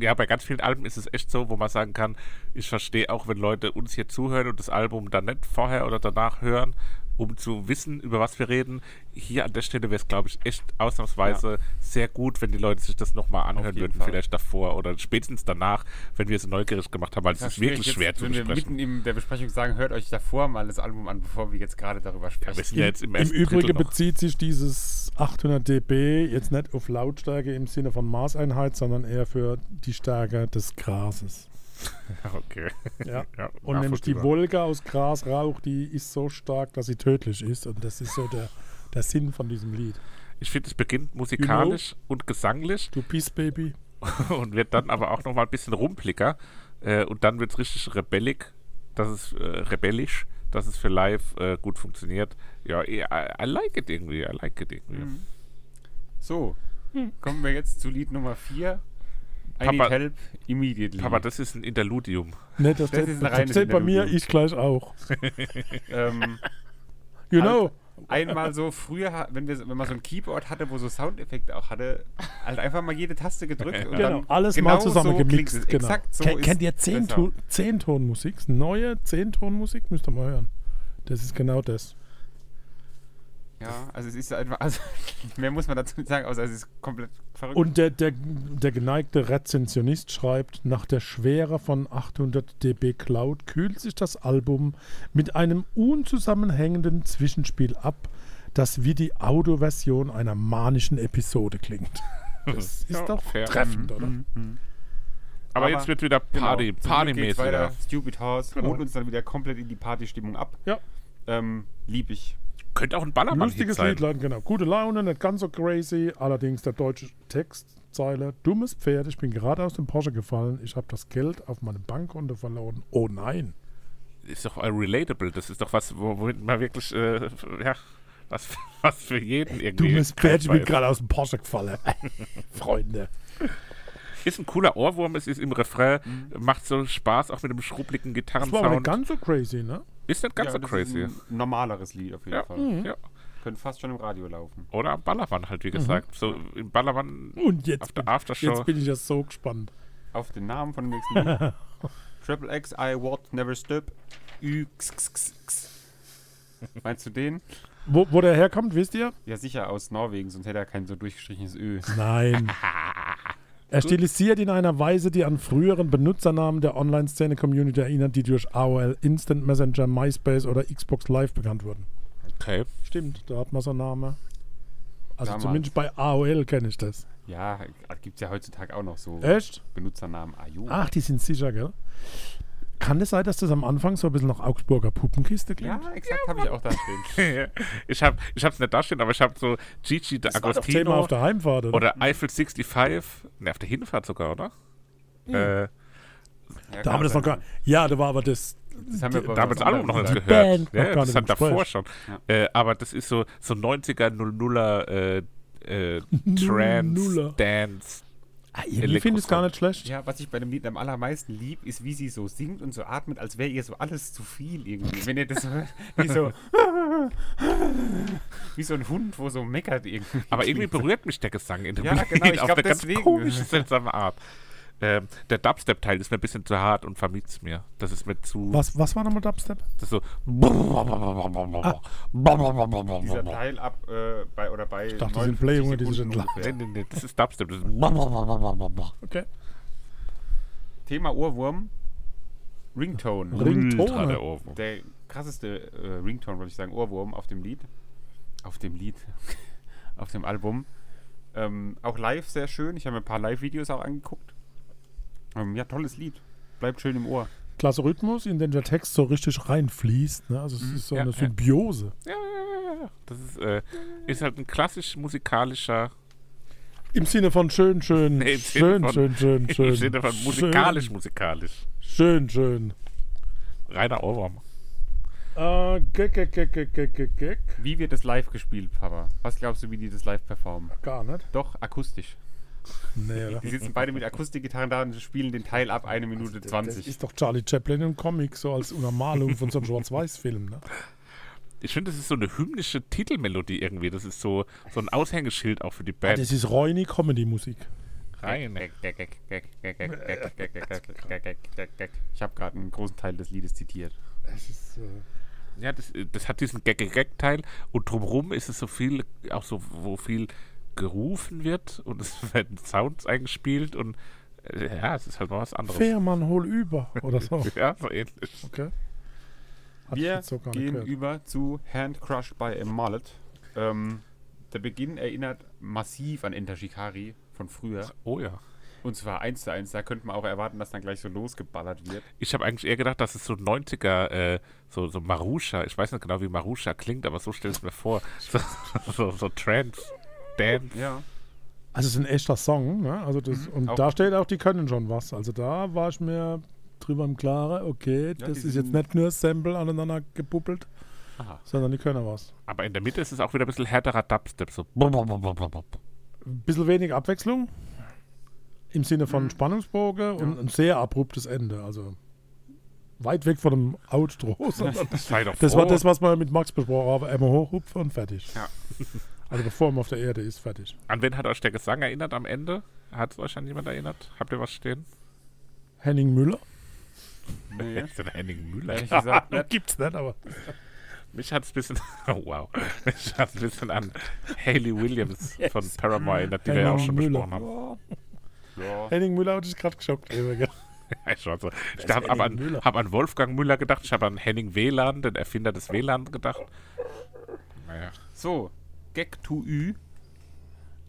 [SPEAKER 1] ja, bei ganz vielen Alben ist es echt so, wo man sagen kann, ich verstehe auch, wenn Leute uns hier zuhören und das Album dann nicht vorher oder danach hören, um zu wissen, über was wir reden. Hier an der Stelle wäre es, glaube ich, echt ausnahmsweise sehr gut, wenn die Leute sich das nochmal anhören
[SPEAKER 3] jeden
[SPEAKER 1] würden,
[SPEAKER 3] Fall.
[SPEAKER 1] vielleicht davor oder spätestens danach, wenn wir es neugierig gemacht haben, weil es
[SPEAKER 3] Das
[SPEAKER 1] ist wirklich
[SPEAKER 3] jetzt,
[SPEAKER 1] schwer zu
[SPEAKER 3] Wenn wir
[SPEAKER 1] besprechen.
[SPEAKER 3] mitten in der Besprechung sagen, hört euch davor mal das Album an, bevor wir jetzt gerade darüber
[SPEAKER 1] Ja, wir
[SPEAKER 3] sprechen.
[SPEAKER 1] sind ja jetzt im,
[SPEAKER 2] Im
[SPEAKER 1] ersten Drittel
[SPEAKER 2] Übrigen
[SPEAKER 1] noch.
[SPEAKER 2] bezieht sich dieses 800 dB jetzt nicht auf Lautstärke im Sinne von Maßeinheit, sondern eher für die Stärke des Grases.
[SPEAKER 1] Okay.
[SPEAKER 2] Ja.
[SPEAKER 1] Ja,
[SPEAKER 2] Und nämlich die Wolke aus Grasrauch, die ist so stark, dass sie tödlich ist. Und das ist so der, der Sinn von diesem Lied.
[SPEAKER 1] Ich finde, es beginnt musikalisch und gesanglich
[SPEAKER 2] Du Peace Baby.
[SPEAKER 1] und wird dann aber auch nochmal ein bisschen rumplicker. Äh, und dann wird es richtig rebellig. Das ist äh, rebellisch, dass es für live äh, gut funktioniert. Ja, eh, I, I like it irgendwie. I like it irgendwie.
[SPEAKER 3] Mhm. So,
[SPEAKER 2] Hm.
[SPEAKER 3] kommen wir jetzt zu Lied Nummer 4. I
[SPEAKER 1] Papa-
[SPEAKER 3] need help immediately.
[SPEAKER 1] Aber das ist ein Interludium.
[SPEAKER 2] Ne, das,
[SPEAKER 3] Das
[SPEAKER 2] steht-
[SPEAKER 3] ist ein
[SPEAKER 2] das
[SPEAKER 3] reines
[SPEAKER 2] steht bei mir,
[SPEAKER 3] Interludium.
[SPEAKER 2] ich gleich auch.
[SPEAKER 3] ähm,
[SPEAKER 2] You know,
[SPEAKER 3] einmal so früher, ha- wenn, wir, wenn man so ein Keyboard hatte, wo so Soundeffekte auch hatte, halt einfach mal jede Taste gedrückt und
[SPEAKER 2] Genau,
[SPEAKER 3] dann
[SPEAKER 2] alles
[SPEAKER 3] genau
[SPEAKER 2] mal zusammen
[SPEAKER 3] so klingt
[SPEAKER 2] gemixt.
[SPEAKER 3] es.
[SPEAKER 2] Genau.
[SPEAKER 3] Exakt so
[SPEAKER 2] Ken-
[SPEAKER 3] ist
[SPEAKER 2] Kennt ihr
[SPEAKER 3] besser.
[SPEAKER 2] Zehnton- Zehntonmusik? Neue Zehntonmusik? Müsst ihr mal hören. Das ist genau das.
[SPEAKER 3] Ja, also es ist einfach, also mehr muss man dazu nicht sagen, außer es ist komplett verrückt.
[SPEAKER 2] Und der, der, der geneigte Rezensionist schreibt, nach der Schwere von 800 dB Cloud kühlt sich das Album mit einem unzusammenhängenden Zwischenspiel ab, das wie die Audioversion einer manischen Episode klingt. Das ist
[SPEAKER 1] Ja,
[SPEAKER 2] doch
[SPEAKER 1] fair. Mhm.
[SPEAKER 2] treffend, oder?
[SPEAKER 1] Aber,
[SPEAKER 3] Aber-
[SPEAKER 1] jetzt wird wieder
[SPEAKER 3] Genau.
[SPEAKER 1] Party, Genau.
[SPEAKER 3] Zum Glück geht's weiter.
[SPEAKER 1] Partymäßiger.
[SPEAKER 3] Stupid Horse holt uns dann wieder komplett in die Partystimmung ab.
[SPEAKER 2] Ja.
[SPEAKER 3] Ähm, lieb ich.
[SPEAKER 1] Könnte auch ein Ballermann
[SPEAKER 2] Lustiges
[SPEAKER 1] sein.
[SPEAKER 2] Liedlein, genau. Gute Laune, nicht ganz so crazy. Allerdings der deutsche Textzeile. Dummes Pferd, ich bin gerade aus dem Porsche gefallen. Ich habe das Geld auf meinem Bankkonto verloren. Oh nein.
[SPEAKER 1] ist doch äh, relatable. Das ist doch was, wo- womit man wirklich, äh, ja, was, was für jeden irgendwie.
[SPEAKER 2] Dummes Pferd, ich bin
[SPEAKER 1] greifbar
[SPEAKER 2] gerade aus dem Porsche gefallen. Freunde.
[SPEAKER 1] ist. Ist ein cooler Ohrwurm, es ist im Refrain,
[SPEAKER 3] Mhm.
[SPEAKER 1] macht so Spaß, auch mit dem schrubbeligen
[SPEAKER 2] Das war aber nicht
[SPEAKER 1] Gitarrensound.
[SPEAKER 2] ganz so crazy, ne?
[SPEAKER 1] ist nicht ganz
[SPEAKER 3] Ja,
[SPEAKER 1] so
[SPEAKER 3] das
[SPEAKER 1] crazy.
[SPEAKER 3] Ist ein normaleres Lied auf jeden
[SPEAKER 1] Ja,
[SPEAKER 3] Fall.
[SPEAKER 1] ja.
[SPEAKER 3] Könnte fast schon im Radio laufen.
[SPEAKER 1] Oder am Ballermann halt,
[SPEAKER 2] Mhm.
[SPEAKER 1] wie gesagt. So im Ballermann
[SPEAKER 2] Und
[SPEAKER 1] auf
[SPEAKER 2] jetzt,
[SPEAKER 1] der
[SPEAKER 2] bin,
[SPEAKER 1] Aftershow.
[SPEAKER 2] jetzt bin ich ja so gespannt.
[SPEAKER 3] Auf den Namen von dem nächsten Lied. Triple X, I What Never Stop. Ü, x, x, x, x. Meinst du den?
[SPEAKER 2] Wo, wo der herkommt, wisst ihr?
[SPEAKER 3] Ja, sicher aus Norwegen, sonst hätte er kein so durchgestrichenes Ö.
[SPEAKER 2] Nein. Er stilisiert in einer Weise, die an früheren Benutzernamen der Online-Szene-Community erinnert, die durch AOL, Instant Messenger, MySpace oder Xbox Live bekannt wurden.
[SPEAKER 1] Okay.
[SPEAKER 2] Stimmt, da hat man so einen Namen. Also
[SPEAKER 3] Damals.
[SPEAKER 2] zumindest bei AOL kenne ich das.
[SPEAKER 3] Ja, gibt es ja heutzutage auch noch so
[SPEAKER 2] Echt?
[SPEAKER 3] Benutzernamen. Ah, jo.
[SPEAKER 2] Ach, die sind sicher, gell? Kann es sein, dass das am Anfang so ein bisschen nach Augsburger Puppenkiste klingt?
[SPEAKER 3] ja, exakt, habe ich auch da stehen.
[SPEAKER 1] ich habe ich hab's nicht dastehen, aber ich habe so Gigi de
[SPEAKER 2] das war doch Thema
[SPEAKER 1] Agostino
[SPEAKER 2] auf der Heimfahrt, oder?
[SPEAKER 1] oder Eiffel 65. Ne, auf der Hinfahrt sogar, oder? Äh,
[SPEAKER 2] da
[SPEAKER 3] Ja, kann
[SPEAKER 2] haben wir das noch
[SPEAKER 3] sein.
[SPEAKER 2] gar Ja, da war aber das.
[SPEAKER 3] Das haben wir
[SPEAKER 1] Da haben wir das Album noch nicht
[SPEAKER 3] nicht
[SPEAKER 1] gehört.
[SPEAKER 2] Band noch
[SPEAKER 1] Ja,
[SPEAKER 2] gar
[SPEAKER 1] das
[SPEAKER 2] nicht
[SPEAKER 1] haben
[SPEAKER 2] im
[SPEAKER 1] davor
[SPEAKER 2] Gespräch.
[SPEAKER 1] schon. Äh, aber das ist so, so 90er, 00er äh, äh,
[SPEAKER 2] Nuller.
[SPEAKER 1] Trance, Dance.
[SPEAKER 2] Ah, irgendwie finde ich es gar nicht schlecht.
[SPEAKER 3] Ja, was ich bei dem Lied am allermeisten lieb, ist, wie sie so singt und so atmet, als wäre ihr so alles zu viel irgendwie. Wenn ihr das so, wie so wie so ein Hund, wo so meckert irgendwie.
[SPEAKER 1] Aber irgendwie berührt mich der Gesang in dem
[SPEAKER 3] Ja,
[SPEAKER 1] Lied
[SPEAKER 3] genau, ich
[SPEAKER 1] auf
[SPEAKER 3] glaub,
[SPEAKER 1] eine ganz
[SPEAKER 3] deswegen.
[SPEAKER 1] komische, seltsame Art. Ähm, der Dubstep-Teil ist mir ein bisschen zu hart und vermied's mir. Das ist mir zu.
[SPEAKER 2] Was, was war nochmal Dubstep?
[SPEAKER 1] Das ist so.
[SPEAKER 3] dieser Teil ab äh, bei oder bei. Ich
[SPEAKER 2] dachte, die sind Play, Junge, die sind lang.
[SPEAKER 1] Nee, nee, nee, das ist Dubstep. Das ist
[SPEAKER 2] Okay.
[SPEAKER 3] Thema Ohrwurm. Ringtone.
[SPEAKER 1] ultra der
[SPEAKER 2] Ringtone.
[SPEAKER 1] Ohrwurm.
[SPEAKER 3] Der krasseste äh, Ringtone, würde ich sagen, Ohrwurm auf dem Lied. Auf dem Lied. auf dem Album. Ähm, auch live sehr schön. Ich habe mir ein paar Live-Videos auch angeguckt. Ähm, ja, tolles Lied. Bleibt schön im Ohr.
[SPEAKER 2] Klasse Rhythmus, in den der Text so richtig reinfließt. Ne? Also es ist so
[SPEAKER 1] Mhm. ja,
[SPEAKER 2] eine
[SPEAKER 1] ja.
[SPEAKER 2] Symbiose.
[SPEAKER 1] Ja, ja, ja, ja, ja. Das ist, äh, ist halt ein klassisch musikalischer.
[SPEAKER 2] Im Sinne von schön, schön,
[SPEAKER 1] Nee, im
[SPEAKER 2] schön,
[SPEAKER 1] Sinne von-
[SPEAKER 2] schön, schön, schön.
[SPEAKER 1] Im Sinne von musikalisch, musikalisch.
[SPEAKER 2] Schön, schön, schön.
[SPEAKER 1] Reiner Ohrwurm.
[SPEAKER 2] Äh, gek, gek, gek, gek, gek, gek, gek.
[SPEAKER 3] Wie wird das live gespielt, Papa? Was glaubst du, wie die das live performen?
[SPEAKER 2] Gar nicht.
[SPEAKER 3] Doch, akustisch.
[SPEAKER 2] Nee, oder?
[SPEAKER 3] Die sitzen beide mit Akustikgitarren da und spielen den Teil ab 1 Minute
[SPEAKER 2] Das
[SPEAKER 3] 20.
[SPEAKER 2] ist doch Charlie Chaplin im Comic, so als Untermalung von so einem Schwarz-Weiß-Film. Ne?
[SPEAKER 1] Ich finde, das ist so eine hymnische Titelmelodie irgendwie. Das ist so, so ein Aushängeschild auch für die Band.
[SPEAKER 2] Das ist reine Comedy-Musik.
[SPEAKER 1] Rein.
[SPEAKER 3] Ich habe gerade einen großen Teil des Liedes zitiert.
[SPEAKER 1] Ja, das, das hat diesen Gag-Gag-Teil und drumherum ist es so viel, auch so, wo viel gerufen wird und es werden Sounds eingespielt und äh, ja, es ist halt mal was anderes.
[SPEAKER 2] Fährmann, hol über oder so.
[SPEAKER 1] Ja, so ähnlich.
[SPEAKER 2] Okay. Hat
[SPEAKER 3] Wir
[SPEAKER 2] so gar nicht
[SPEAKER 3] gehen
[SPEAKER 2] gehört.
[SPEAKER 3] über zu Hand Crushed by a Mullet. Ähm, der Beginn erinnert massiv an Enter Shikari von früher.
[SPEAKER 1] Oh ja.
[SPEAKER 3] Und zwar eins zu eins. Da könnte man auch erwarten, dass dann gleich so losgeballert wird.
[SPEAKER 1] Ich habe eigentlich eher gedacht, dass es so 90er, äh, so, so Marusha, ich weiß nicht genau, wie Marusha klingt, aber so stelle ich es mir vor. So, so, so Trance, Dance.
[SPEAKER 3] Ja.
[SPEAKER 2] Also es ist ein echter Song, ne? Also das, und
[SPEAKER 3] Mhm. Auch-
[SPEAKER 2] da steht auch, die können schon was. Also da war ich mir drüber im Klaren, okay, das
[SPEAKER 3] die
[SPEAKER 2] ist jetzt
[SPEAKER 3] sind-
[SPEAKER 2] nicht nur Sample aneinander gepuppelt,
[SPEAKER 3] Aha.
[SPEAKER 2] sondern die können was.
[SPEAKER 1] Aber in der Mitte ist es auch wieder ein bisschen härterer Dubstep. So.
[SPEAKER 2] Ein bisschen wenig Abwechslung
[SPEAKER 3] Mhm.
[SPEAKER 2] im Sinne von Spannungsbogen und ein sehr abruptes Ende. Also weit weg von dem Outro. sondern
[SPEAKER 1] Sei doch
[SPEAKER 2] Das war
[SPEAKER 1] froh.
[SPEAKER 2] das, was wir mit Max besprochen haben. Einmal hochhupfen und fertig.
[SPEAKER 3] Ja.
[SPEAKER 2] Also bevor man auf der Erde ist, fertig.
[SPEAKER 1] An wen hat euch der Gesang erinnert am Ende? Hat es euch an jemand erinnert? Habt ihr was stehen?
[SPEAKER 2] Henning Müller?
[SPEAKER 3] Nee.
[SPEAKER 1] Ist denn Henning Müller?
[SPEAKER 3] Ehrlich gesagt, nicht.
[SPEAKER 2] Gibt's nicht, aber.
[SPEAKER 1] Mich hat es ein bisschen, oh, wow, mich hat ein bisschen an Hayley Williams von Paramore erinnert, die wir ja auch
[SPEAKER 2] Henning
[SPEAKER 1] schon
[SPEAKER 2] Müller.
[SPEAKER 1] besprochen haben.
[SPEAKER 3] Ja.
[SPEAKER 2] Henning Müller hat dich gerade geschockt.
[SPEAKER 1] genau.
[SPEAKER 2] Übrigens.
[SPEAKER 1] Ich, war so- ich habe hab
[SPEAKER 2] Henning
[SPEAKER 1] an,
[SPEAKER 2] Müller?
[SPEAKER 1] hab an Wolfgang Müller gedacht, ich habe an Henning WLAN, den Erfinder des WLAN, gedacht. Naja,
[SPEAKER 3] So, Gag to Ü.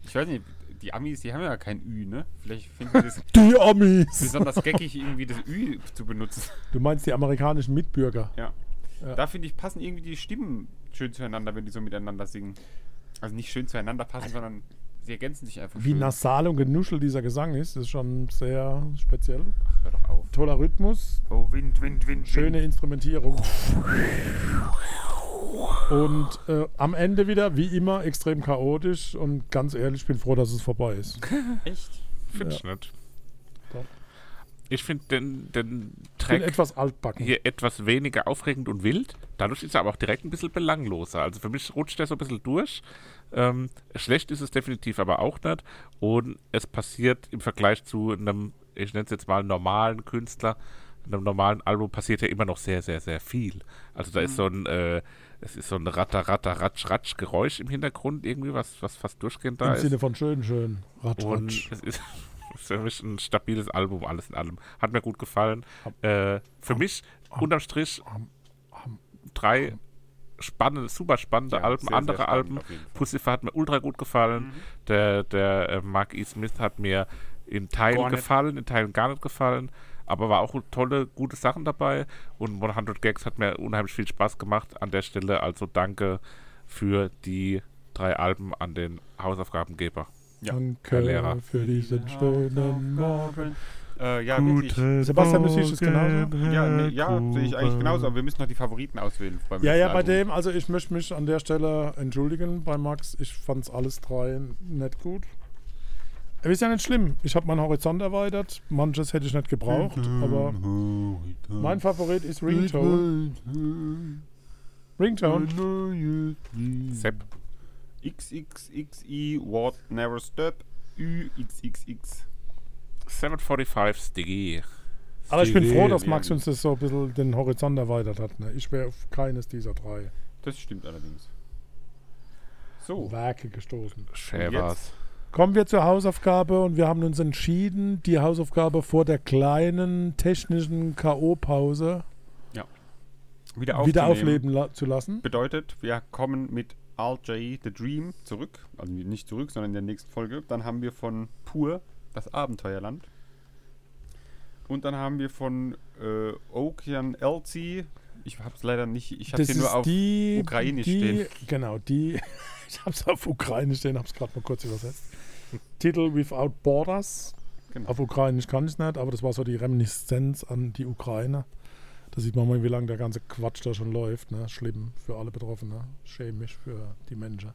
[SPEAKER 3] Ich weiß nicht, die Amis, die haben ja kein Ü, ne? Vielleicht finden sie es
[SPEAKER 2] Die Amis!
[SPEAKER 3] besonders geckig, irgendwie das Ü zu benutzen.
[SPEAKER 2] Du meinst die amerikanischen Mitbürger?
[SPEAKER 3] Ja.
[SPEAKER 2] Ja.
[SPEAKER 3] Da finde ich, passen irgendwie die Stimmen schön zueinander, wenn die so miteinander singen. Also nicht schön zueinander passen, sondern sie ergänzen sich einfach.
[SPEAKER 2] Wie
[SPEAKER 1] Mhm.
[SPEAKER 3] schön.
[SPEAKER 2] nasal und genuschelt dieser Gesang ist, ist schon sehr speziell.
[SPEAKER 3] Hör doch auf.
[SPEAKER 2] Toller Rhythmus,
[SPEAKER 3] Oh, Wind, Wind, Wind,
[SPEAKER 2] schöne Instrumentierung. Und äh, am Ende wieder, wie immer, extrem chaotisch und ganz ehrlich, ich bin froh, dass es vorbei ist.
[SPEAKER 3] Wind. Echt?
[SPEAKER 1] finde ich nicht.
[SPEAKER 2] Doch.
[SPEAKER 1] Ich finde den, den
[SPEAKER 2] Ich bin
[SPEAKER 1] Track
[SPEAKER 2] etwas altbacken.
[SPEAKER 1] hier etwas weniger aufregend und wild. Dadurch ist er aber auch direkt ein bisschen belangloser. Also für mich rutscht er so ein bisschen durch. Ähm, schlecht ist es definitiv aber auch nicht. Und es passiert im Vergleich zu einem, ich nenne es jetzt mal normalen Künstler, einem normalen Album passiert ja immer noch sehr, sehr, sehr viel. Also da
[SPEAKER 2] Mhm.
[SPEAKER 1] ist so ein, äh, es ist so ein ratter, ratter, ratsch, ratsch Geräusch im Hintergrund irgendwie, was, was fast durchgehend da
[SPEAKER 2] Im
[SPEAKER 1] ist.
[SPEAKER 2] Sinne von schön, schön. Ratsch,
[SPEAKER 1] Und
[SPEAKER 2] ratsch.
[SPEAKER 1] es ist es ist für mich ein stabiles Album, alles in allem. Hat mir gut gefallen. Äh, für mich unterm Strich drei spannende, super spannende
[SPEAKER 3] Ja,
[SPEAKER 1] Alben,
[SPEAKER 3] sehr, sehr
[SPEAKER 1] andere
[SPEAKER 3] spannend
[SPEAKER 1] Alben.
[SPEAKER 3] auf jeden Fall. Mhm.
[SPEAKER 1] Pussifer hat mir ultra gut gefallen. Der, der äh, Mark E. Smith hat mir in Teilen
[SPEAKER 3] Gar nicht.
[SPEAKER 1] gefallen, in Teilen gar nicht gefallen. Aber war auch tolle, gute Sachen dabei. Und 100 Gags hat mir unheimlich viel Spaß gemacht an der Stelle. Also danke für die drei Alben an den Hausaufgabengeber.
[SPEAKER 3] Ja.
[SPEAKER 1] Herr
[SPEAKER 2] Danke
[SPEAKER 1] Lehrer.
[SPEAKER 2] für diesen schönen Morgen.
[SPEAKER 3] Äh, ja, wirklich.
[SPEAKER 2] Sebastian, du siehst es genauso?
[SPEAKER 3] Ja, nee, ja sehe ich eigentlich genauso, aber wir müssen noch die Favoriten auswählen. beim
[SPEAKER 2] Ja,
[SPEAKER 3] nächsten
[SPEAKER 2] ja, bei
[SPEAKER 3] Album.
[SPEAKER 2] dem, also ich möchte mich an der Stelle entschuldigen bei Max. Ich fand's alles drei nicht gut. Aber ist ja nicht schlimm. Ich habe meinen Horizont erweitert. Manches hätte ich nicht gebraucht, aber hm, mein Favorit ist Ringtone. Ringtone.
[SPEAKER 3] Mhm.
[SPEAKER 1] Sepp.
[SPEAKER 3] XXXI, What Never Stop, Ü, XXX.
[SPEAKER 1] 745 Stiggy.
[SPEAKER 2] Aber ich bin froh, dass
[SPEAKER 3] Ja,
[SPEAKER 2] Max
[SPEAKER 3] gut.
[SPEAKER 2] uns das so ein bisschen den Horizont erweitert hat. Ne? Ich wäre auf keines dieser drei
[SPEAKER 3] Das stimmt allerdings. So,
[SPEAKER 2] Werke gestoßen.
[SPEAKER 1] Schäbers.
[SPEAKER 2] Kommen wir zur Hausaufgabe und wir haben uns entschieden, die Hausaufgabe vor der kleinen technischen K.O.-Pause
[SPEAKER 3] wieder,
[SPEAKER 2] wieder
[SPEAKER 3] aufzunehmen
[SPEAKER 2] aufleben la zu lassen.
[SPEAKER 3] Bedeutet, wir kommen mit RJ The Dream zurück. Also nicht zurück, sondern in der nächsten Folge. Dann haben wir von Pur das Abenteuerland. Und dann haben wir von äh, Okian LC. Ich hab's leider nicht, ich hab's
[SPEAKER 2] Das
[SPEAKER 3] hier nur
[SPEAKER 2] ist
[SPEAKER 3] auf
[SPEAKER 2] die,
[SPEAKER 3] Ukrainisch
[SPEAKER 2] die,
[SPEAKER 3] stehen.
[SPEAKER 2] Genau, die. Ich hab's auf Ukrainisch stehen, hab's gerade mal kurz übersetzt. Titel Without Borders.
[SPEAKER 3] Genau.
[SPEAKER 2] Auf Ukrainisch kann ich nicht, aber das war so die Reminiszenz an die Ukraine. Da sieht man mal, wie lange der ganze Quatsch da schon läuft. Ne? Schlimm für alle Betroffenen. Ne? Schämisch für die Menschen.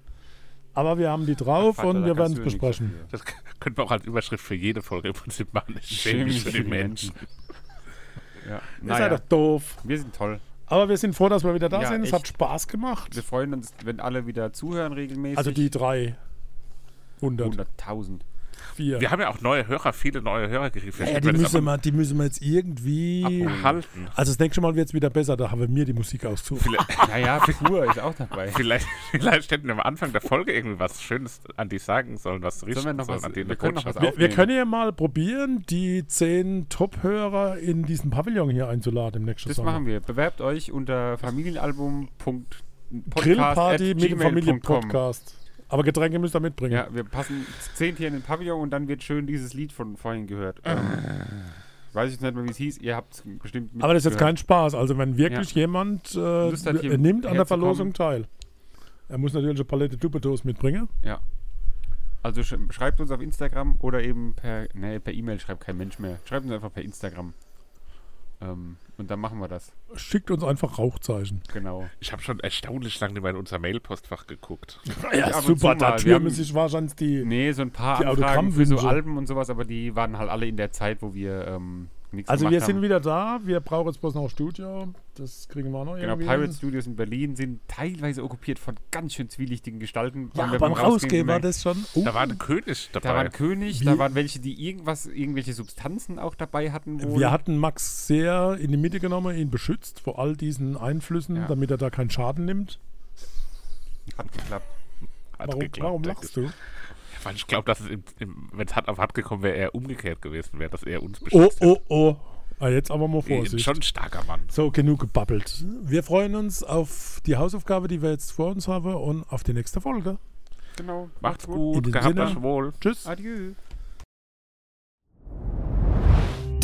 [SPEAKER 2] Aber wir haben die drauf
[SPEAKER 3] Vater,
[SPEAKER 2] und
[SPEAKER 3] da
[SPEAKER 2] wir werden
[SPEAKER 3] kannst
[SPEAKER 2] es
[SPEAKER 3] du nichts
[SPEAKER 2] besprechen.
[SPEAKER 3] dafür.
[SPEAKER 1] Das k- könnte man auch als Überschrift für jede Folge im Prinzip machen. Ich schäme mich für die Menschen.
[SPEAKER 3] Ja.
[SPEAKER 2] Ihr seid
[SPEAKER 3] Naja,
[SPEAKER 2] doch doof.
[SPEAKER 3] wir sind toll.
[SPEAKER 2] Aber wir sind froh, dass wir wieder da
[SPEAKER 3] Ja,
[SPEAKER 2] sind. Es
[SPEAKER 3] echt.
[SPEAKER 2] hat Spaß gemacht.
[SPEAKER 3] Wir freuen uns, wenn alle wieder zuhören regelmäßig.
[SPEAKER 2] Also die drei. 104.
[SPEAKER 3] 100.000.
[SPEAKER 1] Wir haben ja auch neue Hörer, viele neue Hörer gekriegt.
[SPEAKER 2] Ja, Äh, die, müssen wir, die müssen wir jetzt irgendwie.
[SPEAKER 1] halten.
[SPEAKER 2] Also das nächste Mal wird es wieder besser, da haben wir mir die Musik auszuführen.
[SPEAKER 3] Naja, Pur ist auch dabei.
[SPEAKER 1] Vielleicht, vielleicht hätten wir am Anfang der Folge irgendwie was Schönes an die sagen sollen, was richten
[SPEAKER 3] wir noch
[SPEAKER 1] sollen,
[SPEAKER 3] was-
[SPEAKER 1] an denen
[SPEAKER 3] wir können noch was
[SPEAKER 1] Botschaft.
[SPEAKER 2] Wir, wir
[SPEAKER 3] aufnehmen.
[SPEAKER 2] können ja mal probieren, die zehn Top-Hörer in diesen Pavillon hier einzuladen im nächsten
[SPEAKER 3] Das machen wir. Bewerbt euch unter familienalbum.podcast.gmail.com.
[SPEAKER 2] Grillparty mit dem Familienpodcast. Aber Getränke müsst ihr mitbringen.
[SPEAKER 3] Ja, wir passen zehn hier in den Pavillon und dann wird schön dieses Lied von vorhin gehört.
[SPEAKER 2] Ah.
[SPEAKER 3] Ähm, weiß ich jetzt nicht mehr, wie es hieß. Ihr habt es bestimmt
[SPEAKER 2] Aber das ist jetzt
[SPEAKER 3] mitgehört.
[SPEAKER 2] kein Spaß. Also wenn wirklich jemand äh,
[SPEAKER 3] Lust hat, hier
[SPEAKER 2] äh, nimmt an der
[SPEAKER 3] herzukommen.
[SPEAKER 2] Verlosung teil. Er muss natürlich eine Palette Tupetos mitbringen.
[SPEAKER 3] Ja. Also sch schreibt uns auf Instagram oder eben per nee, per E-Mail schreibt kein Mensch mehr. Schreibt uns einfach per Instagram. Ähm, und dann machen wir das.
[SPEAKER 2] Schickt uns einfach Rauchzeichen.
[SPEAKER 3] Genau.
[SPEAKER 1] Ich habe schon erstaunlich lange nicht mehr in unser Mailpostfach geguckt.
[SPEAKER 2] Ja,
[SPEAKER 3] ab und
[SPEAKER 2] super,
[SPEAKER 3] zu
[SPEAKER 2] da
[SPEAKER 3] mal. Wir
[SPEAKER 2] türmen
[SPEAKER 3] haben-
[SPEAKER 2] sich wahrscheinlich die...
[SPEAKER 3] Nee, so ein paar
[SPEAKER 2] Die
[SPEAKER 3] Anfragen für so
[SPEAKER 2] Autogrammwünsche.
[SPEAKER 3] Alben und sowas, aber die waren halt alle in der Zeit, wo wir ähm, nichts
[SPEAKER 2] Also
[SPEAKER 3] gemacht
[SPEAKER 2] wir sind
[SPEAKER 3] haben.
[SPEAKER 2] wieder da, wir brauchen jetzt bloß noch ein Studio, das kriegen wir auch noch
[SPEAKER 3] Genau,
[SPEAKER 2] irgendwie.
[SPEAKER 3] Pirate Studios in Berlin sind teilweise okkupiert von ganz schön zwielichtigen Gestalten.
[SPEAKER 2] ja,
[SPEAKER 3] Haben wir
[SPEAKER 2] beim Rausgehen war
[SPEAKER 3] gemerkt.
[SPEAKER 2] das schon. Oh,
[SPEAKER 1] Da war ein König dabei.
[SPEAKER 3] Uh. Da war ein König,
[SPEAKER 2] Wir-
[SPEAKER 3] da waren welche, die irgendwas, irgendwelche Substanzen auch dabei hatten. wohl.
[SPEAKER 2] wir hatten Max sehr in die Mitte genommen, ihn beschützt vor all diesen Einflüssen,
[SPEAKER 3] Ja.
[SPEAKER 2] damit er da keinen Schaden nimmt.
[SPEAKER 3] Hat geklappt.
[SPEAKER 1] Hat
[SPEAKER 2] Warum,
[SPEAKER 1] geklappt,
[SPEAKER 2] warum
[SPEAKER 1] der
[SPEAKER 2] lachst du?
[SPEAKER 1] Ja, Weil ich glaube, dass es, im, im, wenn es hart auf hart gekommen wäre, eher umgekehrt gewesen wäre, dass er uns
[SPEAKER 2] Oh,
[SPEAKER 1] beschützt
[SPEAKER 2] oh, oh. Ah, jetzt aber mal
[SPEAKER 1] hätte.
[SPEAKER 2] Vorsicht.
[SPEAKER 1] Schon ein starker Mann.
[SPEAKER 2] So, genug gebabbelt. Wir freuen uns auf die Hausaufgabe, die wir jetzt vor uns haben und auf die nächste Folge.
[SPEAKER 3] Genau.
[SPEAKER 1] Macht's
[SPEAKER 2] In
[SPEAKER 1] gut,
[SPEAKER 2] dem
[SPEAKER 1] gehabt
[SPEAKER 2] Sinne-
[SPEAKER 1] euch wohl.
[SPEAKER 2] Tschüss.
[SPEAKER 3] Adieu.